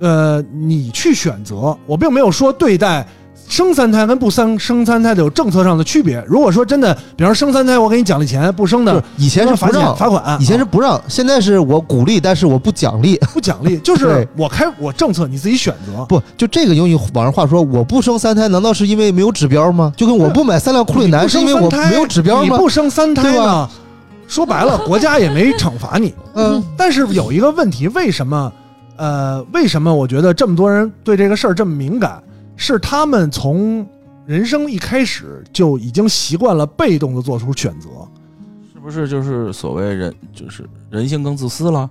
Speaker 5: 呃，你去选择。我并没有说对待生三胎跟不生生三胎的有政策上的区别。如果说真的，比方生三胎，我给你奖励钱；不生
Speaker 3: 就是
Speaker 5: 的，
Speaker 3: 以前是
Speaker 5: 罚
Speaker 3: 不
Speaker 5: 钱
Speaker 3: 让，
Speaker 5: 罚款。
Speaker 3: 以前是不让，现在是我鼓励，但是我不奖励。
Speaker 5: 不奖励， 就是
Speaker 3: 对
Speaker 5: 我开我政策，你自己选择。
Speaker 3: 不，就这个用于网上话说，我不生三胎，难道是因为没有指标吗？就跟我不买三辆酷旅
Speaker 5: 你不
Speaker 3: 男是
Speaker 5: 生
Speaker 3: 因为
Speaker 5: 三
Speaker 3: 我
Speaker 5: 胎，
Speaker 3: 没有指标
Speaker 5: 你
Speaker 3: 吗？
Speaker 5: 不生三胎
Speaker 3: 对
Speaker 5: 呢？说白了，国家也没惩罚你。
Speaker 3: 嗯，
Speaker 5: 但是有一个问题，为什么？呃，为什么我觉得这么多人对这个事儿这么敏感？是他们从人生一开始就已经习惯了被动的做出选择，
Speaker 7: 是不是就是所谓人就是人性更自私了？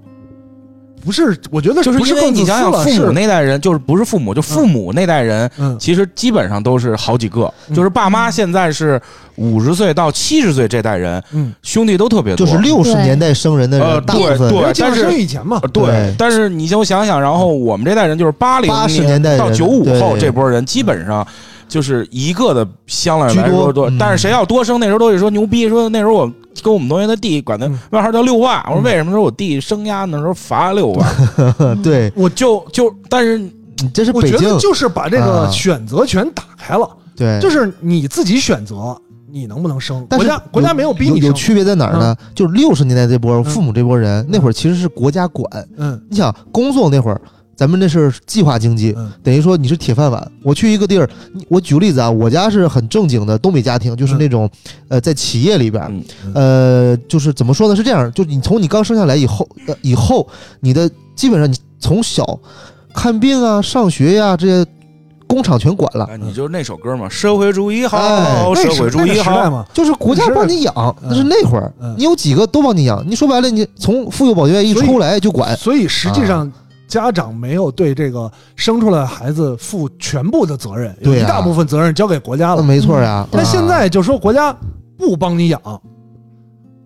Speaker 5: 不是？我觉得
Speaker 7: 就是
Speaker 5: 不是
Speaker 7: 因为
Speaker 5: 更
Speaker 7: 你
Speaker 5: 自私
Speaker 7: 想想，
Speaker 5: 了，
Speaker 7: 父母
Speaker 5: 是
Speaker 7: 那代人就是不是父母，就父母那代人，
Speaker 5: 嗯
Speaker 7: 其实基本上都是好几个，
Speaker 5: 嗯
Speaker 7: 就是爸妈现在是五十岁到七十岁这代人，
Speaker 5: 嗯，
Speaker 7: 兄弟都特别
Speaker 3: 就
Speaker 7: 多，
Speaker 3: 是六十
Speaker 2: 对
Speaker 3: 年代生人的
Speaker 7: 呃
Speaker 3: 人，大部
Speaker 7: 对
Speaker 3: 分
Speaker 7: 对
Speaker 5: 尤其
Speaker 7: 但是
Speaker 5: 生育以前嘛
Speaker 7: 呃，对
Speaker 3: 对。
Speaker 7: 但是你就想想，然后我们这代人就是八零
Speaker 3: 80年代人
Speaker 7: 到九五
Speaker 3: 对
Speaker 7: 后这波人，基本上就是一个的相对来说
Speaker 3: 居多
Speaker 7: 多
Speaker 3: 嗯。
Speaker 7: 但是谁要多生，那时候都得说牛逼，说那时候我跟我们同学的弟管他
Speaker 5: 嗯
Speaker 7: 外号叫六万，我说
Speaker 5: 嗯
Speaker 7: 为什么？说我弟生丫那时候罚六万，
Speaker 2: 嗯
Speaker 3: 对，
Speaker 7: 我就就但是
Speaker 3: 你这是
Speaker 5: 我
Speaker 3: 北
Speaker 5: 觉
Speaker 3: 京
Speaker 5: 得，就是把这个
Speaker 3: 啊
Speaker 5: 选择权打开了，
Speaker 7: 哎
Speaker 3: 对，
Speaker 5: 就是你自己选择你能不能生，
Speaker 3: 但
Speaker 5: 国
Speaker 3: 是
Speaker 5: 家国家没有逼你
Speaker 3: 有
Speaker 5: 生，
Speaker 3: 区别在哪儿
Speaker 5: 嗯
Speaker 3: 呢？就是六十年代这波父母这波人，那会儿其实是国家管。
Speaker 5: 嗯
Speaker 3: 你想，工作那会儿，咱们那是计划经济，
Speaker 5: 嗯
Speaker 3: 等于说你是铁饭碗。我去一个地儿，你我举个例子啊，我家是很正经的东北家庭，就是那种、呃，在企业里边儿，
Speaker 7: 嗯
Speaker 3: 呃，就是怎么说呢？是这样，就你从你刚生下来以后，呃、以后你的基本上你从小看病啊、上学呀、这些，工厂全管了。
Speaker 7: 啊你就是那首歌嘛，社会主义
Speaker 3: 哎
Speaker 7: 好，
Speaker 5: 那
Speaker 7: 社
Speaker 5: 是
Speaker 7: 会主
Speaker 5: 那
Speaker 7: 义
Speaker 5: 个时代
Speaker 7: 好，
Speaker 5: 嘛，
Speaker 3: 就是国家帮你养，
Speaker 5: 嗯
Speaker 3: 那是那会儿
Speaker 5: 嗯，
Speaker 3: 你有几个都帮你养。你说白了，你从妇幼保健院一
Speaker 5: 所以
Speaker 3: 出来就管，
Speaker 5: 所以实际
Speaker 3: 啊
Speaker 5: 上，家长没有对这个生出来的孩子负全部的责任，有
Speaker 3: 对
Speaker 5: 一
Speaker 3: 啊
Speaker 5: 大部分责任交给国家
Speaker 3: 那
Speaker 5: 了。
Speaker 3: 没错呀。
Speaker 5: 但
Speaker 3: 啊
Speaker 5: 现在就说国家不帮你养，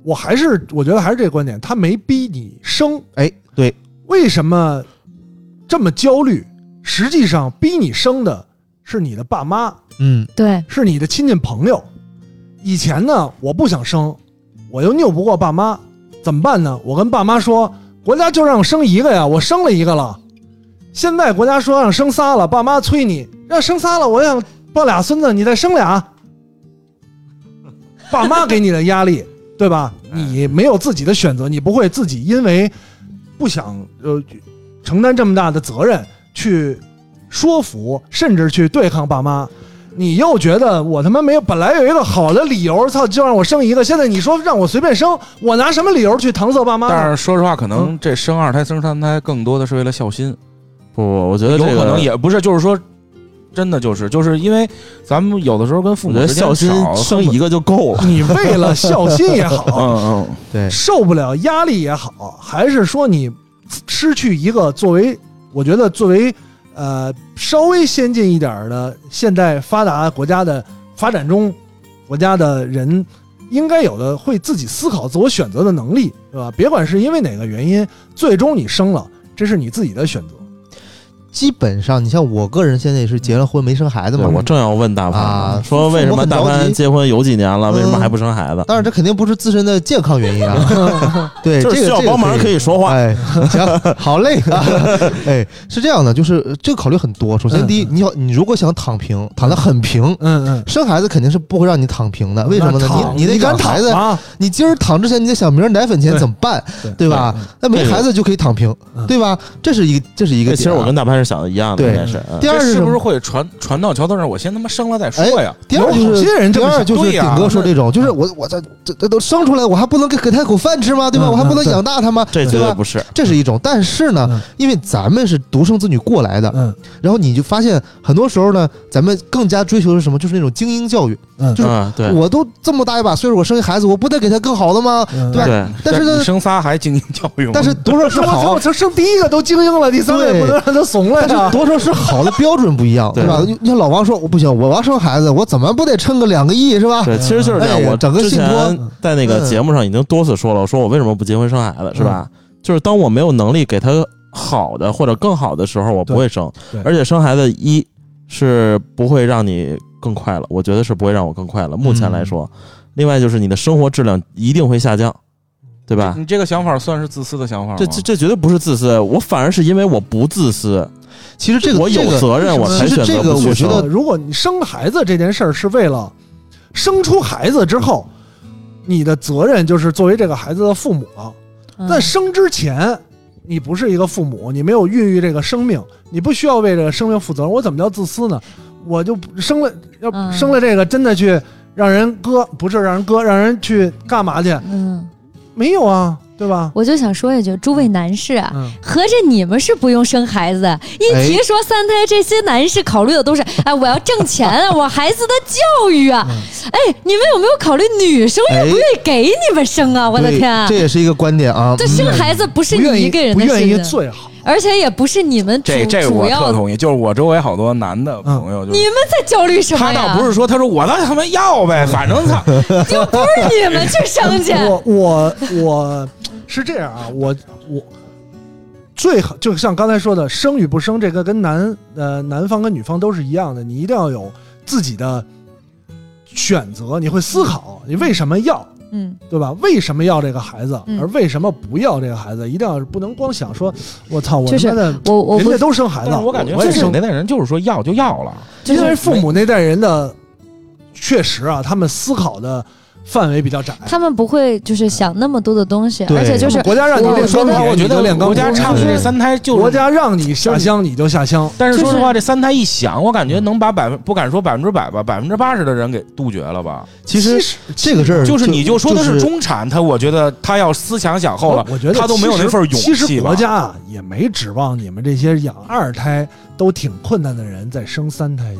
Speaker 5: 我还是我觉得还是这个观点，他没逼你生。
Speaker 3: 哎，对，
Speaker 5: 为什么这么焦虑？实际上，逼你生的是你的爸妈，
Speaker 3: 嗯，
Speaker 8: 对，
Speaker 5: 是你的亲戚朋友。以前呢，我不想生，我又拗不过爸妈，怎么办呢？我跟爸妈说，国家就让我生一个呀，我生了一个了。现在国家说让生仨了，爸妈催你，让生仨了，我想抱俩孙子，你再生俩。爸妈给你的压力，对吧？你没有自己的选择，你不会自己因为不想呃承担这么大的责任去说服，甚至去对抗爸妈。你又觉得我他妈没有，本来有一个好的理由，操，就让我生一个。现在你说让我随便生，我拿什么理由去搪塞爸妈呢？
Speaker 7: 但是说实话，可能这生二胎、生三胎更多的是为了孝心，
Speaker 4: 不不，我觉得
Speaker 7: 有
Speaker 4: 这个
Speaker 7: 可能也不是，就是说，真的就是就是因为咱们有的时候跟父
Speaker 4: 我
Speaker 7: 母
Speaker 4: 觉得
Speaker 7: 之间
Speaker 4: 孝心
Speaker 7: 少
Speaker 4: 生一个就够 了。
Speaker 5: 你为了孝心也好，
Speaker 4: 嗯嗯，
Speaker 3: 对，
Speaker 5: 受不了压力也好，还是说你失去一个作为，我觉得作为呃稍微先进一点儿的现代发达国家的发展中国家的人应该有的会自己思考、自我选择的能力，是吧？别管是因为哪个原因，最终你生了，这是你自己的选择。
Speaker 3: 基本上你像我个人现在也是结了婚没生孩子
Speaker 4: 对
Speaker 3: 嘛，
Speaker 4: 我正要问大
Speaker 3: 啊
Speaker 4: 潘说为什么大
Speaker 3: 父母很着
Speaker 4: 潘
Speaker 3: 急
Speaker 4: 结婚有几年了，为什么
Speaker 3: 嗯
Speaker 4: 还不生孩子？
Speaker 3: 当然这肯定不是自身的健康原因啊，对，
Speaker 4: 就是
Speaker 3: 这
Speaker 4: 需
Speaker 3: 个
Speaker 4: 要
Speaker 3: 这个
Speaker 4: 帮忙可以说话。
Speaker 3: 哎，行，好嘞，哎，是这样的，就是呃这个考虑很多。首先，第一，你要你如果想躺平，躺得很平，
Speaker 5: 嗯嗯，
Speaker 3: 生孩子肯定是不会让你躺平的。为什么
Speaker 5: 那
Speaker 3: 呢
Speaker 5: 躺？
Speaker 3: 你你得
Speaker 5: 敢
Speaker 3: 养孩子，
Speaker 5: 啊？
Speaker 3: 你今儿躺之前，你得想明儿奶粉钱
Speaker 5: 对
Speaker 3: 怎么办，
Speaker 5: 对
Speaker 3: 对吧？那没孩子就可以躺平
Speaker 5: 嗯，
Speaker 3: 对吧？这是一个，这是一个点啊。
Speaker 4: 这哎其实我跟大潘是想的一样的，
Speaker 3: 对
Speaker 4: 应该是。嗯
Speaker 3: 第二
Speaker 7: 这是
Speaker 3: 什
Speaker 7: 不是
Speaker 3: 么？
Speaker 7: 会传传到桥头上？我先他妈生了再说呀！
Speaker 3: 哎第二
Speaker 5: 有
Speaker 3: 就
Speaker 5: 好
Speaker 3: 是
Speaker 5: 些人这
Speaker 3: 第
Speaker 5: 么
Speaker 3: 二
Speaker 5: 想
Speaker 3: 就是
Speaker 7: 对呀
Speaker 3: 顶哥说这种，就是我我这这这都生出来，我还不能给给他口饭吃吗？对吧？
Speaker 5: 嗯
Speaker 3: 我还不
Speaker 5: 嗯
Speaker 3: 能
Speaker 5: 对
Speaker 3: 养大他吗？
Speaker 4: 这绝
Speaker 3: 对
Speaker 4: 对
Speaker 3: 吧？
Speaker 4: 不是，
Speaker 3: 这是一种，但是呢，
Speaker 5: 嗯
Speaker 3: 因为咱们是独生子女过来的，
Speaker 5: 嗯
Speaker 3: 然后你就发现很多时候呢，咱们更加追求的是什么？就是那种精英教育。
Speaker 5: 嗯，
Speaker 3: 就是
Speaker 4: 嗯，对，
Speaker 3: 我都这么大一把岁数，我生一孩子，我不得给他更好的吗？
Speaker 5: 嗯
Speaker 3: 对吧
Speaker 4: 对，
Speaker 3: 但是
Speaker 7: 你
Speaker 3: 呢，
Speaker 7: 生仨还精英教育吗？
Speaker 3: 但是多少是
Speaker 5: 我操！
Speaker 3: 好
Speaker 5: 我，操，生第一个都精英了，第三个也不能让他怂了
Speaker 3: 但是
Speaker 5: 呀。
Speaker 3: 多少是好的标准不一样，
Speaker 4: 对
Speaker 3: 对吧？你你像老王说，我不行，我要生孩子，我怎么不得趁个两个亿是吧？
Speaker 4: 对，其实就是这
Speaker 3: 哎
Speaker 4: 样。
Speaker 3: 呀
Speaker 4: 我
Speaker 3: 整个
Speaker 4: 之
Speaker 3: 信
Speaker 4: 前
Speaker 3: 托
Speaker 4: 在那个
Speaker 3: 嗯
Speaker 4: 节目上已经多次说了，我说我为什么不结婚生孩子，是吧？
Speaker 3: 嗯
Speaker 4: 就是当我没有能力给他好的或者更好的时候，我不会生
Speaker 5: 对。对
Speaker 4: 而且生孩子一是不会让你更快乐，我觉得是不会让我更快乐。目
Speaker 3: 嗯
Speaker 4: 前来说，另外就是你的生活质量一定会下降，对吧？
Speaker 7: 你这个想法算是自私的想法吗？
Speaker 4: 这这这绝对不是自私，我反而是因为我不自私，
Speaker 3: 其实这个
Speaker 4: 我有
Speaker 3: 这个
Speaker 4: 责任我才
Speaker 3: 其实
Speaker 4: 选
Speaker 3: 这个
Speaker 4: 择不去
Speaker 3: 我觉
Speaker 4: 生。
Speaker 3: 得
Speaker 5: 呃，如果你生孩子这件事儿是为了生出孩子之后，你的责任就是作为这个孩子的父母了。
Speaker 2: 嗯
Speaker 5: 但生之前，你不是一个父母，你没有孕育这个生命，你不需要为这个生命负责任。我怎么叫自私呢？我就生了，要
Speaker 2: 嗯
Speaker 5: 生了这个，真的去让人割，不是让人割，让人去干嘛去？
Speaker 2: 嗯，
Speaker 5: 没有啊，对吧？
Speaker 2: 我就想说一句，诸位男士啊，
Speaker 5: 嗯，
Speaker 2: 合着你们是不用生孩子的，一
Speaker 3: 哎
Speaker 2: 提说三胎，这些男士考虑的都是，哎，我要挣 钱啊，我孩子的教育啊，
Speaker 5: 嗯
Speaker 2: 哎，你们有没有考虑女生愿
Speaker 3: 哎
Speaker 2: 不愿意给你们生啊？我的
Speaker 3: 对
Speaker 2: 天啊
Speaker 3: 这！也是一个观点啊。
Speaker 2: 这
Speaker 3: 嗯
Speaker 2: 生孩子不是
Speaker 5: 不愿
Speaker 2: 你
Speaker 5: 意
Speaker 2: 一个人
Speaker 5: 不
Speaker 2: 的
Speaker 5: 愿意
Speaker 2: 事情，
Speaker 5: 最好。
Speaker 2: 而且也不是你们主
Speaker 7: 这这
Speaker 2: 主
Speaker 7: 我
Speaker 2: 要
Speaker 7: 特同意，就是我周围好多男的
Speaker 3: 嗯
Speaker 7: 朋友，就
Speaker 2: 你
Speaker 7: 是
Speaker 2: 们在焦虑什么
Speaker 7: 他倒
Speaker 2: 呀
Speaker 7: 不？是说，他说我倒他妈要呗，反正 他
Speaker 2: 就不是你们去 生去，
Speaker 5: 我我我是这样啊，我我最好就像刚才说的，生与不生这个跟男呃男方跟女方都是一样的，你一定要有自己的选择，你会思考你为什么要。
Speaker 2: 嗯，
Speaker 5: 对吧？为什么要这个孩子，
Speaker 2: 嗯
Speaker 5: 而为什么不要这个孩子？一定要不能光想说，我操，我
Speaker 2: 就是
Speaker 5: 他妈的，
Speaker 2: 我我
Speaker 5: 人
Speaker 2: 不
Speaker 5: 家都生孩子
Speaker 7: 但
Speaker 5: 了，
Speaker 7: 是我感觉
Speaker 5: 我也
Speaker 7: 父
Speaker 5: 生
Speaker 7: 母那代人就是说要就要了，
Speaker 5: 因为父母那代人的确实啊，他们思考的范围比较窄。
Speaker 2: 他们不会就是想那么多的东西，
Speaker 3: 对
Speaker 2: 而且就是
Speaker 5: 国家让你
Speaker 2: 我
Speaker 5: 练
Speaker 7: 说
Speaker 5: 双
Speaker 7: 实话，
Speaker 5: 铁，
Speaker 7: 我觉
Speaker 5: 你就
Speaker 7: 得
Speaker 5: 练钢
Speaker 7: 国家
Speaker 5: 管
Speaker 7: 差的这三胎就是
Speaker 5: 国家让你下乡你就下乡，
Speaker 7: 但是
Speaker 2: 就
Speaker 7: 说实
Speaker 2: 是
Speaker 7: 话，这三胎一响，我感觉能把百分不敢说百分之百吧，百分之八十的人给杜绝了吧？
Speaker 3: 其实这个事儿
Speaker 7: 就是你就说的
Speaker 3: 呃就是
Speaker 7: 中产，他我觉得他要思想想后了，
Speaker 5: 我觉得
Speaker 7: 他都没有
Speaker 5: 其实
Speaker 7: 那份勇气
Speaker 5: 其实
Speaker 7: 吧
Speaker 5: 国家啊也没指望你们这些养二胎都挺困难的人再生三胎去，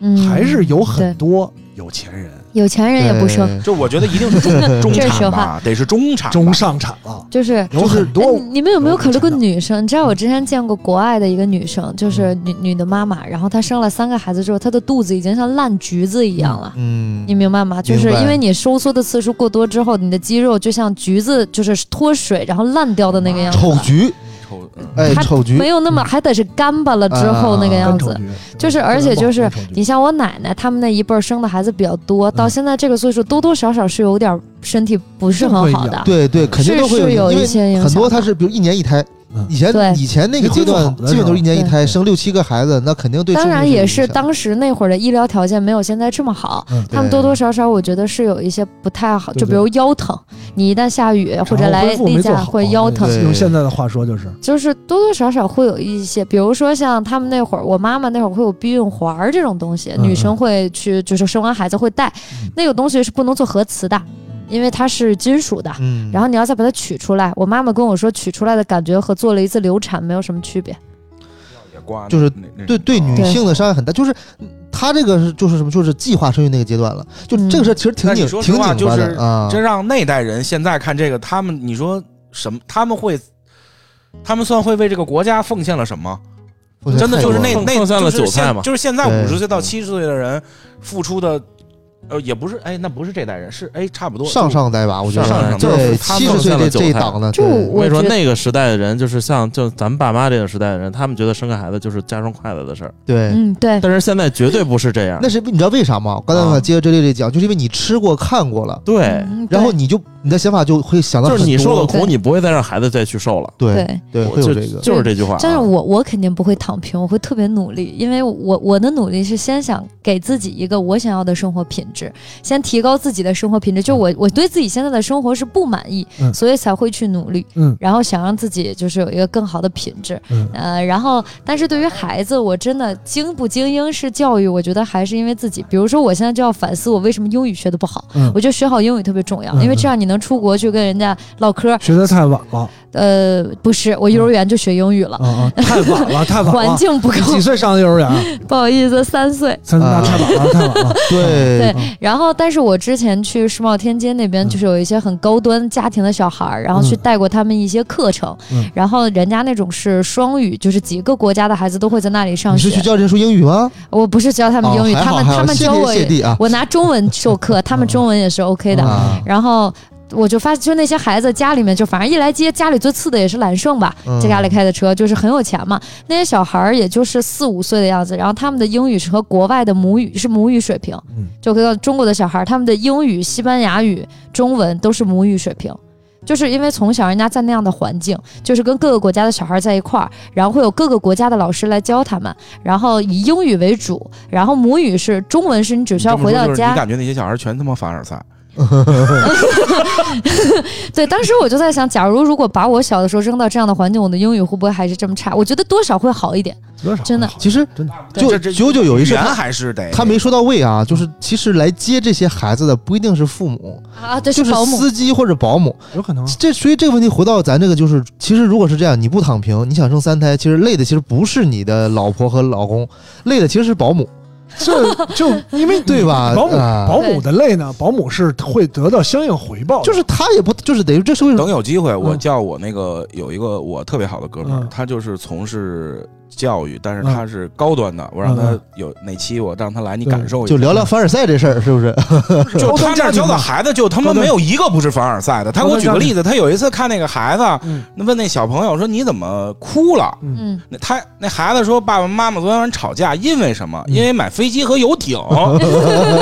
Speaker 2: 嗯
Speaker 5: 还是哎有很
Speaker 2: 对
Speaker 5: 多有钱人
Speaker 2: 有钱人也不生，
Speaker 3: 对
Speaker 7: 就我觉得一定是中中
Speaker 2: 这是实
Speaker 7: 产
Speaker 2: 话
Speaker 7: 吧，得是中产吧，
Speaker 5: 中上产了，
Speaker 2: 就是
Speaker 5: 有很
Speaker 2: 哎
Speaker 5: 多
Speaker 2: 你你们有没有考虑过
Speaker 5: 有
Speaker 2: 女生？你知道我之前见过国外的一个女生，就是女女的妈妈，然后她生了三个孩子之后，她的肚子已经像烂橘子一样了。
Speaker 3: 嗯
Speaker 2: 你，明白吗？就是
Speaker 3: 明白
Speaker 2: 因为你收缩的次数过多之后，你的肌肉就像橘子，就是脱水然后烂掉的那个样子，
Speaker 3: 丑橘，
Speaker 7: 抽嗯
Speaker 3: 哎，
Speaker 2: 还
Speaker 3: 丑橘
Speaker 2: 没，有那么还得是干巴了之后那个样
Speaker 5: 干
Speaker 2: 子
Speaker 5: 丑。橘
Speaker 2: 就是而且就是
Speaker 5: 干丑橘
Speaker 2: 你像我奶奶他们那一辈儿生的孩子比较多，到
Speaker 5: 嗯
Speaker 2: 现在这个岁数多多少少是有点儿身体不是很好
Speaker 5: 会
Speaker 2: 的
Speaker 5: 养。
Speaker 3: 对对，肯定
Speaker 2: 是
Speaker 3: 都会
Speaker 2: 是有
Speaker 3: 因
Speaker 2: 一
Speaker 3: 为
Speaker 2: 些影响的，
Speaker 3: 很多他是比如一年一胎
Speaker 5: 嗯，
Speaker 3: 以
Speaker 2: 对
Speaker 3: 前以前那个阶段
Speaker 5: 你恢复好的时候
Speaker 3: 基本都是一年一胎，
Speaker 5: 对
Speaker 3: 生六七个孩子，那肯定对
Speaker 2: 当然也是
Speaker 3: 生育有影响
Speaker 2: 当时那会儿的医疗条件没有现在这么好，
Speaker 5: 嗯
Speaker 2: 他们多多少少我觉得是有一些不太好，
Speaker 5: 对
Speaker 2: 就比如腰疼，你一旦下雨或者
Speaker 5: 产后
Speaker 2: 来
Speaker 5: 恢啊复没
Speaker 2: 例
Speaker 5: 做
Speaker 2: 假
Speaker 5: 好
Speaker 2: 会腰
Speaker 5: 对
Speaker 2: 疼，
Speaker 5: 用现在的话说就是，
Speaker 2: 就是多多少少会有一些，比如说像他们那会儿，我妈妈那会儿会有避孕环儿这种东西，
Speaker 5: 嗯
Speaker 2: 女生会去就是生完孩子会带，那个东西是不能做核磁的，
Speaker 5: 嗯
Speaker 2: 因为它是金属的。
Speaker 3: 嗯
Speaker 2: 然后你要再把它取出来，我妈妈跟我说，取出来的感觉和做了一次流产没有什么区别。
Speaker 7: 也挂那
Speaker 3: 就是
Speaker 7: 那那啊
Speaker 3: 对对女性的伤害很大，就是她这个是就是什么，就是计划生育那个阶段了，就
Speaker 2: 嗯
Speaker 3: 这个事儿其实挺
Speaker 7: 那
Speaker 3: 拧
Speaker 7: 你说实
Speaker 3: 挺
Speaker 7: 话
Speaker 3: 拧巴
Speaker 7: 就是
Speaker 3: 的啊，
Speaker 7: 真让那代人现在看这个，他们你说什么？他们会，他们算会为这个国家奉献了什么？
Speaker 3: 我觉得
Speaker 7: 真的
Speaker 3: 太
Speaker 7: 就是
Speaker 3: 多
Speaker 7: 那
Speaker 3: 了
Speaker 7: 那
Speaker 4: 奉献
Speaker 7: 就
Speaker 4: 了
Speaker 7: 是
Speaker 4: 韭菜
Speaker 7: 现
Speaker 4: 嘛
Speaker 7: 就是现在
Speaker 3: 对
Speaker 7: 五十岁到七十岁的人付出的，呃，也不是哎，那不是这代人，是哎，差不多
Speaker 3: 上上代吧，我觉得
Speaker 7: 上上代
Speaker 3: 对
Speaker 7: 他
Speaker 3: 七
Speaker 7: 们
Speaker 3: 十岁
Speaker 4: 现在
Speaker 3: 这
Speaker 4: 韭
Speaker 3: 这一
Speaker 4: 菜
Speaker 3: 档呢，
Speaker 2: 就
Speaker 3: 对
Speaker 2: 我
Speaker 4: 我跟你说，
Speaker 2: 觉得
Speaker 4: 那个时代的人就是像就咱们爸妈这个时代的人，他们觉得生个孩子就是家常快乐的事儿，
Speaker 3: 对。
Speaker 2: 嗯，对，
Speaker 4: 但是现在绝对不是这样。
Speaker 3: 那是你知道为啥吗？刚才我
Speaker 4: 啊
Speaker 3: 接着这丽丽讲，就是因为你吃过看过了，
Speaker 4: 对，
Speaker 2: 嗯
Speaker 3: 然后你就你的想法就会想到
Speaker 4: 就是你
Speaker 3: 很
Speaker 4: 受
Speaker 3: 多
Speaker 4: 的
Speaker 2: 对
Speaker 4: 苦，你不会再让孩子再去受了。
Speaker 2: 对
Speaker 3: 对
Speaker 2: 对。
Speaker 3: 对，
Speaker 4: 我
Speaker 3: 会有
Speaker 4: 就
Speaker 3: 这个
Speaker 4: 就是这句话啊。
Speaker 2: 但是我我肯定不会躺平，我会特别努力，因为我我的努力是先想给自己一个我想要的生活品质，先提高自己的生活品质。就我我对自己现在的生活是不满意，
Speaker 5: 嗯
Speaker 2: 所以才会去努力，
Speaker 5: 嗯
Speaker 2: 然后想让自己就是有一个更好的品质。
Speaker 5: 嗯
Speaker 2: 呃，然后但是对于孩子，我真的精不精英式教育，我觉得还是因为自己。比如说，我现在就要反思我为什么英语学的不好，
Speaker 5: 嗯
Speaker 2: 我觉得学好英语特别重要，
Speaker 5: 嗯
Speaker 2: 因为这样你能出国去跟人家唠嗑。
Speaker 5: 学的太晚了
Speaker 2: 呃，不是，我幼儿园就学英语了。
Speaker 5: 啊 啊，太晚了，太晚
Speaker 2: 环
Speaker 5: 了。
Speaker 2: 境不 够，
Speaker 5: 几岁上的幼儿 园啊？
Speaker 2: 不好意思，三岁。
Speaker 5: 三岁
Speaker 3: 啊
Speaker 5: 那太晚了，太晚了。
Speaker 3: 对
Speaker 2: 然后，但是我之前去世贸天阶那边，
Speaker 5: 嗯
Speaker 2: 就是有一些很高端家庭的小孩儿，然后去
Speaker 5: 嗯
Speaker 2: 带过他们一些课程。
Speaker 5: 嗯
Speaker 2: 然后人家那种是双语，就是几个国家的孩子都会在那里上
Speaker 3: 你是
Speaker 2: 学
Speaker 3: 去。教人说英语吗？
Speaker 2: 我不是教他们英语，
Speaker 3: 哦还
Speaker 2: 他
Speaker 3: 好
Speaker 2: 们
Speaker 3: 还好
Speaker 2: 他们
Speaker 3: 谢
Speaker 2: 教
Speaker 3: 天
Speaker 2: 我，
Speaker 3: 谢嗯地啊
Speaker 2: 我拿中文授课，他们中文也是 OK 的。
Speaker 3: 啊，
Speaker 2: 然后。我就发现，就那些孩子家里面，就反正一来接家里最次的也是揽胜吧，
Speaker 3: 嗯
Speaker 2: 在家里开的车就是很有钱嘛。那些小孩儿也就是四五岁的样子，然后他们的英语是和国外的母语是母语水平，
Speaker 5: 嗯
Speaker 2: 就跟中国的小孩儿他们的英语、西班牙语、中文都是母语水平。就是因为从小人家在那样的环境，就是跟各个国家的小孩儿在一块儿，然后会有各个国家的老师来教他们，然后以英语为主，然后母语是中文是你只需要
Speaker 7: 这么
Speaker 2: 回
Speaker 7: 说
Speaker 2: 到
Speaker 7: 就是
Speaker 2: 家，
Speaker 7: 你感觉那些小孩全他妈凡尔赛，
Speaker 2: 对，当时我就在想，假如如果把我小的时候扔到这样的环境，我的英语会不会还是这么差？我觉得多少会好一点。
Speaker 5: 多少啊
Speaker 2: 真的
Speaker 3: 其实
Speaker 5: 真的
Speaker 3: 就九九有一事
Speaker 7: 人
Speaker 3: 他
Speaker 7: 还是得
Speaker 3: 他没说到位啊，就是其实来接这些孩子的不一定是父母，
Speaker 2: 啊，对，
Speaker 3: 就是
Speaker 2: 保姆。
Speaker 3: 司机或者保姆。
Speaker 5: 有可能啊。
Speaker 3: 这所以这个问题回到咱这个就是，其实如果是这样，你不躺平，你想生三胎，其实累的其实不是你的老婆和老公，累的其实是保姆，
Speaker 5: 这就因为
Speaker 3: 对吧
Speaker 5: 嗯保姆
Speaker 3: 啊
Speaker 5: 保姆的累呢，保姆是会得到相应回报的，
Speaker 3: 就是他也不就是得这社会上
Speaker 7: 等有机会，我
Speaker 5: 嗯
Speaker 7: 叫我那个有一个我特别好的哥们儿
Speaker 5: 嗯，
Speaker 7: 他就是从事教育，但是
Speaker 3: 嗯
Speaker 7: 他是高端的。我让
Speaker 5: 嗯
Speaker 7: 他
Speaker 5: 嗯
Speaker 7: 有哪期我让他来，你感受一下。嗯
Speaker 3: 就聊聊凡尔赛这事儿，是不是？
Speaker 7: 就他
Speaker 3: 哦
Speaker 5: 高端
Speaker 7: 们那
Speaker 5: 家
Speaker 7: 儿
Speaker 5: 庭
Speaker 7: 教的
Speaker 5: 嘛
Speaker 7: 孩子，就他妈
Speaker 5: 高端
Speaker 7: 没有一个不是凡尔赛的。他给我举个例子，他有一次看那个孩子，
Speaker 5: 嗯
Speaker 7: 那问那小朋友说：“你怎么哭了
Speaker 5: 嗯
Speaker 2: 嗯，？”
Speaker 7: 那他那孩子说：“爸爸妈妈昨天晚上吵架，因为什么？
Speaker 5: 嗯
Speaker 7: 因为买飞机和游 艇。”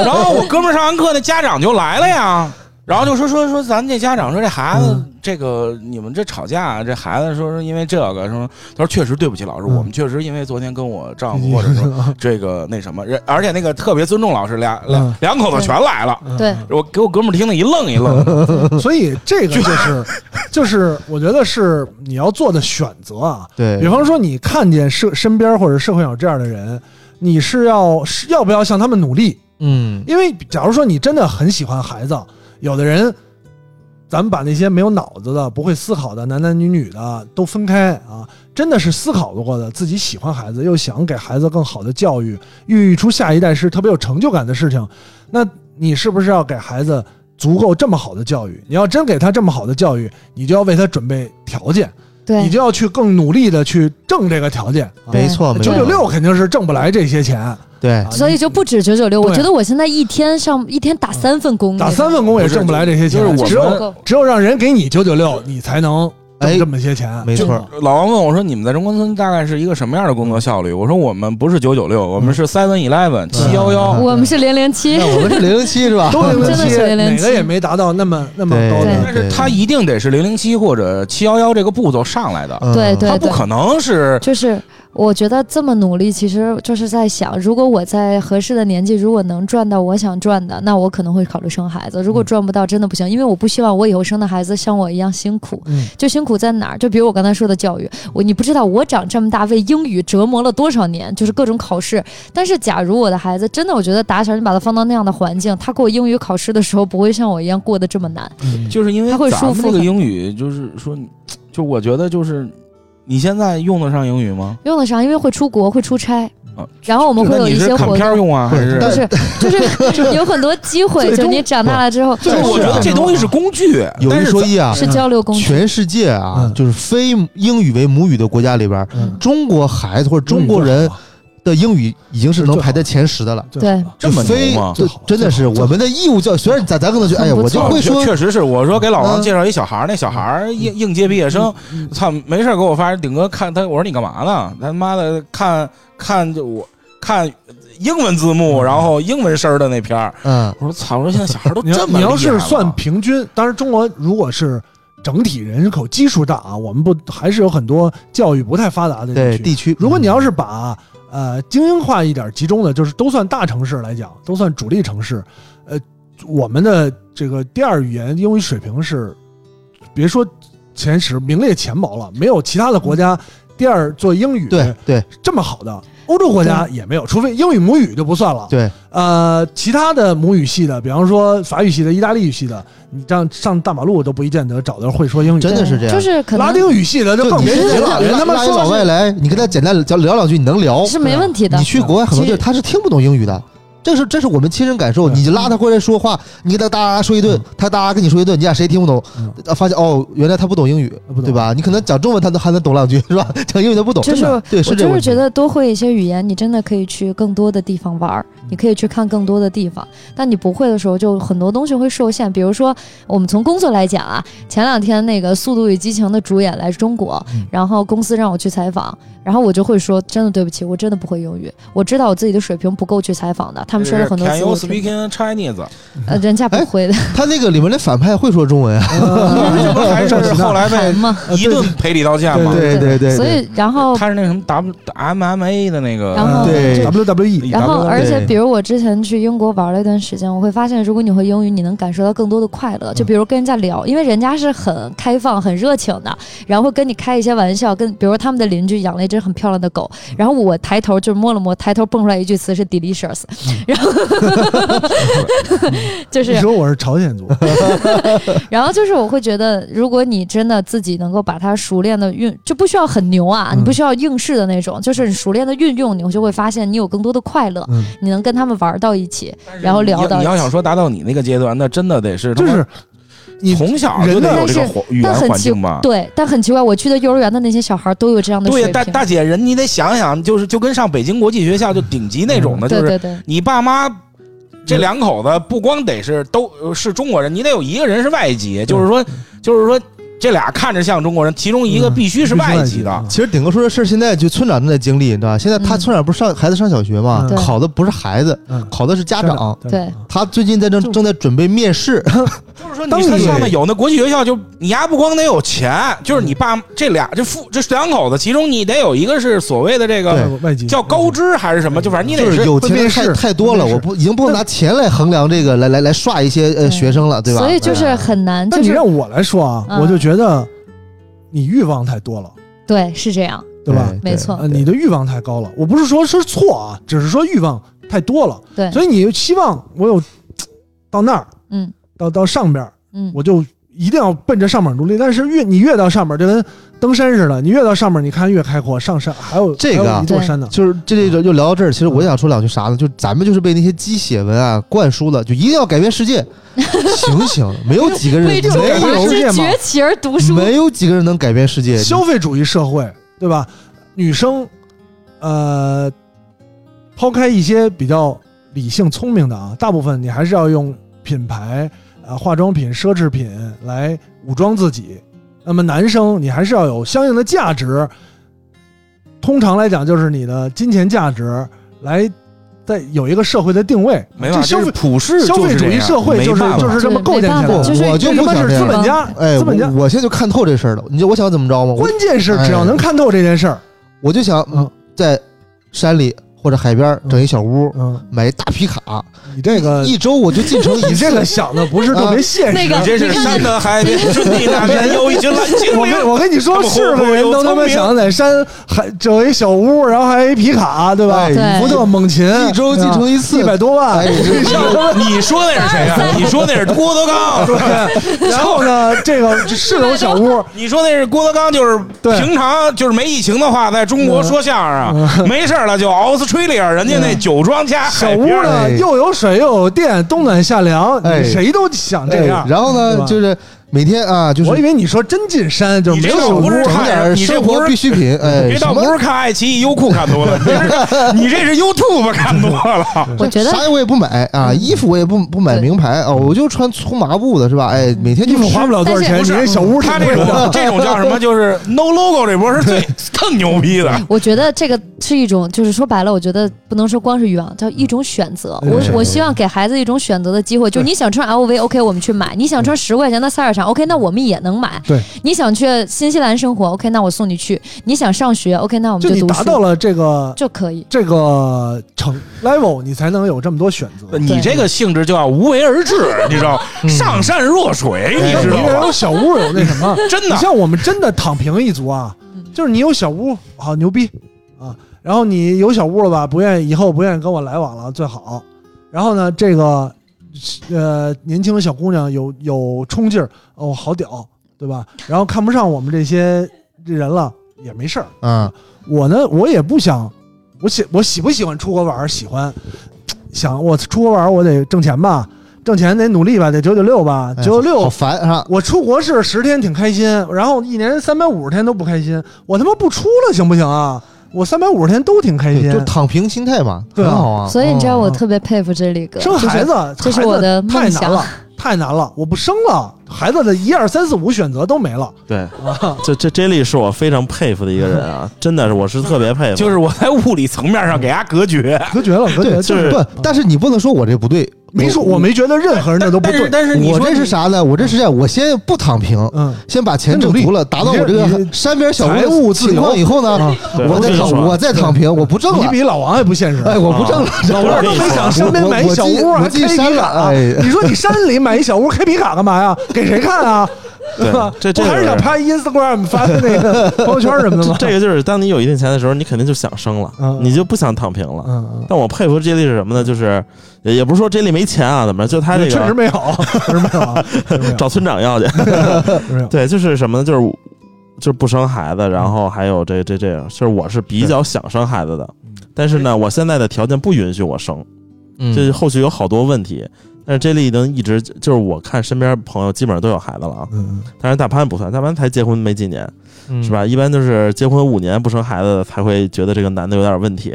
Speaker 7: 然后我哥们儿上完课，那家长就来了呀。然后就说说说，咱这家长说这孩子
Speaker 5: 嗯
Speaker 7: 这个你们这吵架，啊这孩子说是因为这个，说他说确实对不起老师，
Speaker 5: 嗯
Speaker 7: 我们确实因为昨天跟啊我丈夫或者 说这个那什么，人而且那个特别尊重老师，俩两
Speaker 5: 嗯
Speaker 7: 两口子全来了，
Speaker 5: 嗯
Speaker 2: 对
Speaker 7: 我给我哥们儿听的一愣一愣的。
Speaker 5: 所以这个就是，就是我觉得是你要做的选择啊。
Speaker 3: 对，
Speaker 5: 比方说，你看见社身边或者社会上有这样的人，你是要是要不要向他们努力？
Speaker 3: 嗯，
Speaker 5: 因为假如说你真的很喜欢孩子，有的人，咱们把那些没有脑子的、不会思考的男男女女的都分开啊，真的是思考过的，自己喜欢孩子，又想给孩子更好的教育，孕育出下一代是特别有成就感的事情。那你是不是要给孩子足够这么好的教育？你要真给他这么好的教育，你就要为他准备条件，
Speaker 2: 对
Speaker 5: 你就要去更努力的去挣这个条件。啊
Speaker 3: 没错，没
Speaker 5: 九
Speaker 3: 错，
Speaker 5: 九六肯定是挣不来这些钱，
Speaker 3: 对
Speaker 5: 啊，
Speaker 2: 所以就不止九九六。我
Speaker 5: 对
Speaker 2: 觉得我现在一天上一天打三份工，
Speaker 5: 打三份工也挣不来这些钱，
Speaker 7: 不是就
Speaker 5: 只
Speaker 7: 是我
Speaker 5: 有
Speaker 7: 们
Speaker 2: 工，
Speaker 5: 只有让人给你九九六，你才能挣
Speaker 3: 哎
Speaker 5: 这么些钱。
Speaker 3: 没错，
Speaker 7: 老王问我说：“你们在中关村大概是一个什么样的工作
Speaker 3: 嗯
Speaker 7: 效率？”我说：“我们不是九九六，我们是 seven eleven 七幺幺。
Speaker 3: 嗯
Speaker 2: 我们是零零七
Speaker 5: 嗯
Speaker 3: 那。我们是零零七是吧？
Speaker 5: 都零
Speaker 2: 真
Speaker 5: 零
Speaker 2: 的是
Speaker 5: 七，
Speaker 2: 007
Speaker 5: 哪个也没达到那么那么高
Speaker 3: 对
Speaker 5: 的。
Speaker 7: 但是他一定得是零零七或者七幺幺这个步骤上来的，
Speaker 3: 嗯
Speaker 2: 对 对
Speaker 7: 他不可能是
Speaker 2: 就是我觉得这么努力，其实就是在想，如果我在合适的年纪，如果能赚到我想赚的，那我可能会考虑生孩子。
Speaker 7: 嗯
Speaker 2: 如果赚不到，真的不行，因为我不希望我以后生的孩子像我一样辛苦。
Speaker 5: 嗯
Speaker 2: 就辛苦在哪儿？就比如我刚才说的教育，我你不知道我长这么大为英语折磨了多少年，就是各种考试。但是假如我的孩子真的，我觉得打小你把他放到那样的环境，他过英语考试的时候不会像我一样过得这么难。
Speaker 5: 嗯
Speaker 7: 就是因为
Speaker 2: 他会
Speaker 7: 咱们
Speaker 2: 舒服
Speaker 7: 这个
Speaker 2: 很
Speaker 7: 英语，就是说，就我觉得就是，你现在用得上英语吗？
Speaker 2: 用得上，因为会出国，会出差
Speaker 7: 啊，
Speaker 2: 然后我们会
Speaker 7: 那
Speaker 2: 有
Speaker 7: 你
Speaker 2: 一
Speaker 7: 是
Speaker 2: 些
Speaker 7: 砍
Speaker 2: 活
Speaker 7: 片儿
Speaker 2: 动。
Speaker 7: 用啊，还是
Speaker 2: 不是，就是 有很多机会，就是你长大了之后，
Speaker 3: 最
Speaker 7: 我觉得这东西是工具，
Speaker 3: 有
Speaker 7: 但
Speaker 3: 一
Speaker 7: 是
Speaker 3: 说
Speaker 7: 咱
Speaker 3: 一啊，
Speaker 2: 是交流工具。
Speaker 3: 全世界啊，
Speaker 5: 嗯
Speaker 3: 就是非英语为母语的国家里边，
Speaker 5: 嗯
Speaker 3: 中国孩子或者中国人的英语已经是能排在前十的了。
Speaker 5: 最好了
Speaker 2: 对
Speaker 7: 这么
Speaker 3: 非
Speaker 7: 牛吗？
Speaker 3: 就
Speaker 5: 最好
Speaker 3: 真的是
Speaker 5: 最好
Speaker 3: 我们的义务教育，虽然咱咱可能觉得，哎呀，
Speaker 2: 很不
Speaker 3: 我就
Speaker 2: 错
Speaker 3: 会说
Speaker 7: 确实是，我说给老王
Speaker 3: 嗯
Speaker 7: 介绍一小孩儿，那小孩儿应应届毕业生，操，没事儿给我发顶哥看他，我说你干嘛呢？他妈的看看就我看英文字幕，然后英文声儿的那片儿，
Speaker 3: 嗯，
Speaker 7: 嗯我说操，我说现在小孩儿都
Speaker 5: 你
Speaker 7: 这
Speaker 5: 要
Speaker 7: 么
Speaker 5: 你要是
Speaker 7: 厉害了
Speaker 5: 算平均，当然中国如果是整体人口基数大啊，我们不还是有很多教育不太发达的
Speaker 3: 对
Speaker 5: 地区。
Speaker 3: 地区，
Speaker 5: 如果你要是把呃精英化一点集中的，就是都算大城市来讲，都算主力城市，呃，我们的这个第二语言英语水平是，别说前十，名列前茅了，没有其他的国家第二做英语
Speaker 3: 对对
Speaker 5: 这么好的。欧洲国家也没有，除非英语母语就不算了。
Speaker 3: 对，
Speaker 5: 呃，其他的母语系的，比方说法语系的、意大利语系的，你这样上大马路都不一见得找到会说英语的。
Speaker 3: 真的是这样
Speaker 2: 就是可能
Speaker 5: 拉丁语系的就
Speaker 3: 就
Speaker 5: 更
Speaker 3: 你
Speaker 5: 别提
Speaker 3: 是
Speaker 5: 了，人他妈
Speaker 3: 拉一
Speaker 5: 说
Speaker 3: 老
Speaker 5: 是
Speaker 3: 外来，你跟他简单聊聊两句，你能聊。
Speaker 2: 是没问题的
Speaker 3: 你。去国外很多地
Speaker 2: 其实
Speaker 3: 儿他是听不懂英语的，这是这是我们亲身感受。
Speaker 5: 对
Speaker 3: 你拉他过来说话，你给他哒哒说一
Speaker 2: 嗯
Speaker 3: 顿，他哒哒跟你说一顿，你俩谁听不懂
Speaker 5: 嗯？
Speaker 3: 啊发现哦，原来他不懂英语
Speaker 5: 不，懂
Speaker 3: 对吧？你可能讲中文他都还能懂两句，是吧？ 讲英语他不懂，
Speaker 2: 就是
Speaker 3: 真的对，
Speaker 2: 我
Speaker 3: 是这
Speaker 2: 就
Speaker 3: 个
Speaker 2: 是
Speaker 3: 问题
Speaker 2: 觉。得多会一些语言，你真的可以去更多的地方玩儿，
Speaker 3: 嗯
Speaker 2: 你可以去看更多的地方。但你不会的时候，就很多东西会受限。比如说，我们从工作来讲啊，前两天那个《速度与激情》的主演来中国，
Speaker 3: 嗯
Speaker 2: 然后公司让我去采访，然后我就会说，真的对不起，我真的不会英语，我知道我自己的水平不够去采访的。他们说了很多
Speaker 7: ，Can
Speaker 2: 次
Speaker 7: you
Speaker 2: 我听，
Speaker 7: speak in Chinese？
Speaker 2: 呃，人家不
Speaker 3: 哎
Speaker 2: 会的，
Speaker 3: 他那个里面的反派会说中文啊，
Speaker 7: 这 不还是后来被
Speaker 2: 难嘛。
Speaker 7: 一顿赔礼道歉吗？
Speaker 3: 对对对，
Speaker 2: 所以，然后
Speaker 7: 他是那什么 W M M A 的那个，
Speaker 2: 哦
Speaker 7: 嗯
Speaker 2: 然后
Speaker 3: 对
Speaker 5: WWE
Speaker 2: 然后，
Speaker 7: WWE
Speaker 2: 而且
Speaker 3: 对
Speaker 2: 比如我之前去英国玩了一段时间，我会发现，如果你会英语，你能感受到更多的快乐。
Speaker 3: 嗯
Speaker 2: 就比如跟人家聊，因为人家是很开放、很热情的，然后会跟你开一些玩笑。跟比如他们的邻居养了一只很漂亮的狗，
Speaker 3: 嗯
Speaker 2: 然后我抬头就摸了摸，抬头蹦出来一句词是 delicious，然
Speaker 3: 嗯
Speaker 2: 后 就
Speaker 5: 你
Speaker 2: 是，
Speaker 5: 说我是 朝鲜族，
Speaker 2: 然后就是我会觉得，如果你真的自己能够把它熟练的运，就不需要很牛啊，
Speaker 3: 嗯
Speaker 2: 你不需要应试的那种，就是你熟练的运用，你就会发现你有更多的快乐。
Speaker 5: 嗯，
Speaker 2: 你能跟他们玩到一起，然后聊
Speaker 7: 你
Speaker 2: 到
Speaker 7: 要你要
Speaker 2: 一起
Speaker 7: 想说达到你那个阶段，那真的得是他
Speaker 5: 就
Speaker 7: 妈
Speaker 5: 是你
Speaker 7: 从小就得有这个环语言
Speaker 2: 但很
Speaker 7: 环
Speaker 2: 奇
Speaker 7: 境吧？
Speaker 2: 对，但很奇怪，我去的幼儿园的那些小孩都有这样的
Speaker 7: 对
Speaker 2: 水
Speaker 7: 呀，
Speaker 2: 平。
Speaker 7: 大大姐人，你得想想，就是就跟上北京国际学校就顶级那种的，
Speaker 2: 对
Speaker 7: 就是
Speaker 2: 对对，
Speaker 7: 你爸妈这两口子不光得是都呃是中国人，你得有一个人是外籍，就是说就是说这俩看着像中国人，其中一个
Speaker 5: 嗯
Speaker 7: 必须是外籍的
Speaker 5: 嗯。
Speaker 3: 其实顶哥说这事儿，现在就村长正在经历，你知道吧？现在他
Speaker 2: 嗯
Speaker 3: 村长不是上孩子上小学嘛，
Speaker 5: 嗯
Speaker 3: 考的不是孩子，
Speaker 5: 嗯
Speaker 3: 考的是家长。
Speaker 2: 对
Speaker 3: 他最近在正
Speaker 5: 就
Speaker 3: 正在准备面试，
Speaker 7: 就是说，
Speaker 5: 当
Speaker 7: 你看
Speaker 5: 你
Speaker 7: 上面有那国际学校，就你丫不光得有钱，就是你爸这俩这父这两口子，其中你得有一个是所谓的这
Speaker 5: 外
Speaker 7: 个
Speaker 5: 国外籍
Speaker 7: 叫高知还是什嗯么，就反正你
Speaker 3: 就
Speaker 7: 得
Speaker 3: 是有钱人
Speaker 5: 面
Speaker 3: 太
Speaker 5: 试
Speaker 3: 太多了，
Speaker 5: 面试
Speaker 3: 我不已经不能拿钱来衡量这个，来来来刷一些呃
Speaker 2: 对
Speaker 3: 学生了，对吧？啊
Speaker 2: 所以
Speaker 5: 啊
Speaker 2: 就是很难，
Speaker 5: 但
Speaker 2: 就
Speaker 5: 你
Speaker 2: 是
Speaker 5: 让我来说啊，
Speaker 2: 嗯
Speaker 5: 我就觉得你欲望太多了，
Speaker 2: 对，是这样，
Speaker 5: 对吧？
Speaker 2: 没错
Speaker 3: 啊
Speaker 5: 呃，你的欲望太高了。我不是说是错啊，只是说欲望太多了。
Speaker 2: 对
Speaker 5: 所以你希望我有到那儿，
Speaker 2: 嗯
Speaker 5: 到到上边儿，
Speaker 2: 嗯，
Speaker 5: 我就一定要奔着上面努力。但是越你越到上面，就跟登山似的，你越到上面，你看越开阔，上山还有
Speaker 3: 这个啊
Speaker 5: 还有一座山呢。
Speaker 3: 就是这这就就聊到这儿。其实我想说两句啥呢？就咱们就是被那些鸡血文啊灌输了，就一定要改变世 界。醒醒，没有几个人
Speaker 10: 为
Speaker 3: 没
Speaker 10: 中
Speaker 5: 没
Speaker 10: 华
Speaker 5: 有
Speaker 10: 之
Speaker 5: 这嘛
Speaker 10: 崛起而读书，
Speaker 3: 没有几个人能改变世界。
Speaker 5: 消费主义社会，对吧？女生，呃，抛开一些比较理性聪明的啊，大部分你还是要用品牌、呃化妆品、奢侈品来武装自己。那么男生，你还是要有相应的价值，通常来讲就是你的金钱价值来。在有一个社会的定位，
Speaker 7: 没
Speaker 5: 这
Speaker 7: 法，
Speaker 5: 消
Speaker 7: 这
Speaker 5: 费
Speaker 7: 是普世
Speaker 5: 消费主义社会就是就是这么构建起来
Speaker 2: 没办
Speaker 5: 的
Speaker 2: 法。就是
Speaker 3: 我就
Speaker 5: 这他
Speaker 3: 不
Speaker 5: 妈
Speaker 3: 想
Speaker 5: 是
Speaker 3: 这
Speaker 5: 资
Speaker 3: 样。
Speaker 5: 本家，
Speaker 3: 哎，
Speaker 5: 资本家
Speaker 3: 我。我现在就看透这事儿了。你知道我想怎么着吗？我
Speaker 5: 关键是只要能看透这件事儿，
Speaker 3: 我就想
Speaker 5: 嗯，
Speaker 3: 在山里或者海边整一小屋，
Speaker 5: 嗯，
Speaker 3: 买一大皮卡，
Speaker 5: 你这个
Speaker 3: 一周我就进 城一次。
Speaker 5: 你这个想的不是特别现
Speaker 2: 那
Speaker 5: 实。
Speaker 2: 个
Speaker 7: 你这是
Speaker 2: 你看
Speaker 7: 山
Speaker 2: 看
Speaker 7: 的海边， 顺地大山有一群蓝精
Speaker 5: 我
Speaker 7: 灵
Speaker 5: 跟。我跟你说
Speaker 7: 他，们
Speaker 5: 是
Speaker 7: 活
Speaker 5: 不
Speaker 7: 泼
Speaker 5: 是人
Speaker 7: 又
Speaker 5: 都他
Speaker 7: 聪
Speaker 5: 妈
Speaker 7: 明
Speaker 5: 想着在山还整一小屋，然后还有一皮卡，对吧？
Speaker 3: 哎
Speaker 2: 对
Speaker 5: 福特猛禽，
Speaker 3: 一周进城一次
Speaker 5: 一百多万
Speaker 3: 哎，你 这
Speaker 7: 你说那是谁 啊？你说那是郭德纲。
Speaker 5: 然后呢，这个是有小屋，
Speaker 7: 你说那是郭德纲，就是
Speaker 5: 对
Speaker 7: 平常就是没疫情的话，在中国说相声
Speaker 5: 嗯
Speaker 7: 啊，没事儿了就奥斯吹里尔，人家那酒庄家
Speaker 5: 小
Speaker 7: 海
Speaker 5: 屋
Speaker 7: 边儿
Speaker 5: 呢
Speaker 3: 哎
Speaker 5: 又有水又有电，冬暖夏凉，
Speaker 3: 哎
Speaker 5: 你谁都想啊这
Speaker 3: 哎
Speaker 5: 样。
Speaker 3: 然后
Speaker 5: 对
Speaker 3: 呢，
Speaker 5: 吧
Speaker 3: 就是每天啊，就是
Speaker 5: 我以为你说真进山，就
Speaker 7: 你
Speaker 5: 没
Speaker 7: 这
Speaker 5: 有
Speaker 7: 个
Speaker 5: 小屋
Speaker 7: 不是
Speaker 3: 整
Speaker 7: 看
Speaker 3: 点儿
Speaker 7: 你这
Speaker 3: 生
Speaker 7: 不
Speaker 3: 活
Speaker 7: 是
Speaker 3: 必需 品，哎，
Speaker 7: 别
Speaker 3: 什
Speaker 7: 倒不
Speaker 3: 么
Speaker 7: 是看爱奇艺、优酷看多了，你这是你这是 YouTube 看多了。
Speaker 2: 我觉得嗯
Speaker 3: 啥我也不买啊，衣服我也不不买名牌啊，我就穿粗麻布的是吧？哎，每天
Speaker 5: 衣
Speaker 3: 就
Speaker 5: 服
Speaker 3: 吃
Speaker 5: 花不了多少钱，
Speaker 7: 但
Speaker 5: 你
Speaker 7: 是
Speaker 5: 这小屋
Speaker 7: 他
Speaker 5: 挺
Speaker 7: 这
Speaker 5: 贵的
Speaker 7: 种 这种叫什么？就是 No Logo 这波是 最更牛逼的。
Speaker 2: 我觉得这个是一种，就是说白了，我觉得不能说光是欲望，叫一种选择。
Speaker 5: 嗯
Speaker 2: 我
Speaker 5: 是
Speaker 2: 我希望给孩子一种选择的机会，就是你想穿 LV，OK，、我们去买；你想穿十块钱的赛尔场，OK，那我们也能买。
Speaker 5: 对，
Speaker 2: 你想去新西兰生活，OK，那我送你去；你想上学，OK，那我们
Speaker 5: 就你
Speaker 2: 读
Speaker 5: 达到
Speaker 2: 书
Speaker 5: 了这个
Speaker 2: 就可以。
Speaker 5: 这个成 level，你才能有这么多选择。
Speaker 7: 呃你这个性质就要无为而治，你知道？
Speaker 5: 嗯
Speaker 7: 上善若水，你
Speaker 5: 你
Speaker 7: 知道
Speaker 5: 人有
Speaker 7: 吗？
Speaker 5: 小屋有那什么？
Speaker 7: 真
Speaker 5: 你
Speaker 7: 的，啊嗯
Speaker 5: 像我们真的躺平一族啊，就是你有小屋，好牛逼啊！然后你有小屋了吧？不愿意以后不愿意跟我来往了，最好。然后呢，这个呃年轻的小姑娘有有冲劲儿，哦，好屌，对吧？然后看不上我们这些人了也没事儿。
Speaker 3: 啊，
Speaker 5: 我呢，我也不想，我喜我喜不喜欢出国玩儿？喜欢，想我出国玩儿我得挣钱吧，挣钱得努力吧，得九九六吧，
Speaker 3: 哎
Speaker 5: 九九
Speaker 3: 好
Speaker 5: 六
Speaker 3: 烦啊！
Speaker 5: 我出国是十天挺开心，然后一年三百五十天都不开心，我他妈不出了行不行啊？我三百五十天都挺开心
Speaker 3: 就，躺平心态嘛，
Speaker 5: 对
Speaker 3: 很
Speaker 5: 啊
Speaker 3: 好啊。
Speaker 2: 所以你知道，
Speaker 5: 哦
Speaker 2: 我特别佩服这李哥，
Speaker 5: 生孩子，
Speaker 2: 这是
Speaker 5: 孩子
Speaker 2: 我的
Speaker 5: 太
Speaker 2: 梦想
Speaker 5: 难了，太难了，我不生了，孩子的一二三四五选择都没了，
Speaker 4: 对，这这 J 莉是我非常佩服的一个人啊，真的是我是特别佩服。
Speaker 7: 就是我在物理层面上给他隔绝。
Speaker 5: 啊隔绝了，隔绝
Speaker 3: 对，
Speaker 5: 就是
Speaker 3: 不，但是你不能说我这不对，
Speaker 5: 没说，我没觉得任何人的都不
Speaker 7: 但是
Speaker 5: 对，
Speaker 7: 但是你
Speaker 3: 我
Speaker 7: 说
Speaker 3: 这
Speaker 7: 你
Speaker 3: 是啥呢？我这是这样，我先不躺平，
Speaker 5: 嗯，
Speaker 3: 先把钱挣
Speaker 5: 先
Speaker 3: 足
Speaker 5: 努
Speaker 3: 了，
Speaker 5: 力
Speaker 3: 达到我这
Speaker 5: 你这你
Speaker 3: 个
Speaker 5: 这
Speaker 3: 山边小屋
Speaker 5: 财务
Speaker 3: 的
Speaker 5: 自由嗯
Speaker 3: 情况以后呢，
Speaker 4: 对
Speaker 3: 我
Speaker 4: 我跟
Speaker 3: 再
Speaker 4: 你
Speaker 3: 躺，
Speaker 4: 说
Speaker 3: 我再躺平，我不挣
Speaker 5: 你
Speaker 3: 了，
Speaker 5: 比老王还不现实，
Speaker 3: 哎，我不挣了
Speaker 4: 啊，
Speaker 3: 这
Speaker 5: 老
Speaker 4: 我
Speaker 5: 王
Speaker 4: 跟
Speaker 5: 都
Speaker 4: 你
Speaker 5: 没
Speaker 4: 说
Speaker 5: 想身边买一小屋，
Speaker 3: 我
Speaker 5: 还
Speaker 3: 我进
Speaker 5: 开皮
Speaker 3: 山了
Speaker 5: 卡、
Speaker 3: 哎
Speaker 5: 你说你山里买一小屋开皮卡干嘛呀？给谁看 啊？对吧？
Speaker 4: 这这
Speaker 5: 我还是
Speaker 4: 个
Speaker 5: 想拍 Instagram 发那个朋友圈什么 的嘛。
Speaker 4: 这个就是当你有一定钱的时候，你肯定就想生了，
Speaker 5: 嗯
Speaker 4: 你就不想躺平了。
Speaker 5: 嗯，
Speaker 4: 但我佩服 J 莉是什么呢？就是也也不是说 J 莉没钱啊，怎么着就她这
Speaker 5: 确实
Speaker 4: 个
Speaker 5: 没有，确实没有啊，确实没有
Speaker 4: 找村长要去。
Speaker 5: 确 实没有。啊
Speaker 4: 对，就是什么呢？就是就是不生孩子，然后还有这这这样，就是我是比较想生孩子的，但是呢，我现在的条件不允许我生，这
Speaker 3: 嗯
Speaker 4: 后续有好多问题。但是 J 莉能一直就是我看身边朋友基本上都有孩子了啊，
Speaker 5: 嗯，
Speaker 4: 当然大潘不算，大潘才结婚没几年，
Speaker 3: 嗯
Speaker 4: 是吧？一般就是结婚五年不生孩子的才会觉得这个男的有点问 题。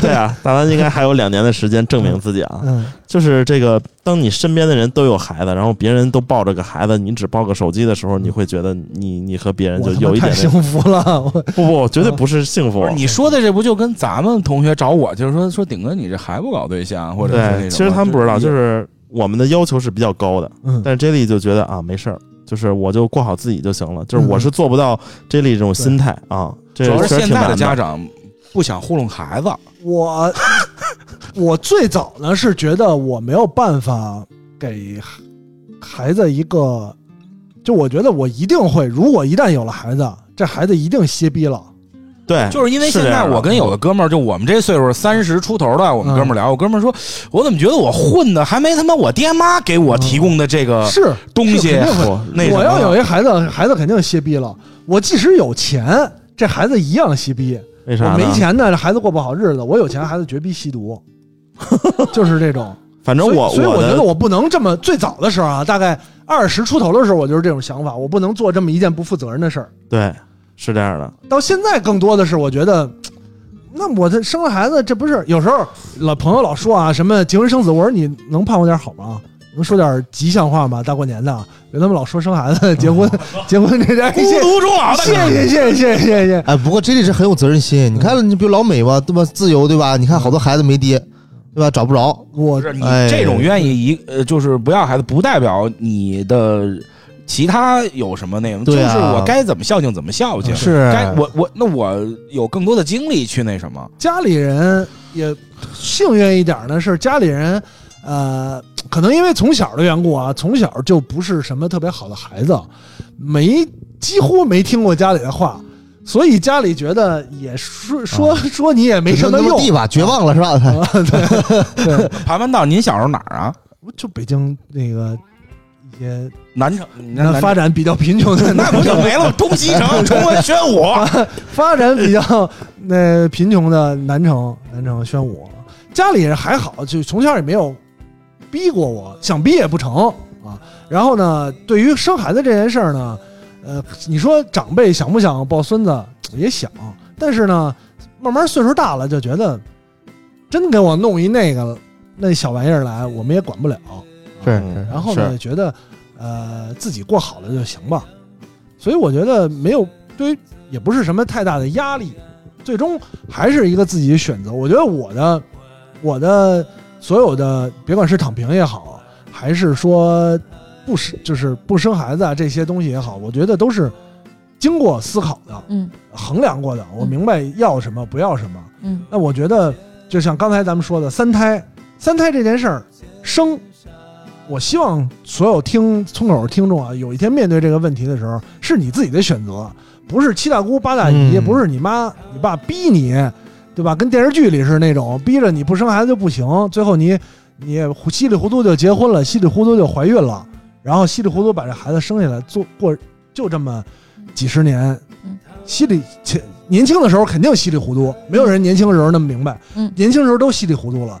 Speaker 4: 对啊，大潘应该还有两年的时间证明自己啊。
Speaker 5: 嗯
Speaker 4: 就是这个，当你身边的人都有孩子，然后别人都抱着个孩子，你只抱个手机的时候，你会觉得你你和别人就
Speaker 5: 我他妈
Speaker 4: 有一点
Speaker 5: 太幸
Speaker 4: 那
Speaker 5: 福 了，嗯我
Speaker 4: 不不，绝对不是幸福
Speaker 7: 不是。你说的这不就跟咱们同学找我，就是说说顶哥你这还不搞对象，或者是那种
Speaker 4: 对，其实他们不知道，
Speaker 7: 也
Speaker 4: 就是我们的要求是比较高的，
Speaker 5: 嗯，
Speaker 4: 但是 Jelly 就觉得啊，没事儿，就是我就过好自己就行了，就是我
Speaker 5: 嗯
Speaker 4: 是做不到 Jelly 这种心态啊。这
Speaker 7: 主要
Speaker 4: 确
Speaker 7: 是
Speaker 4: 实
Speaker 7: 现
Speaker 4: 挺
Speaker 7: 在的
Speaker 4: 难
Speaker 7: 家长不想糊弄孩子，
Speaker 5: 我我最早呢是觉得我没有办法给孩孩子一个，就我觉得我一定会，如果一旦有了孩子，这孩子一定歇逼了。
Speaker 4: 对，
Speaker 7: 就是因为现
Speaker 4: 哎这
Speaker 7: 在
Speaker 4: 样的嗯
Speaker 7: 我跟有的哥们儿，就我们这岁数三十出头的，我们
Speaker 5: 嗯
Speaker 7: 哥们儿聊，我哥们儿说，我怎么觉得我混的还没他妈我爹妈给我提供的这
Speaker 4: 呃
Speaker 7: 个
Speaker 5: 是，
Speaker 7: 东
Speaker 5: 是
Speaker 7: 西
Speaker 4: 哎
Speaker 5: 肯定会
Speaker 7: 好那什
Speaker 5: 我
Speaker 7: 么
Speaker 5: 要有一孩子，孩子肯定歇逼了。我即使有钱，这孩子一样歇逼。
Speaker 4: 为啥呢
Speaker 5: 我没，钱呢，这孩子过不好日子；我有钱，孩子绝逼吸毒， 就是这种。
Speaker 4: 反正
Speaker 5: 所以
Speaker 4: 我
Speaker 5: 所以我觉得
Speaker 4: 的
Speaker 5: 我不能这么。最早的时候啊，大概二十出头的时候，我就是这种想法，我不能做这么一件不负责任的事儿。
Speaker 4: 对是这样的，
Speaker 5: 到现在更多的是，我觉得，那我这生了孩子，这不是有时候老朋友老说啊，什么结婚生子，我说你能盼望点好吗？能说点吉祥话吗？大过年的，有他们老说生孩子、结婚、结婚这点，
Speaker 7: 孤
Speaker 5: 谢谢
Speaker 7: 独终老的感觉。
Speaker 5: 谢谢谢谢谢谢谢谢。
Speaker 3: 哎，不过 J 莉是很有责任心，你看，你比如老美吧，对吧？自由，对吧？你看好多孩子没爹，对吧？找不着，
Speaker 5: 我
Speaker 7: 不是你
Speaker 3: 哎
Speaker 7: 这种愿意一呃，就是不要孩子，不代表你的其他有什么内容？
Speaker 3: 对啊
Speaker 7: 就是我该怎么孝敬怎么孝敬，
Speaker 3: 是
Speaker 7: 该我我那我有更多的精力去那什么。
Speaker 5: 家里人也幸运一点的是，家里人呃，可能因为从小的缘故啊，从小就不是什么特别好的孩子，没几乎没听过家里的话，所以家里觉得也说说、说你也没什么
Speaker 3: 就那
Speaker 5: 用。嗯啊
Speaker 3: 地吧，绝望了是吧？他
Speaker 7: 盘盘道，您小时候哪儿啊？
Speaker 5: 就北京那个一些
Speaker 7: 南城，你看
Speaker 5: 那
Speaker 7: 南
Speaker 5: 发展比较贫 穷的
Speaker 7: 那不就没了？东西 城崇文宣武，
Speaker 5: 发展比较那贫穷的南城，南城宣武，家里人还好，就从小也没有逼过我，想逼也不成啊。然后呢，对于生孩子这件事儿呢，呃，你说长辈想不想抱孙子也想，但是呢，慢慢岁数大了就觉得，真给我弄一那个那小玩意儿来，我们也管不了。
Speaker 3: 是
Speaker 4: 嗯
Speaker 3: 是
Speaker 5: 然后呢，
Speaker 4: 是
Speaker 5: 觉得呃自己过好了就行吧。所以我觉得没有对于也不是什么太大的压力，最终还是一个自己的选择。我觉得我的我的所有的，别管是躺平也好，还是说不生就是不生孩子啊这些东西也好，我觉得都是经过思考的，
Speaker 11: 嗯，
Speaker 5: 衡量过的。我明白要什么，不要什么。
Speaker 11: 嗯，
Speaker 5: 那我觉得就像刚才咱们说的三胎，三胎这件事儿，生，我希望所有听村口听众啊，有一天面对这个问题的时候，是你自己的选择，不是七大姑八大姨，
Speaker 3: 嗯
Speaker 5: 不是你妈你爸逼你，对吧？跟电视剧里是那种逼着你不生孩子就不行，最后你你也糊稀里糊涂就结婚了，稀里糊涂就怀孕了，然后稀里糊涂把这孩子生下来，做过就这么几十年
Speaker 11: 嗯，
Speaker 5: 稀里切年轻的时候肯定稀里糊涂，没有人年轻时候那么明白，
Speaker 11: 嗯
Speaker 5: 年轻时候都稀里糊涂了。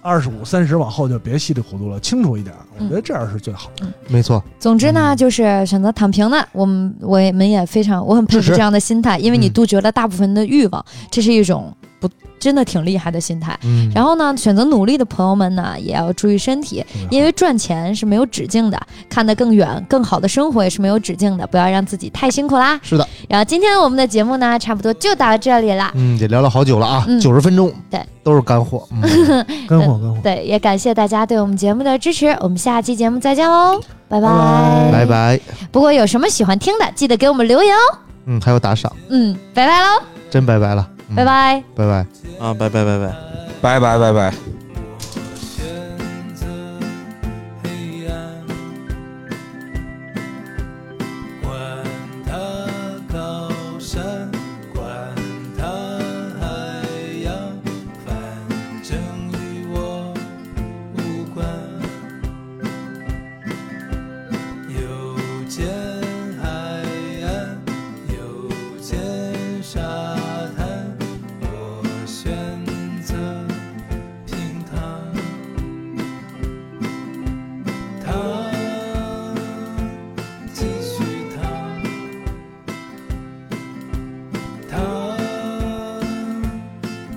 Speaker 5: 二十五、三十往后就别稀里糊涂了，清楚一点，我觉得这样是最好的。
Speaker 3: 没错，
Speaker 2: 总之呢，就是选择躺平呢，我们我也们也非常，我很佩
Speaker 3: 支
Speaker 2: 服
Speaker 3: 持
Speaker 2: 这样的心态，因为你
Speaker 3: 嗯
Speaker 2: 杜绝了大部分的欲望，这是一种不真的挺厉害的心态。
Speaker 3: 嗯，
Speaker 2: 然后呢，选择努力的朋友们呢，也要注意身体，
Speaker 3: 啊
Speaker 2: 因为赚钱是没有止境的，看得更远、更好的生活也是没有止境的，不要让自己太辛苦啦。
Speaker 3: 是的，
Speaker 2: 然后今天我们的节目呢，差不多就到这里啦。
Speaker 3: 嗯，也聊了好久了啊，
Speaker 2: 嗯
Speaker 3: 九十分钟，
Speaker 2: 对，
Speaker 3: 都是 干货，嗯
Speaker 5: 干货，干货。
Speaker 2: 对，也感谢大家对我们节目的支持，我们下期节目再见喽，拜拜。
Speaker 3: 拜拜，
Speaker 2: 不过有什么喜欢听的，记得给我们留言哦。
Speaker 3: 嗯，还有打赏，
Speaker 2: 嗯，拜拜喽，
Speaker 3: 真拜拜了，嗯
Speaker 2: 拜，拜。
Speaker 3: 拜拜。
Speaker 4: 啊，拜拜拜拜。
Speaker 7: 拜拜拜拜。
Speaker 9: 黑暗，管它高山，管它海洋，反正与我无关。有间海岸，有间沙滩，我选择平躺。他继续他，他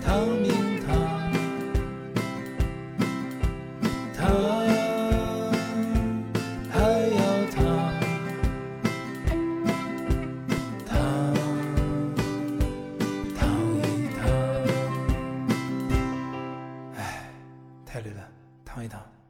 Speaker 9: 唐明他，他还要他，他唐一唐，哎，太累了，躺一躺。